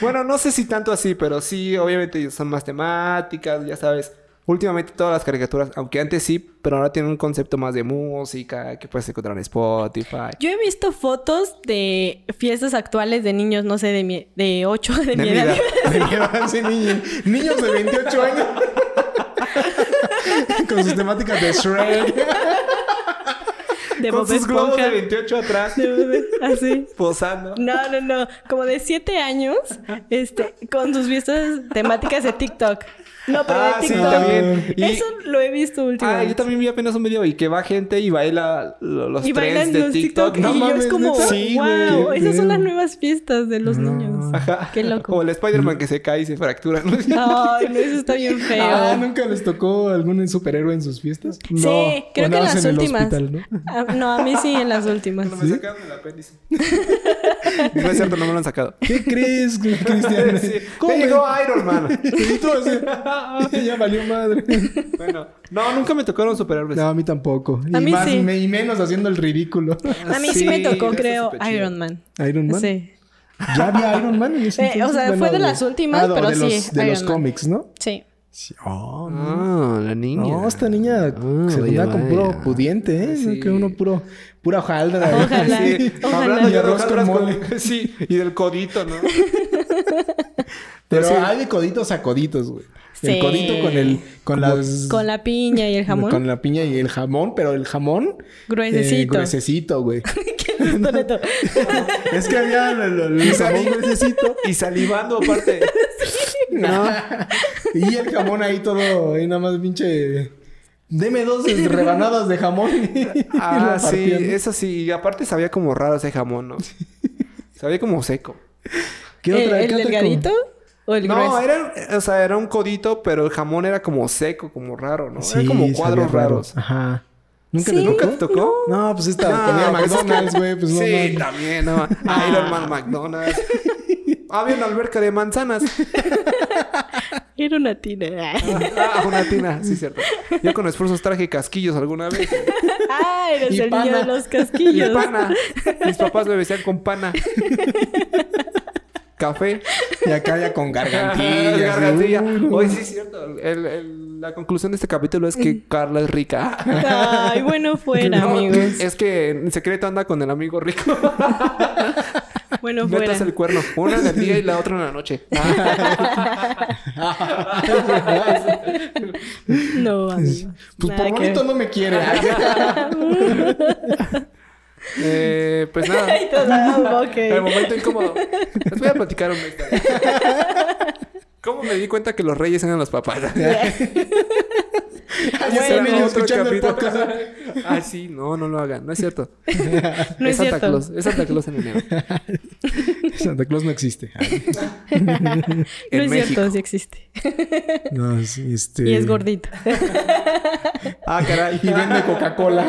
Speaker 3: bueno, no sé si tanto así, pero sí, obviamente son más temáticas, ya sabes. Últimamente todas las caricaturas, aunque antes sí, pero ahora tienen un concepto más de música que puedes encontrar en Spotify.
Speaker 1: Yo he visto fotos de fiestas actuales de niños, no sé, de, mi, de 8, [LAUGHS] de,
Speaker 3: De
Speaker 1: mi
Speaker 3: mi
Speaker 1: edad.
Speaker 3: edad.
Speaker 2: De mi edad, sí, niño- niños de 28 años. [LAUGHS] Con sus temáticas de Shrek.
Speaker 1: De
Speaker 3: Con
Speaker 1: Bob
Speaker 3: sus globos
Speaker 1: Esponja.
Speaker 3: de 28 atrás,
Speaker 1: De Bob- Así.
Speaker 3: posando.
Speaker 1: No, no, no. Como de siete años, este, con sus fiestas temáticas de TikTok. No, pero
Speaker 3: Ah,
Speaker 1: de
Speaker 3: sí,
Speaker 1: TikTok.
Speaker 3: también. Y-
Speaker 1: Eso lo he visto
Speaker 3: Ah,
Speaker 1: últimamente.
Speaker 3: yo también vi apenas un video y que va gente y baila lo- los
Speaker 1: y
Speaker 3: trends
Speaker 1: bailan
Speaker 3: de
Speaker 1: los TikTok,
Speaker 3: TikTok. No
Speaker 1: y yo es
Speaker 3: mames,
Speaker 1: como,
Speaker 3: neta.
Speaker 2: Sí, güey,
Speaker 1: wow,
Speaker 2: qué
Speaker 1: esas son
Speaker 2: pedo.
Speaker 1: las nuevas fiestas de los
Speaker 2: No.
Speaker 1: niños.
Speaker 3: Ajá.
Speaker 1: Qué loco. Ah,
Speaker 3: Como el Spider-Man que se cae y se fractura.
Speaker 1: [LAUGHS]
Speaker 3: ¿no?
Speaker 1: Ay, no, eso está bien feo.
Speaker 2: Ah, ¿Nunca les tocó algún superhéroe en sus fiestas?
Speaker 1: Sí,
Speaker 2: No.
Speaker 1: creo
Speaker 2: O
Speaker 1: que
Speaker 2: nada
Speaker 1: en
Speaker 2: más
Speaker 1: las
Speaker 2: el
Speaker 1: últimas.
Speaker 2: hospital, ¿no?
Speaker 1: Ah, no, a mí sí, en las últimas.
Speaker 3: Cuando me sacaron
Speaker 1: [LAUGHS]
Speaker 3: el apéndice. no es cierto, no me lo han sacado.
Speaker 2: ¿Qué crees, Cristian?
Speaker 3: [LAUGHS] Sí.
Speaker 2: ¿Cómo
Speaker 3: Me
Speaker 2: me-
Speaker 3: llegó Iron Man.
Speaker 2: Y tú así, ya valió madre.
Speaker 3: Pues, bueno, no, nunca me tocaron superhéroes.
Speaker 2: No, a mí tampoco. Y,
Speaker 1: A mí
Speaker 2: más-
Speaker 1: sí.
Speaker 2: me- y menos haciendo el ridículo. [LAUGHS]
Speaker 1: A mí sí, me tocó,
Speaker 3: eso
Speaker 1: creo,
Speaker 3: está chido.
Speaker 1: Iron Man.
Speaker 2: Iron Man.
Speaker 1: Sí.
Speaker 2: Ya había Iron Man en ese
Speaker 1: Eh, o
Speaker 2: entonces?
Speaker 1: sea, fue de las últimas,
Speaker 2: de-
Speaker 1: pero
Speaker 2: ah, de
Speaker 1: sí,
Speaker 2: Los, de
Speaker 1: Iron
Speaker 2: los
Speaker 1: Man.
Speaker 2: cómics, ¿no?
Speaker 1: Sí.
Speaker 2: Sí. Oh, no.
Speaker 3: Ah, la niña.
Speaker 2: No, esta niña
Speaker 3: Ah,
Speaker 2: se
Speaker 3: vaya,
Speaker 2: juntaba con
Speaker 3: vaya.
Speaker 2: puro pudiente, ¿eh?
Speaker 3: Sí.
Speaker 2: Que uno puro, pura hojaldra. ¿eh?
Speaker 1: Ojalá.
Speaker 3: Sí,
Speaker 1: Ojalá.
Speaker 3: hablando
Speaker 2: Y
Speaker 3: de
Speaker 2: arroz
Speaker 3: arroz
Speaker 2: con
Speaker 3: con [LAUGHS]
Speaker 2: mole.
Speaker 3: Sí, y del codito, ¿no?
Speaker 2: Pero
Speaker 3: Sí.
Speaker 2: hay de coditos a coditos, güey. El
Speaker 1: Sí.
Speaker 2: codito con el, con las...
Speaker 1: Con la piña y el jamón. [LAUGHS]
Speaker 2: Con la piña y el jamón, pero el jamón... eh,
Speaker 1: Gruesecito.
Speaker 2: gruesecito, güey.
Speaker 1: ¿Qué es esto, Neto?
Speaker 2: [LAUGHS] es que había el, el- el jamón gruesecito
Speaker 3: Y salivando aparte.
Speaker 2: [LAUGHS] No. [LAUGHS] y el jamón ahí todo, ahí nada más pinche. Deme [LAUGHS] dos rebanadas de jamón. Y
Speaker 3: Ah,
Speaker 2: lo
Speaker 3: sí,
Speaker 2: partían.
Speaker 3: eso sí. Y aparte sabía como raro ese jamón, ¿no? Sabía como seco.
Speaker 2: ¿Qué
Speaker 1: ¿El,
Speaker 2: otra-
Speaker 1: Eh, el
Speaker 2: qué otra
Speaker 1: delgadito
Speaker 2: com-
Speaker 1: o el grueso?
Speaker 3: No, era, o sea, era un codito, pero el jamón era como seco, como raro, ¿no?
Speaker 2: Sí,
Speaker 3: era como cuadros
Speaker 2: sabía raro.
Speaker 3: raros.
Speaker 2: Ajá. ¿Nunca
Speaker 1: Sí.
Speaker 2: te
Speaker 3: ¿Nunca
Speaker 2: tocó?
Speaker 3: te tocó?
Speaker 2: No, pues esta
Speaker 3: Ah,
Speaker 2: comía
Speaker 3: pues es que-
Speaker 2: McDonald's, güey. Pues no.
Speaker 3: sí,
Speaker 2: mames. [LAUGHS]
Speaker 3: también, ¿no? Iron Man McDonald's. Ah, Había una alberca de manzanas.
Speaker 1: Era una tina.
Speaker 3: Ah, una tina, sí, cierto. Yo con esfuerzos traje casquillos alguna vez.
Speaker 1: [LAUGHS] ah, eres
Speaker 2: [LAUGHS] Y
Speaker 1: el niño
Speaker 2: pana.
Speaker 1: de los
Speaker 3: Y
Speaker 1: casquillos.
Speaker 3: pana. Mis papás me decían con pana. Café.
Speaker 2: Y acá ya con gargantillas. [LAUGHS]
Speaker 3: Gargantilla.
Speaker 2: Uy, no.
Speaker 3: Hoy sí es cierto. El- el- la conclusión de este capítulo es que Carla es rica.
Speaker 1: Ay,
Speaker 2: [LAUGHS]
Speaker 1: bueno fuera,
Speaker 3: No,
Speaker 1: amigos.
Speaker 3: Es que en secreto anda con el amigo rico.
Speaker 1: Bueno fuera.
Speaker 3: [LAUGHS] Metas el cuerno. Una en el día y la otra en la noche. Ah,
Speaker 1: [LAUGHS] No, amigos.
Speaker 2: Pues
Speaker 1: Nada
Speaker 2: por
Speaker 1: que
Speaker 2: bonito
Speaker 1: ver.
Speaker 2: no me
Speaker 1: [LAUGHS]
Speaker 2: quiere. [LAUGHS]
Speaker 3: Eh, pues nada.
Speaker 1: Ay, todo, ah, [LAUGHS] ok.
Speaker 3: El momento incómodo. Les voy a platicar una historia. ¿Cómo me di cuenta que los reyes eran los papás?
Speaker 2: ya
Speaker 1: Bueno,
Speaker 2: están ellos
Speaker 3: otro
Speaker 2: escuchando el
Speaker 3: capítulo.
Speaker 2: podcast. [LAUGHS]
Speaker 3: [LAUGHS] Ah, sí, no, no lo hagan. No es cierto.
Speaker 1: No es cierto.
Speaker 3: Santa Claus. Es Santa Claus en enero.
Speaker 2: Santa Claus no existe.
Speaker 1: No
Speaker 3: en
Speaker 1: es
Speaker 3: México.
Speaker 1: cierto, sí existe.
Speaker 2: No, sí, este...
Speaker 1: Y es
Speaker 2: [LAUGHS]
Speaker 1: gordito.
Speaker 2: Ah, caray. Y vende
Speaker 3: [LAUGHS]
Speaker 2: Coca-Cola.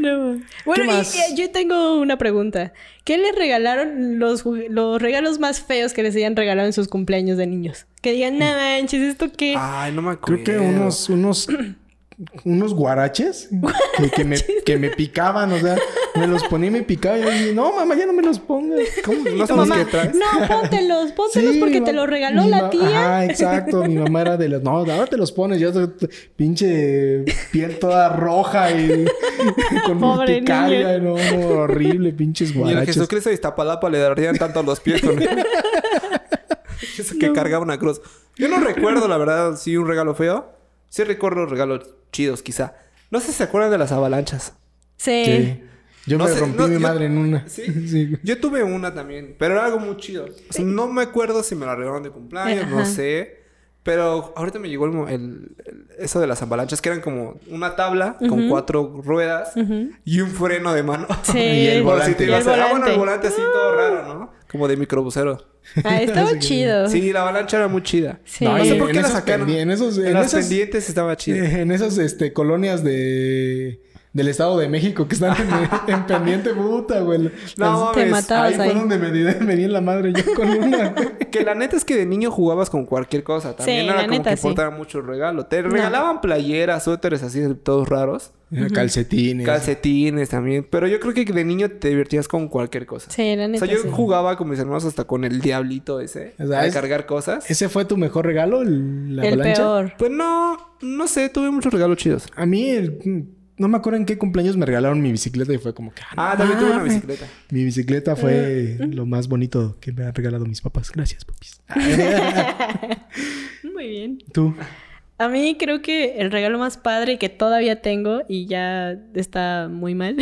Speaker 1: No. Bueno, y-
Speaker 2: más?
Speaker 1: y yo tengo una pregunta. ¿Qué les regalaron los, ju- los regalos más feos que les hayan regalado en sus cumpleaños de niños? Que digan, no
Speaker 2: Mm.
Speaker 1: manches, ¿esto qué?
Speaker 2: Ah.
Speaker 3: Ay, no me acuerdo.
Speaker 2: Creo que unos, unos, unos guaraches que, que me, que me picaban, o sea, me los ponía y me picaba. Y yo dije, no, mamá, ya no me los pongas. ¿Cómo?
Speaker 3: ¿No
Speaker 1: Tu
Speaker 3: son los
Speaker 1: mamá,
Speaker 3: que traes?
Speaker 1: no, póntelos, póntelos
Speaker 2: Sí,
Speaker 1: porque
Speaker 2: mi
Speaker 1: te
Speaker 2: ma-
Speaker 1: los regaló
Speaker 2: mi
Speaker 1: la
Speaker 2: ma-
Speaker 1: tía.
Speaker 2: Ajá, exacto. Mi mamá era de los. No, ahora te los pones. Yo t- t- pinche piel toda roja y [LAUGHS] con
Speaker 1: Pobre
Speaker 2: urticaria. No, no, horrible, pinches
Speaker 3: Ni el
Speaker 2: guaraches.
Speaker 3: Jesucristo de Iztapalapa le darían tanto a los pies con Eso que cargaba una cruz. Yo no recuerdo, la verdad, sí, un regalo feo. Sí recuerdo regalos chidos, quizá. No sé si se acuerdan de las avalanchas.
Speaker 1: Sí.
Speaker 2: Sí. Yo
Speaker 3: No
Speaker 2: me
Speaker 3: sé,
Speaker 2: rompí
Speaker 3: no,
Speaker 2: mi
Speaker 3: yo-
Speaker 2: madre en una.
Speaker 3: ¿Sí?
Speaker 2: [LAUGHS] sí.
Speaker 3: Yo tuve una también, pero era algo muy chido. O sea, no me acuerdo si me la regalaron de cumpleaños,
Speaker 1: Eh,
Speaker 3: no
Speaker 1: ajá.
Speaker 3: sé. Pero ahorita me llegó el, mo- el- el- eso de las avalanchas, que eran como una tabla con cuatro ruedas y un freno de mano. [LAUGHS]
Speaker 1: Sí.
Speaker 2: Y el
Speaker 3: Por si
Speaker 2: volante.
Speaker 3: te
Speaker 1: Y el
Speaker 3: ibas a- ah, bueno,
Speaker 1: volante.
Speaker 3: el volante así todo raro, ¿no? Como de microbusero.
Speaker 1: Ah, estaba chido.
Speaker 3: Sí, la avalancha era muy chida.
Speaker 1: Sí.
Speaker 2: No,
Speaker 3: No
Speaker 2: y
Speaker 3: sé
Speaker 1: en-
Speaker 3: por qué
Speaker 2: en
Speaker 3: la
Speaker 2: esos
Speaker 3: sacaron.
Speaker 2: pendi- en esos-
Speaker 3: En
Speaker 2: Eh, en
Speaker 3: las
Speaker 2: esas-
Speaker 3: pendientes estaba chida.
Speaker 2: Eh, en esas este, colonias de, del Estado de México que están
Speaker 1: [LAUGHS]
Speaker 2: en, en pendiente puta, güey.
Speaker 3: No,
Speaker 1: Te
Speaker 3: mames,
Speaker 1: matabas
Speaker 2: ahí
Speaker 1: ahí.
Speaker 2: fue donde me di, [LAUGHS] me di en la madre yo con una, güey.
Speaker 3: Que la neta es que de niño jugabas con cualquier cosa. También
Speaker 1: Sí,
Speaker 3: no era
Speaker 1: la
Speaker 3: como
Speaker 1: neta,
Speaker 3: que
Speaker 1: sí.
Speaker 3: importaba mucho el regalo. Te regalaban playeras, suéteres así todos raros.
Speaker 2: [LAUGHS] Calcetines.
Speaker 3: Calcetines también. Pero yo creo que de niño te divertías con cualquier cosa.
Speaker 1: Sí, la
Speaker 3: O
Speaker 1: neta.
Speaker 3: sea, yo
Speaker 1: sí.
Speaker 3: jugaba con mis hermanos hasta con el diablito ese.
Speaker 2: O sea,
Speaker 3: a
Speaker 2: es-
Speaker 3: cargar cosas.
Speaker 2: ¿Ese fue tu mejor regalo? el- La
Speaker 1: El
Speaker 2: avalancha?
Speaker 1: peor.
Speaker 3: Pues no, no sé, tuve muchos regalos chidos.
Speaker 2: A mí, el- no me acuerdo en qué cumpleaños me regalaron mi bicicleta y fue como que... ah,
Speaker 3: Ah, también tuve una
Speaker 2: mames.
Speaker 3: bicicleta.
Speaker 2: Mi bicicleta
Speaker 1: Eh,
Speaker 2: fue
Speaker 1: mm.
Speaker 2: lo más bonito que me han regalado mis papás.
Speaker 1: [LAUGHS]
Speaker 2: Gracias, papis.
Speaker 1: Muy bien.
Speaker 2: [LAUGHS] Tú.
Speaker 1: A mí creo que el regalo más padre que todavía tengo y ya está muy mal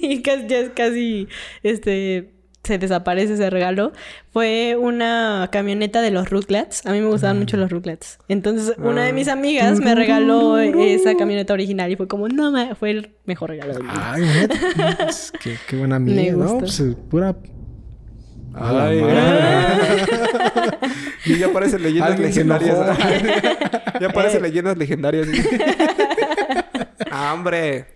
Speaker 1: y casi, ya es casi este se desaparece ese regalo fue una camioneta de los Rugrats. A mí me gustaban mucho los Rugrats. Entonces, una de mis amigas me regaló esa camioneta original y fue como, "No, ma, fue el mejor regalo del mundo."
Speaker 2: Ay, neta. Es que- qué buena amiga.
Speaker 1: Me
Speaker 2: No,
Speaker 1: gusta.
Speaker 2: pues eh, pura... A la
Speaker 3: Ay, [LAUGHS] Y ya aparecen leyendas
Speaker 2: Alguien se
Speaker 3: legendarias.
Speaker 2: enojó.
Speaker 3: [LAUGHS] ya
Speaker 1: Eh.
Speaker 3: aparecen
Speaker 1: [LAUGHS]
Speaker 3: leyendas legendarias. Ah, ¡Hombre!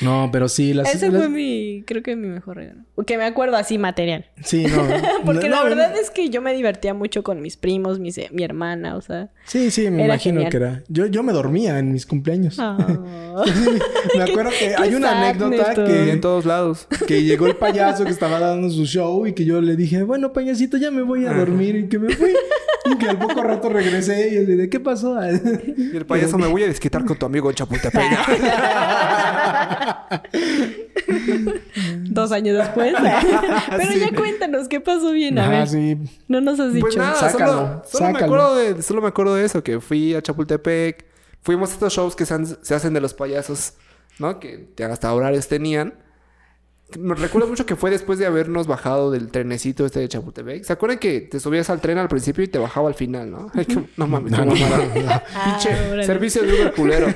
Speaker 2: No, pero sí, las...
Speaker 1: Ese
Speaker 2: las-
Speaker 1: fue mi, creo que mi mejor regalo. Que me acuerdo así material.
Speaker 2: Sí, no.
Speaker 1: [LAUGHS] Porque
Speaker 2: No,
Speaker 1: la
Speaker 2: no,
Speaker 1: verdad es que yo me divertía mucho con mis primos, mis, mi hermana, o sea.
Speaker 2: Sí, sí, me
Speaker 1: era
Speaker 2: imagino
Speaker 1: genial.
Speaker 2: que era. Yo, yo me dormía en mis cumpleaños.
Speaker 1: Ah.
Speaker 2: Me acuerdo que
Speaker 1: qué
Speaker 2: hay una
Speaker 1: sad,
Speaker 2: anécdota
Speaker 1: Néstor.
Speaker 3: Y
Speaker 2: que,
Speaker 3: en todos lados.
Speaker 2: que llegó el payaso que estaba dando su show y que yo le dije, bueno, payasito, ya me voy a dormir y que me fui. Y que al poco rato regresé y yo le dije,
Speaker 1: [LAUGHS]
Speaker 2: ¿qué pasó?
Speaker 3: Y el [LAUGHS] payaso me voy a desquitar con tu amigo en Chapultepec.
Speaker 1: [LAUGHS] Dos años
Speaker 3: [LAUGHS]
Speaker 1: después. Pero
Speaker 3: Sí.
Speaker 1: ya cuéntanos, ¿qué pasó bien? A
Speaker 2: Ah,
Speaker 1: ver,
Speaker 2: sí.
Speaker 1: no nos has dicho.
Speaker 3: Pues nada,
Speaker 2: Sácalo,
Speaker 3: solo, solo Me
Speaker 2: sácalo.
Speaker 3: acuerdo de, solo me acuerdo de eso, que fui a Chapultepec. Fuimos a estos shows que se, han- se hacen de los payasos, ¿no? Que ya hasta horarios tenían. Me recuerdo mucho que fue después de habernos bajado del trenecito este de Chapultepec. ¿Se acuerdan que te subías al tren al principio y te bajaba al final, no? [LAUGHS] Ay, qué- no mames, qué mamada.
Speaker 1: Ah, órale.
Speaker 3: Servicio de Uber culero.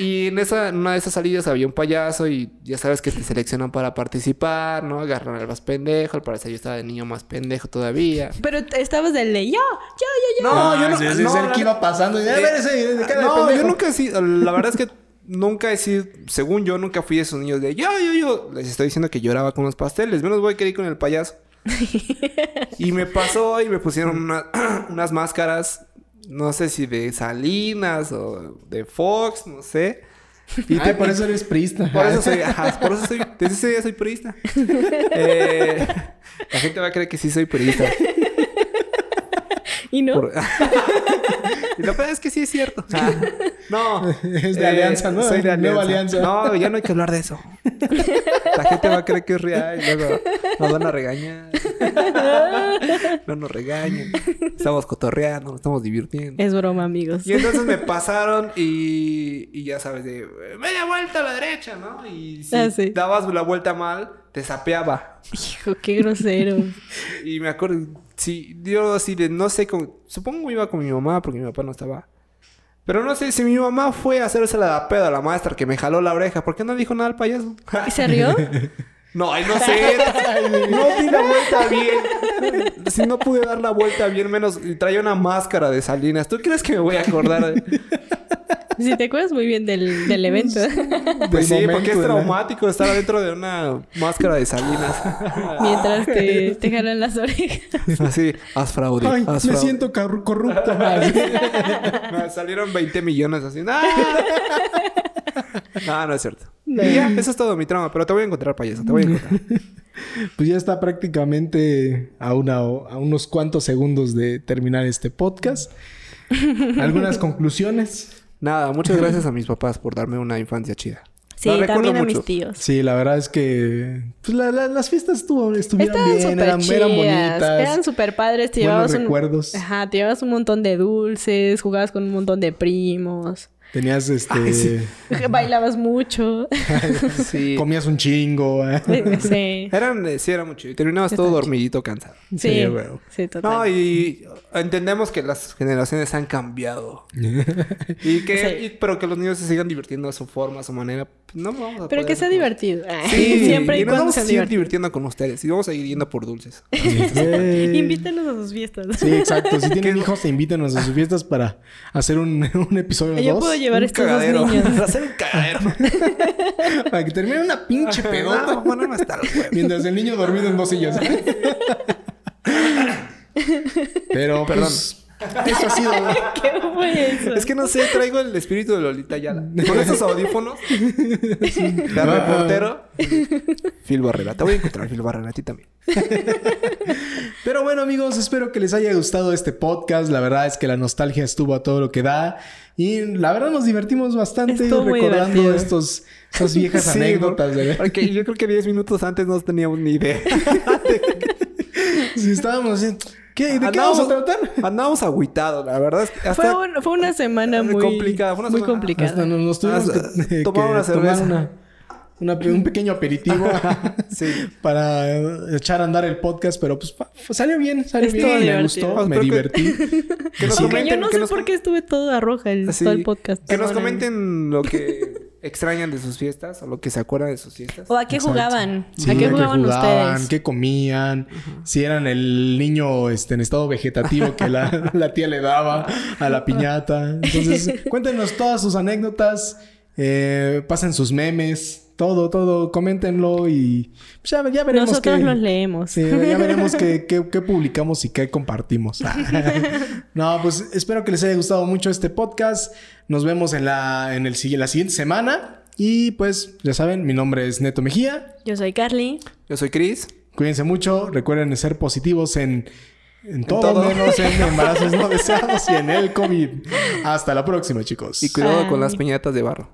Speaker 3: y en esa, en una de esas salidas había un payaso y ya sabes que te seleccionan para participar, ¿no? Agarran al más pendejo, al parecer yo estaba de niño más pendejo todavía.
Speaker 1: Pero t- estabas del de yo, yo, yo, yo.
Speaker 3: No, yo no.
Speaker 2: Ah, sí, sí,
Speaker 3: no,
Speaker 2: es el
Speaker 3: la-
Speaker 2: que iba pasando. Y, a ver, ese, de cara de
Speaker 3: no, yo
Speaker 2: pendejo".
Speaker 3: nunca he sido. La verdad es que nunca he sido. Según yo, nunca fui de esos niños de yo, yo, yo. Les estoy diciendo que lloraba con los pasteles. Menos voy a querer ir con el payaso. y me pasó y me pusieron una- [CLEARS THROAT] unas máscaras. No sé si de Salinas o de Fox, no sé.
Speaker 2: Ay, por eso eres prista.
Speaker 3: Por eso soy, ajá, por eso soy, desde ese día soy periodista. Eh, la gente va a creer que sí
Speaker 1: [LAUGHS]
Speaker 3: soy periodista.
Speaker 1: Y no.
Speaker 3: Por- [LAUGHS] y lo peor es que sí es cierto. Ah, no.
Speaker 2: [LAUGHS]
Speaker 3: Eh,
Speaker 2: Es de Alianza, ¿no?
Speaker 3: Soy de Alianza.
Speaker 2: Nueva Alianza.
Speaker 3: No, ya no hay que hablar de eso. La gente va a creer que es real y luego nos van a regañar. No nos regañen. Estamos cotorreando, nos estamos
Speaker 1: [LAUGHS]
Speaker 3: divirtiendo.
Speaker 1: Es broma, amigos.
Speaker 3: Y entonces me pasaron y, y ya sabes, de eh, media vuelta a la derecha, ¿no? Y si
Speaker 1: Ah, sí.
Speaker 3: dabas la vuelta mal, te sapeaba.
Speaker 1: Hijo, qué grosero.
Speaker 3: Y me acuerdo, sí, yo así de, no sé, con, supongo iba con mi mamá porque mi papá no estaba. Pero no sé si mi mamá fue a hacerse la pedo a la maestra que me jaló la oreja. ¿Por qué no dijo nada al payaso?
Speaker 1: ¿Y se rió?
Speaker 3: [LAUGHS] no, ay, no sé. no di la vuelta bien. Si no pude dar la vuelta bien, menos y traía una máscara de Salinas. ¿Tú crees que me voy a acordar? de-
Speaker 1: Si te acuerdas muy bien del, del
Speaker 3: [LAUGHS]
Speaker 1: evento.
Speaker 3: Pues sí,
Speaker 2: Del
Speaker 3: porque es
Speaker 2: momento, ¿verdad?
Speaker 3: traumático estar dentro de una máscara de salinas.
Speaker 1: Mientras
Speaker 3: Ah.
Speaker 1: te, te jalan las orejas.
Speaker 2: [LAUGHS]
Speaker 3: Así, haz fraude.
Speaker 2: Ay,
Speaker 3: haz
Speaker 2: me
Speaker 3: fraude.
Speaker 2: siento corru- [LAUGHS] corrupto. Así.
Speaker 3: [LAUGHS] Me salieron 20 millones así. ¡Ah! No, no es cierto. Y ya, eso es todo mi trama. Pero te voy a encontrar, payaso. Te voy a encontrar.
Speaker 2: Pues ya está prácticamente a, una, o- a unos cuantos segundos de terminar
Speaker 1: [LAUGHS]
Speaker 2: este podcast. Algunas conclusiones.
Speaker 3: Nada, muchas gracias a mis papás por darme una infancia chida.
Speaker 1: Sí,
Speaker 3: La recuerdo
Speaker 1: también a
Speaker 3: mucho.
Speaker 1: mis tíos.
Speaker 2: Sí, la verdad es que pues, la- la- las fiestas estuvo, estuvieron
Speaker 1: Estaban
Speaker 2: bien,
Speaker 1: súper
Speaker 2: eran,
Speaker 1: chidas.
Speaker 2: eran bonitas.
Speaker 1: Eran súper padres. Te
Speaker 2: buenos
Speaker 1: llevabas un...
Speaker 2: recuerdos.
Speaker 1: Ajá, te llevabas un montón de dulces, jugabas con un montón de primos,
Speaker 2: Tenías este.
Speaker 1: bailabas
Speaker 3: [LAUGHS]
Speaker 1: mucho.
Speaker 3: Sí.
Speaker 2: Comías un
Speaker 1: [LAUGHS]
Speaker 2: chingo. ¿eh?
Speaker 1: sí.
Speaker 3: Eran, eh, sí, era mucho. Y terminabas todo dormidito, cansado.
Speaker 1: Sí,
Speaker 2: güey.
Speaker 1: sí,
Speaker 3: No,
Speaker 1: total.
Speaker 3: y entendemos que las generaciones han cambiado. y que,
Speaker 1: Sí.
Speaker 3: y- pero que los niños se sigan divirtiendo a su forma, a su manera. No vamos
Speaker 1: Pero
Speaker 3: a poder
Speaker 1: que sea
Speaker 3: hacer-
Speaker 1: divertido. Ay, [LAUGHS]
Speaker 3: Sí,
Speaker 1: Siempre
Speaker 3: y
Speaker 1: y
Speaker 3: nos
Speaker 1: cuando
Speaker 3: vamos a
Speaker 1: sea
Speaker 3: seguir
Speaker 1: divertido.
Speaker 3: divirtiendo con ustedes. Y vamos a seguir yendo por dulces.
Speaker 2: Sí.
Speaker 1: Invítenos a sus fiestas.
Speaker 2: Sí, exacto. Si tienen hijos, invítanos a sus fiestas para hacer un, [LAUGHS] un episodio
Speaker 1: Yo
Speaker 2: 2.
Speaker 1: puedo llevar
Speaker 3: Un
Speaker 1: estos dos
Speaker 3: cagadero. [LAUGHS]
Speaker 1: niños?
Speaker 3: Va a ser un
Speaker 1: [LAUGHS]
Speaker 3: cagadero.
Speaker 2: Para que termine una pinche pedota.
Speaker 3: No, bueno, hasta los huevos.
Speaker 2: Mientras el niño dormido en dos sillas. Pero,
Speaker 3: Perdón.
Speaker 2: pues, eso ha sido.
Speaker 1: [LAUGHS] ¿Qué fue eso?
Speaker 3: Es que no sé, traigo el espíritu de Lolita Yala. Con esos audífonos de reportero. Ah. Phil Barrera. Te voy a encontrar, Phil Barrera, a ti también.
Speaker 2: Pero bueno, amigos, espero que les haya gustado este podcast. La verdad es que la nostalgia estuvo a todo lo que da. Y la verdad nos divertimos bastante
Speaker 1: Estuvo muy
Speaker 2: recordando
Speaker 1: divertido.
Speaker 2: estos, estas viejas
Speaker 3: Sí,
Speaker 2: anécdotas.
Speaker 3: ¿no?
Speaker 2: de-
Speaker 3: Porque yo creo que 10 minutos antes no teníamos ni
Speaker 1: [LAUGHS]
Speaker 3: idea.
Speaker 2: [LAUGHS] Si estábamos así, ¿qué, ¿de qué
Speaker 3: Andábamos-
Speaker 2: vamos a tratar?
Speaker 3: Andábamos agüitados, la verdad. es que hasta
Speaker 1: Fue, un- fue una semana muy
Speaker 3: complicada, fue una
Speaker 1: muy
Speaker 3: semana-
Speaker 1: complicada.
Speaker 2: Hasta nos, nos tuvimos
Speaker 3: Hasta
Speaker 2: que,
Speaker 3: tomar
Speaker 2: que
Speaker 3: una cerveza.
Speaker 2: una- una pe- un pequeño aperitivo
Speaker 3: [LAUGHS] Sí.
Speaker 2: para echar a andar el podcast, pero pues pa- pues, salió bien, salió
Speaker 1: Estuvo
Speaker 2: bien, me
Speaker 1: divertido.
Speaker 2: gustó, me
Speaker 3: Creo que-
Speaker 1: [LAUGHS]
Speaker 2: divertí.
Speaker 3: que
Speaker 1: Aunque
Speaker 3: nos
Speaker 1: yo
Speaker 3: comenten,
Speaker 1: no
Speaker 3: que
Speaker 1: sé
Speaker 3: nos
Speaker 1: por
Speaker 3: com-
Speaker 1: qué estuve todo roja el,
Speaker 3: Así,
Speaker 1: todo el podcast.
Speaker 3: Que nos
Speaker 1: Perdónenme.
Speaker 3: comenten lo que extrañan de sus fiestas o lo que se acuerdan de sus fiestas.
Speaker 1: ¿O a qué
Speaker 2: Exacto.
Speaker 1: jugaban?
Speaker 2: Sí,
Speaker 1: ¿A qué jugaban,
Speaker 2: jugaban,
Speaker 1: ustedes?
Speaker 2: ¿Qué comían? Si eran el niño este, en estado vegetativo que la, [LAUGHS] la tía le daba a la piñata. Entonces,
Speaker 1: [LAUGHS]
Speaker 2: cuéntenos todas sus anécdotas, eh, pasen sus memes, todo, todo, coméntenlo y pues, ya, ya veremos.
Speaker 1: Nosotros
Speaker 2: qué-
Speaker 1: los leemos.
Speaker 2: Sí, ya veremos qué, qué- qué publicamos y qué compartimos. no, pues espero que les haya gustado mucho este podcast. Nos vemos en la, en el, sigui- la siguiente semana. Y pues, ya saben, mi nombre es Neto Mejía.
Speaker 1: Yo soy Carly.
Speaker 3: Yo soy Chris.
Speaker 2: Cuídense mucho, recuerden ser positivos en, en todo,
Speaker 3: todo.
Speaker 2: menos en embarazos no deseados y en el COVID. Hasta la próxima, chicos.
Speaker 3: Y cuidado con
Speaker 1: Ay.
Speaker 3: las piñatas de barro.